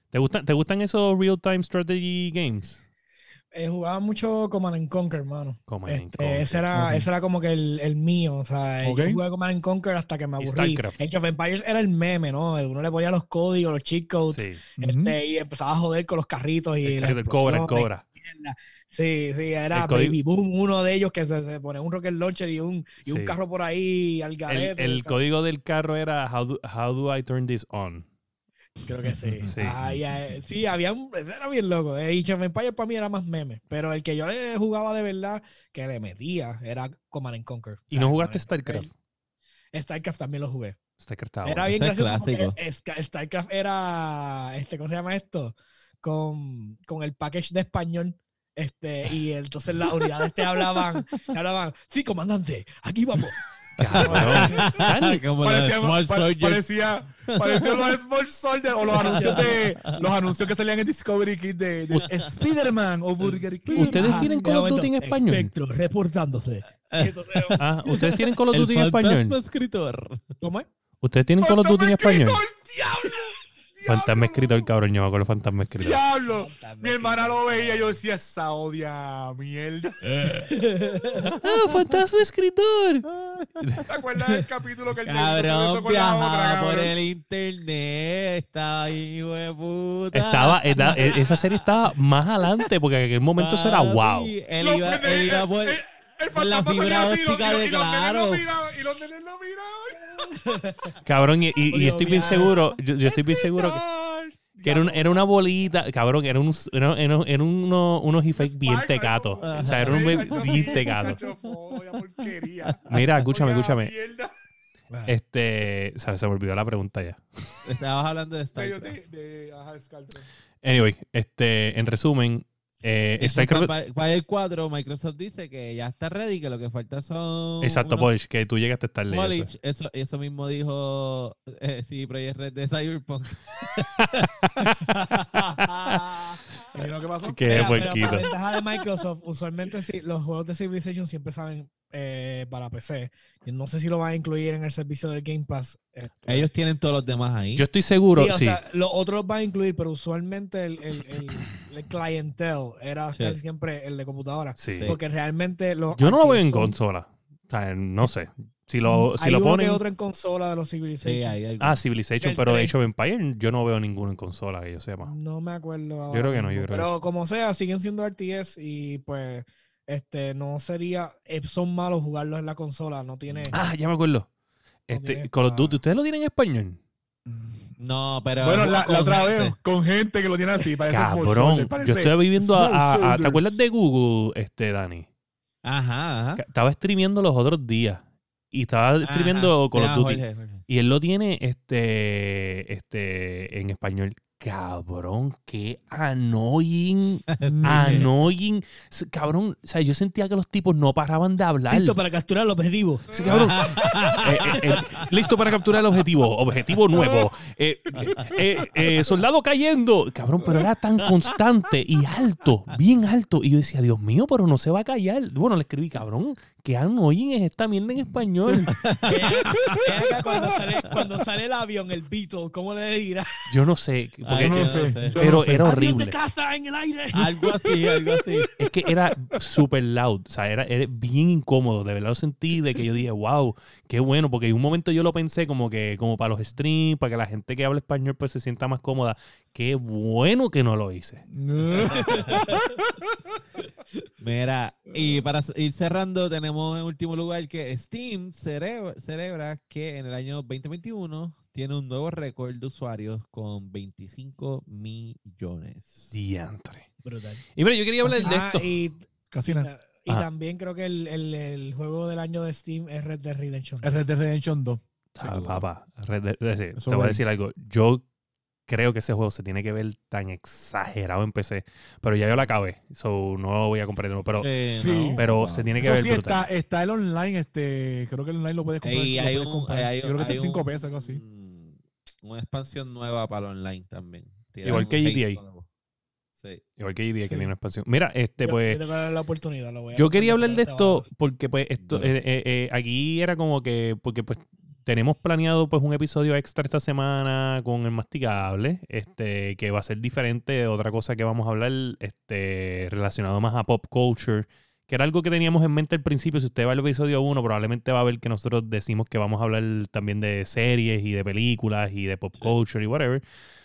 Speaker 4: ¿Te gustan, ¿Te gustan esos real-time strategy games?
Speaker 1: Eh, jugaba mucho Command and Conquer, hermano.
Speaker 4: Como en
Speaker 1: Este, ese, era,
Speaker 2: ok.
Speaker 1: ese era como que el, el mío. O sea, yo
Speaker 2: Ok.
Speaker 1: jugué Command and Conquer hasta que me
Speaker 4: Y
Speaker 1: aburrí.
Speaker 4: StarCraft.
Speaker 1: Age of Empires era el meme, ¿no? Uno le ponía los códigos, los cheat codes,
Speaker 4: Sí,
Speaker 1: este, y empezaba a joder con los carritos y
Speaker 4: el,
Speaker 1: las
Speaker 4: carrito, el cobra, el
Speaker 1: explosiones.
Speaker 4: cobra.
Speaker 1: Sí, sí, era
Speaker 4: El código-
Speaker 1: Baby Boom, uno de ellos que se, se pone un rocket launcher y un, y un
Speaker 4: Sí.
Speaker 1: carro por ahí al
Speaker 4: El,
Speaker 1: garete.
Speaker 4: el
Speaker 1: o sea,
Speaker 4: código del carro era how do, how do I turn this on?
Speaker 1: Creo que sí.
Speaker 4: Sí.
Speaker 1: Ajá, y, eh, sí, había un, era bien loco. Eh, Age of Empires para mí era más meme, pero el que yo le jugaba de verdad, que le metía, era Command and Conquer. O
Speaker 4: ¿Y
Speaker 1: sea,
Speaker 4: no jugaste
Speaker 1: Command and Conquer-
Speaker 4: StarCraft?
Speaker 1: StarCraft también lo jugué.
Speaker 4: StarCraft estaba
Speaker 1: era
Speaker 4: bueno.
Speaker 1: bien
Speaker 3: Ese es
Speaker 1: gracioso porque
Speaker 3: clásico.
Speaker 1: Ska- StarCraft era, este, ¿cómo se llama esto? Con, con el package de español. Este, y entonces las unidades te hablaban, te hablaban, sí, comandante, aquí vamos.
Speaker 4: Cabrón. Dani,
Speaker 3: Como la de Small
Speaker 2: pa-
Speaker 3: Soldier.
Speaker 2: parecía, parecía los Small Soldiers o los anuncios de los anuncios que salían en Discovery Kids de, de Spider-Man o Burger King.
Speaker 4: ¿Ustedes
Speaker 1: Ajá,
Speaker 4: tienen
Speaker 1: de
Speaker 4: Call of
Speaker 1: momento,
Speaker 4: Duty en español?
Speaker 1: Spectro, reportándose. Y entonces,
Speaker 4: Ah, ¿ustedes tienen Call of
Speaker 3: El
Speaker 4: Duty en
Speaker 3: fantasma
Speaker 4: español?
Speaker 3: escritor.
Speaker 1: ¿Cómo es?
Speaker 4: ¿Ustedes tienen Call of Duty en español?
Speaker 2: ¡Diablo!
Speaker 4: Fantasma
Speaker 2: ¡Diablo!
Speaker 4: escritor, cabrón. Yo me acuerdo de fantasma escritor.
Speaker 2: ¡Diablo! Mi hermana lo veía y yo decía, esa odia mierda.
Speaker 4: ¡Ah, fantasma escritor!
Speaker 2: ¿Te acuerdas del capítulo que el negrito se besó
Speaker 3: Cabrón,
Speaker 2: con la otra,
Speaker 3: viajaba por
Speaker 2: cabrón?
Speaker 3: el internet. Estaba ahí, hijo de puta.
Speaker 4: Estaba, era- e- esa serie estaba más adelante porque en aquel momento eso era
Speaker 3: Papi,
Speaker 4: wow.
Speaker 3: Él
Speaker 2: Los
Speaker 3: iba,
Speaker 2: nenes-
Speaker 3: él iba por.
Speaker 2: el- el fantasma
Speaker 3: fibra
Speaker 2: salía así,
Speaker 3: óptica
Speaker 2: los- y los- y los nenes lo
Speaker 3: de Claro.
Speaker 2: miraban, Y los nenes lo miraban.
Speaker 4: Cabrón, y, y- y
Speaker 1: Odio
Speaker 4: estoy bien
Speaker 1: viaje.
Speaker 4: seguro, yo, yo estoy bien seguro que, que era, una, era una bolita, cabrón, era, un, era, era- era uno- unos efects bien
Speaker 2: Spike,
Speaker 4: tecatos.
Speaker 2: algo.
Speaker 4: O sea, era un
Speaker 2: Ajá.
Speaker 4: be- bien tecato.
Speaker 2: Cacho, fobia, porquería.
Speaker 4: Mira, escúchame,
Speaker 2: Oiga,
Speaker 4: escúchame.
Speaker 2: mierda.
Speaker 4: Este, o sea, se me olvidó la pregunta ya.
Speaker 3: Estabas hablando de
Speaker 2: Medio
Speaker 3: StarCraft.
Speaker 2: de- de- ajá, Scalpel.
Speaker 4: Anyway, este, en resumen, eh,
Speaker 3: Age of
Speaker 4: StarCraft-
Speaker 3: Empires- para Este el 4, Microsoft dice que ya está ready, que lo que falta son.
Speaker 4: exacto,
Speaker 3: unos
Speaker 4: Polish, que tú llegaste tarde. ya sé.
Speaker 3: Polish, eso, eso mismo dijo
Speaker 1: Ah,
Speaker 3: eh, sí, Project Red de Cyberpunk.
Speaker 2: ¿Y lo que pasó?
Speaker 4: Qué
Speaker 1: Mira, pero para
Speaker 4: puerquito.
Speaker 1: ventaja de Microsoft, usualmente sí, los juegos de Civilization siempre salen eh, para PC. Yo no sé si lo van a incluir en el servicio de Game Pass. eh.
Speaker 3: Ellos tienen todos los demás ahí.
Speaker 4: Yo estoy seguro,
Speaker 1: sí, o
Speaker 4: sí.
Speaker 1: sea, los otros los van a incluir, pero usualmente el, el, el- el clientele era
Speaker 3: Sí.
Speaker 1: casi siempre el de computadora.
Speaker 4: sí.
Speaker 3: Sí.
Speaker 1: Porque realmente los
Speaker 4: Yo no lo veo en
Speaker 1: son-
Speaker 4: consola. O sea, no sé. Si lo, si
Speaker 1: Hay
Speaker 4: lo
Speaker 1: uno que
Speaker 4: ponen.
Speaker 1: otro en consola de los
Speaker 3: sí,
Speaker 1: Civilization.
Speaker 3: hay algo.
Speaker 4: Ah, Civilization,
Speaker 1: El
Speaker 4: pero
Speaker 1: tres.
Speaker 4: Age of Empire, yo no veo ninguno en consola que yo sepa.
Speaker 2: Ah,
Speaker 1: No me acuerdo. ahora
Speaker 4: creo que no, yo
Speaker 1: mismo,
Speaker 4: creo que-
Speaker 1: Pero como sea, siguen siendo RTS y pues este no sería. eh, Son malos jugarlos en la consola. No tiene.
Speaker 4: Ah, ya me acuerdo.
Speaker 1: tiene
Speaker 4: Este, Call of
Speaker 1: esta-
Speaker 4: Duty, ¿ustedes lo tienen en español?
Speaker 3: No, pero.
Speaker 2: Bueno, la, la otra
Speaker 3: gente.
Speaker 2: vez, con gente que lo tiene así, parece small
Speaker 4: Cabrón,
Speaker 2: soldier, parece-
Speaker 4: yo estoy viviendo a,
Speaker 2: small
Speaker 4: a- a- ¿Te
Speaker 2: soldiers.
Speaker 4: acuerdas de Google, este, Dani?
Speaker 3: Ajá,
Speaker 4: Ca-
Speaker 3: ajá.
Speaker 4: Estaba streameando los otros días. Y estaba streameando
Speaker 3: Ajá.
Speaker 4: Call
Speaker 3: Sí,
Speaker 4: of
Speaker 3: ah,
Speaker 4: Duty.
Speaker 3: Jorge, Jorge.
Speaker 4: Y él lo tiene este, este, en español. Cabrón, qué annoying. Annoying. S- Cabrón, o sea, yo sentía que los tipos no paraban de hablar.
Speaker 1: Listo para pues, capturar el objetivo.
Speaker 4: Sí, cabrón. Eh, eh, eh, listo para capturar el objetivo. Objetivo nuevo. Eh, eh, eh, eh, soldado cayendo. Cabrón, pero era tan constante y alto, bien alto. Y yo decía, Dios mío, pero no se va a callar. Bueno, le escribí, cabrón, que annoying es esta mierda en español. Ah,
Speaker 1: Ven acá, cuando, sale, cuando sale el avión, el Beetle, ¿cómo le dirá?
Speaker 4: Yo no sé. porque- eh,
Speaker 2: Yo
Speaker 3: Ay,
Speaker 2: no
Speaker 3: yo
Speaker 2: sé.
Speaker 3: no sé.
Speaker 2: yo no
Speaker 4: pero
Speaker 2: sé.
Speaker 4: era
Speaker 1: Avión de
Speaker 4: horrible.
Speaker 1: caza en el aire.
Speaker 3: Algo así, algo así.
Speaker 4: Es que era súper loud, o sea, era, era bien incómodo, de verdad lo sentí, de que yo dije, wow, qué bueno, porque en un momento yo lo pensé como que, como para los streams, para que la gente que habla español pues se sienta más cómoda, qué bueno que no lo hice.
Speaker 3: Mira, y para c- ir cerrando, tenemos en último lugar que Steam celebra, celebra que en el año 2021 tiene un nuevo récord de usuarios con 25 millones.
Speaker 4: Diantre.
Speaker 1: Brutal.
Speaker 4: Y mira, yo quería hablar de
Speaker 1: Ah,
Speaker 4: esto.
Speaker 1: y
Speaker 2: Casi nada.
Speaker 1: y
Speaker 4: Ajá.
Speaker 1: también creo que el, el- el juego del año de Steam es Red Dead Redemption.
Speaker 2: Red Dead Redemption 2.
Speaker 4: Ah, papá, Red Dead- es decir,
Speaker 2: Eso
Speaker 4: te voy a
Speaker 2: bueno.
Speaker 4: decir algo, yo creo que ese juego se tiene que ver tan exagerado en PC, pero ya yo lo acabé, so no lo voy a comprar de nuevo, pero,
Speaker 2: sí,
Speaker 4: pero se tiene que
Speaker 2: Eso
Speaker 4: ver
Speaker 2: sí,
Speaker 4: brutal.
Speaker 2: está, está el online, este, creo que el online lo puedes comprar.
Speaker 3: Ey,
Speaker 2: lo
Speaker 3: hay
Speaker 2: puedes
Speaker 3: un-
Speaker 2: comprar.
Speaker 3: hay-
Speaker 2: Yo creo que está
Speaker 3: hay
Speaker 2: en 5
Speaker 3: un-
Speaker 2: pesos, algo así.
Speaker 3: Una expansión nueva para el online también. Tiraron
Speaker 4: Igual
Speaker 3: un
Speaker 4: que
Speaker 3: base
Speaker 4: GTA.
Speaker 3: nuevo. Sí.
Speaker 4: Igual que idea
Speaker 2: Sí.
Speaker 4: que tiene una expansión. Mira, este
Speaker 1: Yo-
Speaker 4: pues...
Speaker 1: yo tengo que darle la oportunidad, lo voy a este
Speaker 4: Yo quería
Speaker 1: comprar,
Speaker 4: hablar de
Speaker 1: pero
Speaker 4: esto porque pues esto
Speaker 3: Dale.
Speaker 4: eh, eh, eh, aquí era como que porque pues tenemos planeado pues un episodio extra esta semana con el masticable, este que va a ser diferente de otra cosa que vamos a hablar este relacionado más a pop culture, que era algo que teníamos en mente al principio, si usted va al episodio 1 probablemente va a ver que nosotros decimos que vamos a hablar también de series y de películas y de pop
Speaker 3: Sí.
Speaker 4: culture y whatever.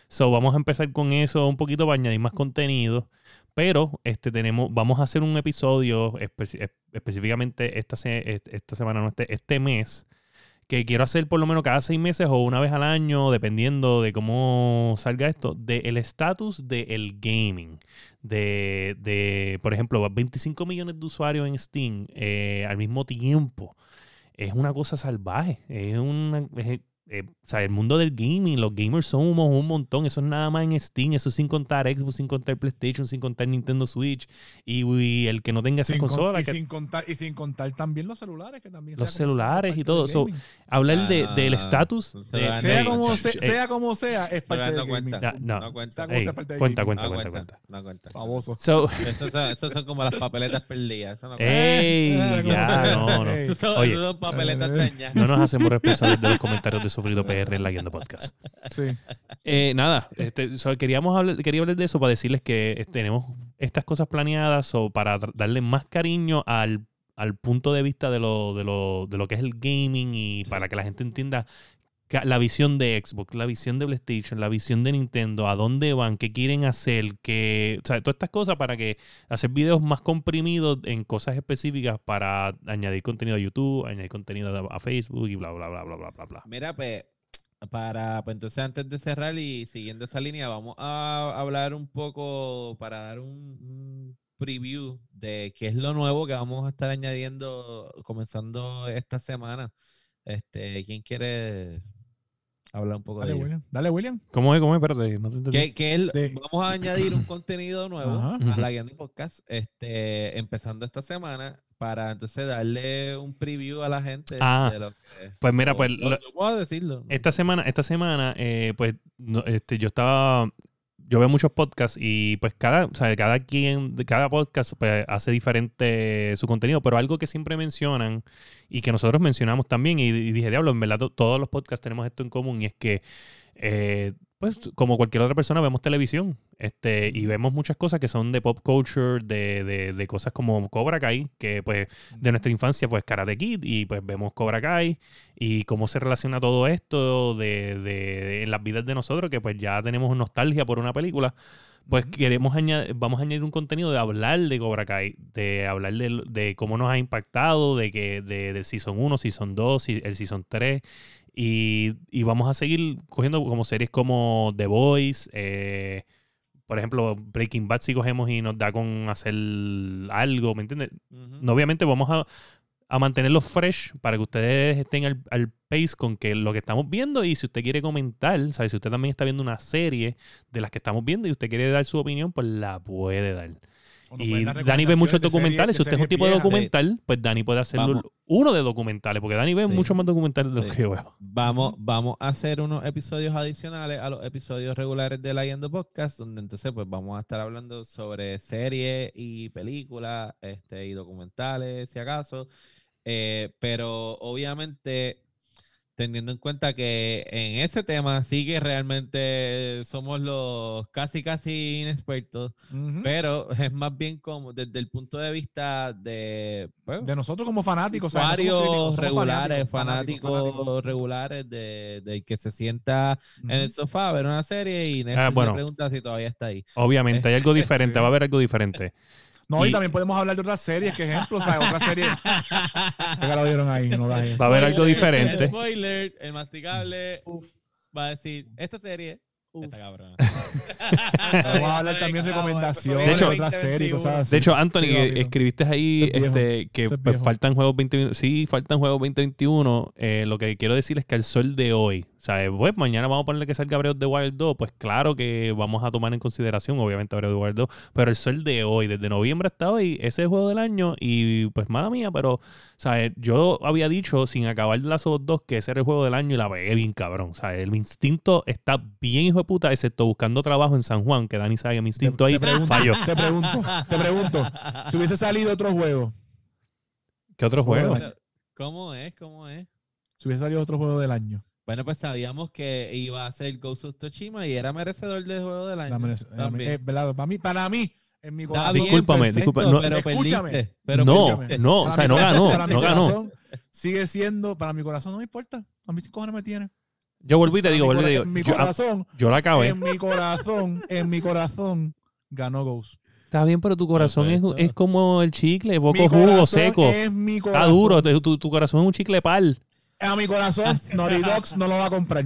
Speaker 4: So vamos a empezar con eso un poquito para añadir más contenido. Pero este tenemos, vamos a hacer un episodio espe- es- específicamente esta, se- est- esta semana, no este, este mes, que quiero hacer por lo menos cada seis meses o una vez al año, dependiendo de cómo salga esto, del estatus del gaming. De, de, por ejemplo, 25 millones de usuarios en Steam eh, al mismo tiempo. Es una cosa salvaje. Es una, es- eh, o sea, el mundo del gaming, los gamers somos un montón. Eso es nada más en Steam, eso es sin contar Xbox, sin contar PlayStation, sin contar Nintendo Switch. Y uy, el que no tenga esas
Speaker 2: Sin con-
Speaker 4: consolas,
Speaker 2: y,
Speaker 4: que
Speaker 2: sin contar, y sin contar también los celulares, que también
Speaker 4: Los
Speaker 2: sea como
Speaker 4: celulares
Speaker 2: sea,
Speaker 4: y
Speaker 2: parte
Speaker 4: todo,
Speaker 2: del
Speaker 4: so- eh,
Speaker 2: gaming.
Speaker 4: hablar de,
Speaker 3: Ah,
Speaker 4: del estatus.
Speaker 3: no se
Speaker 4: de-
Speaker 3: van a
Speaker 2: sea,
Speaker 3: Ey,
Speaker 2: como se-
Speaker 4: ey,
Speaker 2: sea como sea, es
Speaker 3: Pero
Speaker 2: parte
Speaker 3: no
Speaker 2: del gaming.
Speaker 3: cuenta.
Speaker 4: No,
Speaker 3: No cuenta.
Speaker 2: Está como
Speaker 4: ey,
Speaker 2: sea parte del
Speaker 4: cuenta,
Speaker 2: gaming.
Speaker 4: cuenta,
Speaker 3: no
Speaker 4: cuenta, cuenta.
Speaker 3: Ah, cuenta. No cuenta.
Speaker 2: Baboso.
Speaker 4: So,
Speaker 3: Esas son, esas son como las papeletas perdidas. eso no cuenta.
Speaker 4: ey,
Speaker 2: Sea como
Speaker 4: ya,
Speaker 2: sea.
Speaker 4: no, no.
Speaker 2: Ey.
Speaker 3: Esas son,
Speaker 4: Oye.
Speaker 3: esas son papeletas
Speaker 2: Eh.
Speaker 3: dañadas.
Speaker 4: No nos hacemos responsables de los comentarios de Sofrido PR en la Guiando Podcast.
Speaker 2: Sí.
Speaker 4: Eh, nada, este, so, queríamos hablar, quería hablar de eso para decirles que eh, tenemos estas cosas planeadas o para dar- darle más cariño al, al punto de vista de lo, de, lo, de lo que es el gaming y para que la gente entienda ca- la visión de Xbox, la visión de PlayStation, la visión de Nintendo, a dónde van, qué quieren hacer, que, o sea, todas estas cosas para que hacer videos más comprimidos en cosas específicas para añadir contenido a YouTube, añadir contenido a- a Facebook y bla, bla, bla, bla, bla, bla, bla.
Speaker 3: Mira, pues, para, pues entonces antes de cerrar y siguiendo esa línea, vamos a hablar un poco para dar un, un preview de qué es lo nuevo que vamos a estar añadiendo comenzando esta semana. Este, ¿quién quiere hablar un poco
Speaker 2: Dale,
Speaker 3: de ello?
Speaker 2: William. Dale, William.
Speaker 4: ¿Cómo es? ¿Cómo es? Espérate, no te entendí.
Speaker 3: que, que el-
Speaker 2: de-
Speaker 3: vamos a añadir un contenido nuevo
Speaker 2: Ajá.
Speaker 3: a la Guiando Podcast este, empezando esta semana para entonces darle un preview a la gente
Speaker 4: Ah,
Speaker 3: de lo que...
Speaker 4: Pues mira, pues
Speaker 3: lo-
Speaker 4: lo-
Speaker 3: lo puedo decirlo.
Speaker 4: esta semana, esta semana, eh, pues no, este, yo estaba, yo veo muchos podcasts y pues cada, o sea, cada quien, de cada podcast pues, hace diferente su contenido, pero algo que siempre mencionan y que nosotros mencionamos también, y, y dije, diablo, en verdad to- todos los podcasts tenemos esto en común y es que eh, pues como cualquier otra persona vemos televisión este, y vemos muchas cosas que son de pop culture, de, de, de cosas como Cobra Kai, que pues de nuestra infancia pues Karate Kid y pues vemos Cobra Kai y cómo se relaciona todo esto de, de- de- en las vidas de nosotros que pues ya tenemos nostalgia por una película. Pues queremos añadir, vamos a añadir un contenido de hablar de Cobra Kai, de hablar de, lo- de cómo nos ha impactado, de que de, del Season 1, Season 2, si- el Season 3, y, y vamos a seguir cogiendo como series como The Voice, eh, por ejemplo, Breaking Bad si cogemos y nos da con hacer algo, ¿me entiendes?
Speaker 3: Ujú.
Speaker 4: No, Obviamente vamos a, a mantenerlo fresh para que ustedes estén al, al pace con que lo que estamos viendo y si usted quiere comentar, ¿sabe? si usted también está viendo una serie de las que estamos viendo y usted quiere dar su opinión, pues la puede dar. Y Dani ve muchos documentales. Si usted es un tipo de documental, pues Dani puede hacer
Speaker 3: Vamos.
Speaker 4: uno de documentales, porque Dani ve
Speaker 3: Sí.
Speaker 4: muchos más documentales de los
Speaker 3: Sí.
Speaker 4: que yo veo.
Speaker 3: Vamos, vamos a hacer unos episodios adicionales a los episodios regulares de la Yendo Podcast, donde entonces pues vamos a estar hablando sobre series y películas este, y documentales, si acaso. Eh, pero obviamente, teniendo en cuenta que en ese tema sí que realmente somos los casi, casi inexpertos, pero es más bien como desde el punto de vista de... pues,
Speaker 2: De nosotros como fanáticos. ¿sabes? No somos críticos,
Speaker 3: varios
Speaker 2: somos
Speaker 3: regulares,
Speaker 2: fanáticos,
Speaker 3: fanáticos, regulares de, del que se sienta en el sofá a ver una serie
Speaker 2: Ah,
Speaker 3: y Netflix le
Speaker 4: bueno.
Speaker 3: pregunta si todavía está ahí.
Speaker 4: Obviamente, hay algo diferente,
Speaker 2: Sí.
Speaker 4: va a haber algo diferente.
Speaker 2: No, y,
Speaker 4: Y-
Speaker 2: también podemos hablar de otras series, que ejemplo, o sea, otras series. Ya lo dieron ahí, no da eso.
Speaker 4: Va a haber algo
Speaker 3: Spoiler,
Speaker 4: diferente.
Speaker 3: Spoiler, el masticable
Speaker 1: Uf.
Speaker 3: va a decir, esta serie
Speaker 1: Uf.
Speaker 3: está cabrona.
Speaker 2: Vamos a hablar también de recomendaciones,
Speaker 4: De
Speaker 2: de
Speaker 4: hecho-
Speaker 2: otras series, cosas así.
Speaker 4: De hecho, Anthony,
Speaker 2: Sí,
Speaker 4: que
Speaker 2: rápido.
Speaker 4: escribiste ahí
Speaker 2: Eso es viejo.
Speaker 4: este, que
Speaker 2: Eso es
Speaker 4: pues,
Speaker 2: viejo.
Speaker 4: faltan juegos 2021. Sí, faltan juegos 2021. Eh, lo que quiero decir es que al sol de hoy, ¿sabes? Pues mañana vamos a ponerle que salga Breath of the Wild 2. Pues claro que vamos a tomar en consideración, obviamente, Breath of the Wild 2. Pero el sol de hoy, desde noviembre hasta hoy, ese es el juego del año. Y pues mala mía, pero, ¿sabes? Yo había dicho sin acabar Last of Us 2 que ese era el juego del año y la pegué bien cabrón. ¿Sabes? El instinto está bien hijo de puta, excepto buscando trabajo en San Juan, que Dani sabe que mi
Speaker 2: te,
Speaker 4: instinto ahí
Speaker 2: te pregunto,
Speaker 4: falló.
Speaker 2: Te pregunto, te pregunto. Si hubiese salido otro juego,
Speaker 4: ¿Qué otro juego?
Speaker 2: Bueno.
Speaker 3: ¿Cómo es? ¿Cómo es?
Speaker 2: si hubiese salido otro juego del año.
Speaker 3: Bueno, pues sabíamos que iba a ser Ghost of Tsushima y era merecedor del juego del año.
Speaker 2: La merece- la
Speaker 3: también.
Speaker 2: merece- eh, ah, ¿verdad? Para mí, para mí, en mi
Speaker 3: Está
Speaker 2: corazón.
Speaker 3: bien,
Speaker 4: Discúlpame,
Speaker 3: perfecto,
Speaker 4: disculpa, no-
Speaker 3: pero
Speaker 2: Escúchame.
Speaker 3: perdiste, pero
Speaker 4: No,
Speaker 2: escúchame,
Speaker 4: no,
Speaker 2: para
Speaker 4: o sea,
Speaker 2: mi
Speaker 4: no
Speaker 2: corazón-
Speaker 4: ganó,
Speaker 2: para mi
Speaker 4: no ganó.
Speaker 2: corazón, Sigue siendo, para mi corazón no me importa. A mí cinco cojones me tiene.
Speaker 4: Yo volví y te digo,
Speaker 2: Mi
Speaker 4: volví y te
Speaker 2: cora-
Speaker 4: digo.
Speaker 2: en mi
Speaker 4: yo, ah,
Speaker 2: corazón,
Speaker 4: yo la acabé.
Speaker 2: en mi corazón, en mi corazón ganó Ghost.
Speaker 4: Está bien, pero tu corazón es,
Speaker 3: Perfecto.
Speaker 4: es como el
Speaker 2: Mi
Speaker 4: chicle, poco jugo,
Speaker 2: corazón
Speaker 4: seco.
Speaker 2: Es mi corazón.
Speaker 4: Está duro, te- tu, tu corazón es un chicle pal.
Speaker 2: A mi corazón, Naughty Dogs no lo va a comprar.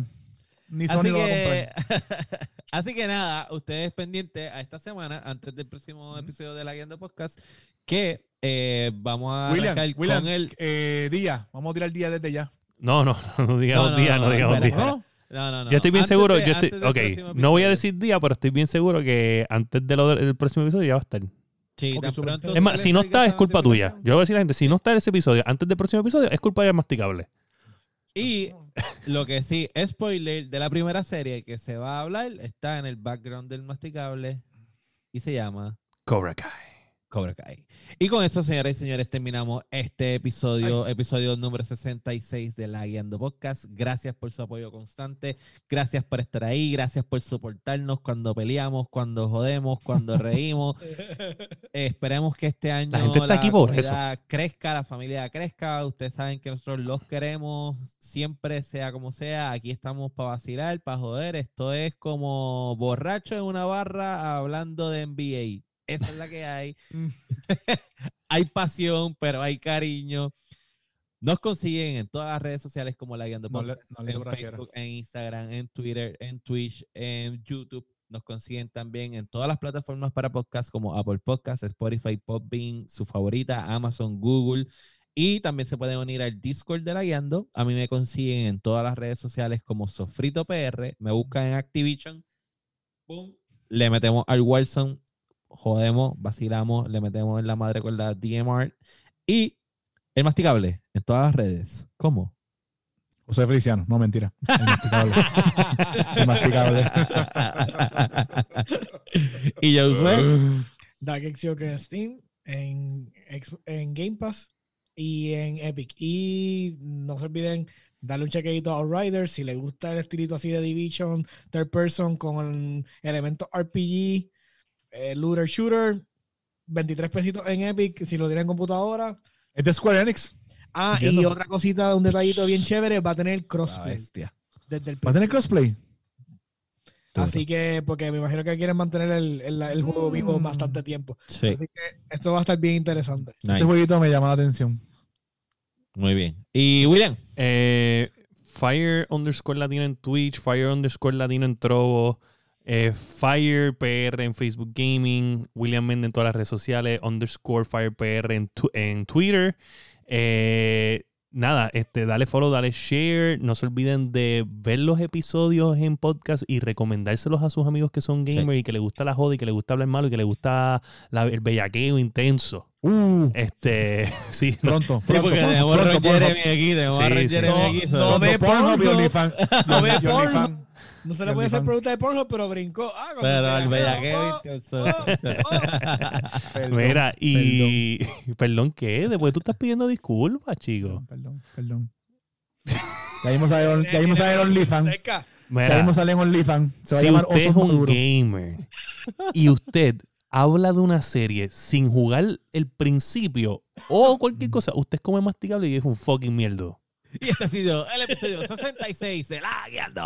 Speaker 2: Ni Sony
Speaker 3: Así
Speaker 2: lo va a
Speaker 3: que,
Speaker 2: comprar.
Speaker 3: así que nada, ustedes pendientes a esta semana, antes del próximo episodio de la Guiando Podcast, que eh, vamos a
Speaker 2: William,
Speaker 3: arrancar
Speaker 2: William,
Speaker 3: con el...
Speaker 2: eh, día, vamos a tirar día desde ya.
Speaker 4: No, no, no digamos
Speaker 3: No, no,
Speaker 4: día, no,
Speaker 3: no,
Speaker 4: digamos
Speaker 3: espera,
Speaker 4: día.
Speaker 3: espera.
Speaker 2: ¿No?
Speaker 3: No, no, no.
Speaker 4: Yo estoy bien
Speaker 3: antes
Speaker 4: seguro,
Speaker 3: de-
Speaker 4: yo estoy,
Speaker 3: antes del próximo
Speaker 4: ok, no voy a
Speaker 3: episodio.
Speaker 4: decir día, pero estoy bien seguro que antes de lo del el próximo episodio ya va a estar.
Speaker 3: Sí,
Speaker 2: Ok,
Speaker 3: tan
Speaker 2: súper.
Speaker 3: pronto
Speaker 4: Es más,
Speaker 3: ustedes
Speaker 4: si no
Speaker 3: salgan
Speaker 4: está, es
Speaker 3: la
Speaker 4: culpa tuya.
Speaker 3: notificación.
Speaker 4: Yo voy a decir a la gente, si no está ese episodio, antes del próximo episodio, es culpa de Masticable.
Speaker 3: Y lo que sí, spoiler de la primera serie que se va a hablar, está en el background del masticable y se llama
Speaker 4: Cobra Kai.
Speaker 3: Cobra Kai. Y con eso, señoras y señores, terminamos este episodio, episodio número 66 de La Guiando Podcast. Gracias por su apoyo constante, gracias por estar ahí, gracias por soportarnos cuando peleamos, cuando jodemos, cuando reímos. Eh, esperemos que este año
Speaker 4: La gente está aquí por eso.
Speaker 3: comunidad crezca, la familia crezca. Ustedes saben que nosotros los queremos siempre, sea como sea. Aquí estamos para vacilar, para joder. Esto es como borracho en una barra hablando de NBA. Esa es la que hay. hay pasión, pero hay cariño. Nos consiguen en todas las redes sociales como La Guiando
Speaker 2: No le-
Speaker 3: Podcast,
Speaker 2: no le
Speaker 3: en
Speaker 2: borrachera.
Speaker 3: Facebook, en Instagram, en Twitter, en Twitch, en YouTube. Nos consiguen también en todas las plataformas para podcast como Apple Podcasts, Spotify, Podbean, su favorita, Amazon, Google. Y también se pueden unir al Discord de La Guiando. A mí me consiguen en todas las redes sociales como Sofrito PR. Me buscan en Activision. Boom. Le metemos al Wilson. Jodemos, vacilamos, le metemos en la madre con la DMR. Y el masticable en todas las redes. ¿Cómo?
Speaker 2: José Feliciano, no mentira. El masticable. El masticable.
Speaker 3: y yo usé.
Speaker 1: Pues,
Speaker 2: Ah.
Speaker 1: Dark Exioker en Steam, en, Ex- en Game Pass y en Epic. Y no se olviden darle un chequeito a Outriders si les gusta el estilito así de Division, Third Person con elementos RPG, eh, Looter Shooter. 23 pesitos en Epic si lo tienen en computadora.
Speaker 2: Es de Square Enix.
Speaker 1: Ah, y
Speaker 2: Entiendo.
Speaker 1: otra cosita, un detallito bien chévere, va a tener crossplay desde el
Speaker 2: ¿Va a tener
Speaker 1: principio.
Speaker 2: crossplay?
Speaker 1: Así que, porque me imagino que quieren mantener el, el- el juego vivo bastante tiempo.
Speaker 3: Sí.
Speaker 1: Así que esto va a estar bien interesante.
Speaker 3: nice.
Speaker 2: Ese jueguito me llama la atención.
Speaker 3: Muy bien. Y William.
Speaker 4: Eh, Fire underscore latino en Twitch, Fire underscore latino en Trovo, eh, Fire PR en Facebook Gaming, William Mende en todas las redes sociales, underscore Fire PR en, tu- en Twitter. Eh, nada, este, dale follow, dale share. No se olviden de ver los episodios en podcast y recomendárselos a sus amigos que son gamers y que les gusta la joda y que les gusta hablar malo y que les gusta la- el bellaqueo intenso.
Speaker 2: Uh,
Speaker 4: Este, sí, no,
Speaker 2: pronto.
Speaker 3: Sí,
Speaker 2: pronto,
Speaker 3: porque
Speaker 2: pronto,
Speaker 3: tenemos a Ron
Speaker 2: pronto, pronto.
Speaker 3: Jeremy aquí, tenemos a
Speaker 4: Sí,
Speaker 3: Ron
Speaker 4: sí.
Speaker 3: Jeremy
Speaker 1: No,
Speaker 3: aquí.
Speaker 1: no
Speaker 3: so-
Speaker 1: ve
Speaker 2: Pronto, Pornhub y
Speaker 1: Pornhub.
Speaker 2: OnlyFans.
Speaker 1: No ve
Speaker 2: Y OnlyFans.
Speaker 1: No se
Speaker 2: Y
Speaker 1: le puede hacer
Speaker 2: OnlyFans.
Speaker 1: pregunta de porno, pero brincó. Ah, cuando
Speaker 3: Pero
Speaker 1: se
Speaker 3: el
Speaker 1: cayó,
Speaker 3: bellaqueo
Speaker 1: oh,
Speaker 3: intenso.
Speaker 2: Perdón,
Speaker 4: Mira, y. Perdón, ¿qué? Después tú estás pidiendo disculpas, chico.
Speaker 2: Perdón, perdón, perdón. Ya vimos a Aaron- ya vimos a Aaron OnlyFans.
Speaker 1: Seca.
Speaker 2: Ya
Speaker 4: Mira,
Speaker 2: vimos a Aaron OnlyFans. Se va a
Speaker 4: si
Speaker 2: llamar
Speaker 4: usted
Speaker 2: Oso
Speaker 4: es un
Speaker 2: Maduro.
Speaker 4: gamer y usted habla de una serie sin jugar el principio o
Speaker 2: Mm.
Speaker 4: cualquier cosa, usted come masticable y es un fucking mierdo.
Speaker 3: Y este ha sido el episodio 66 de La Guiando.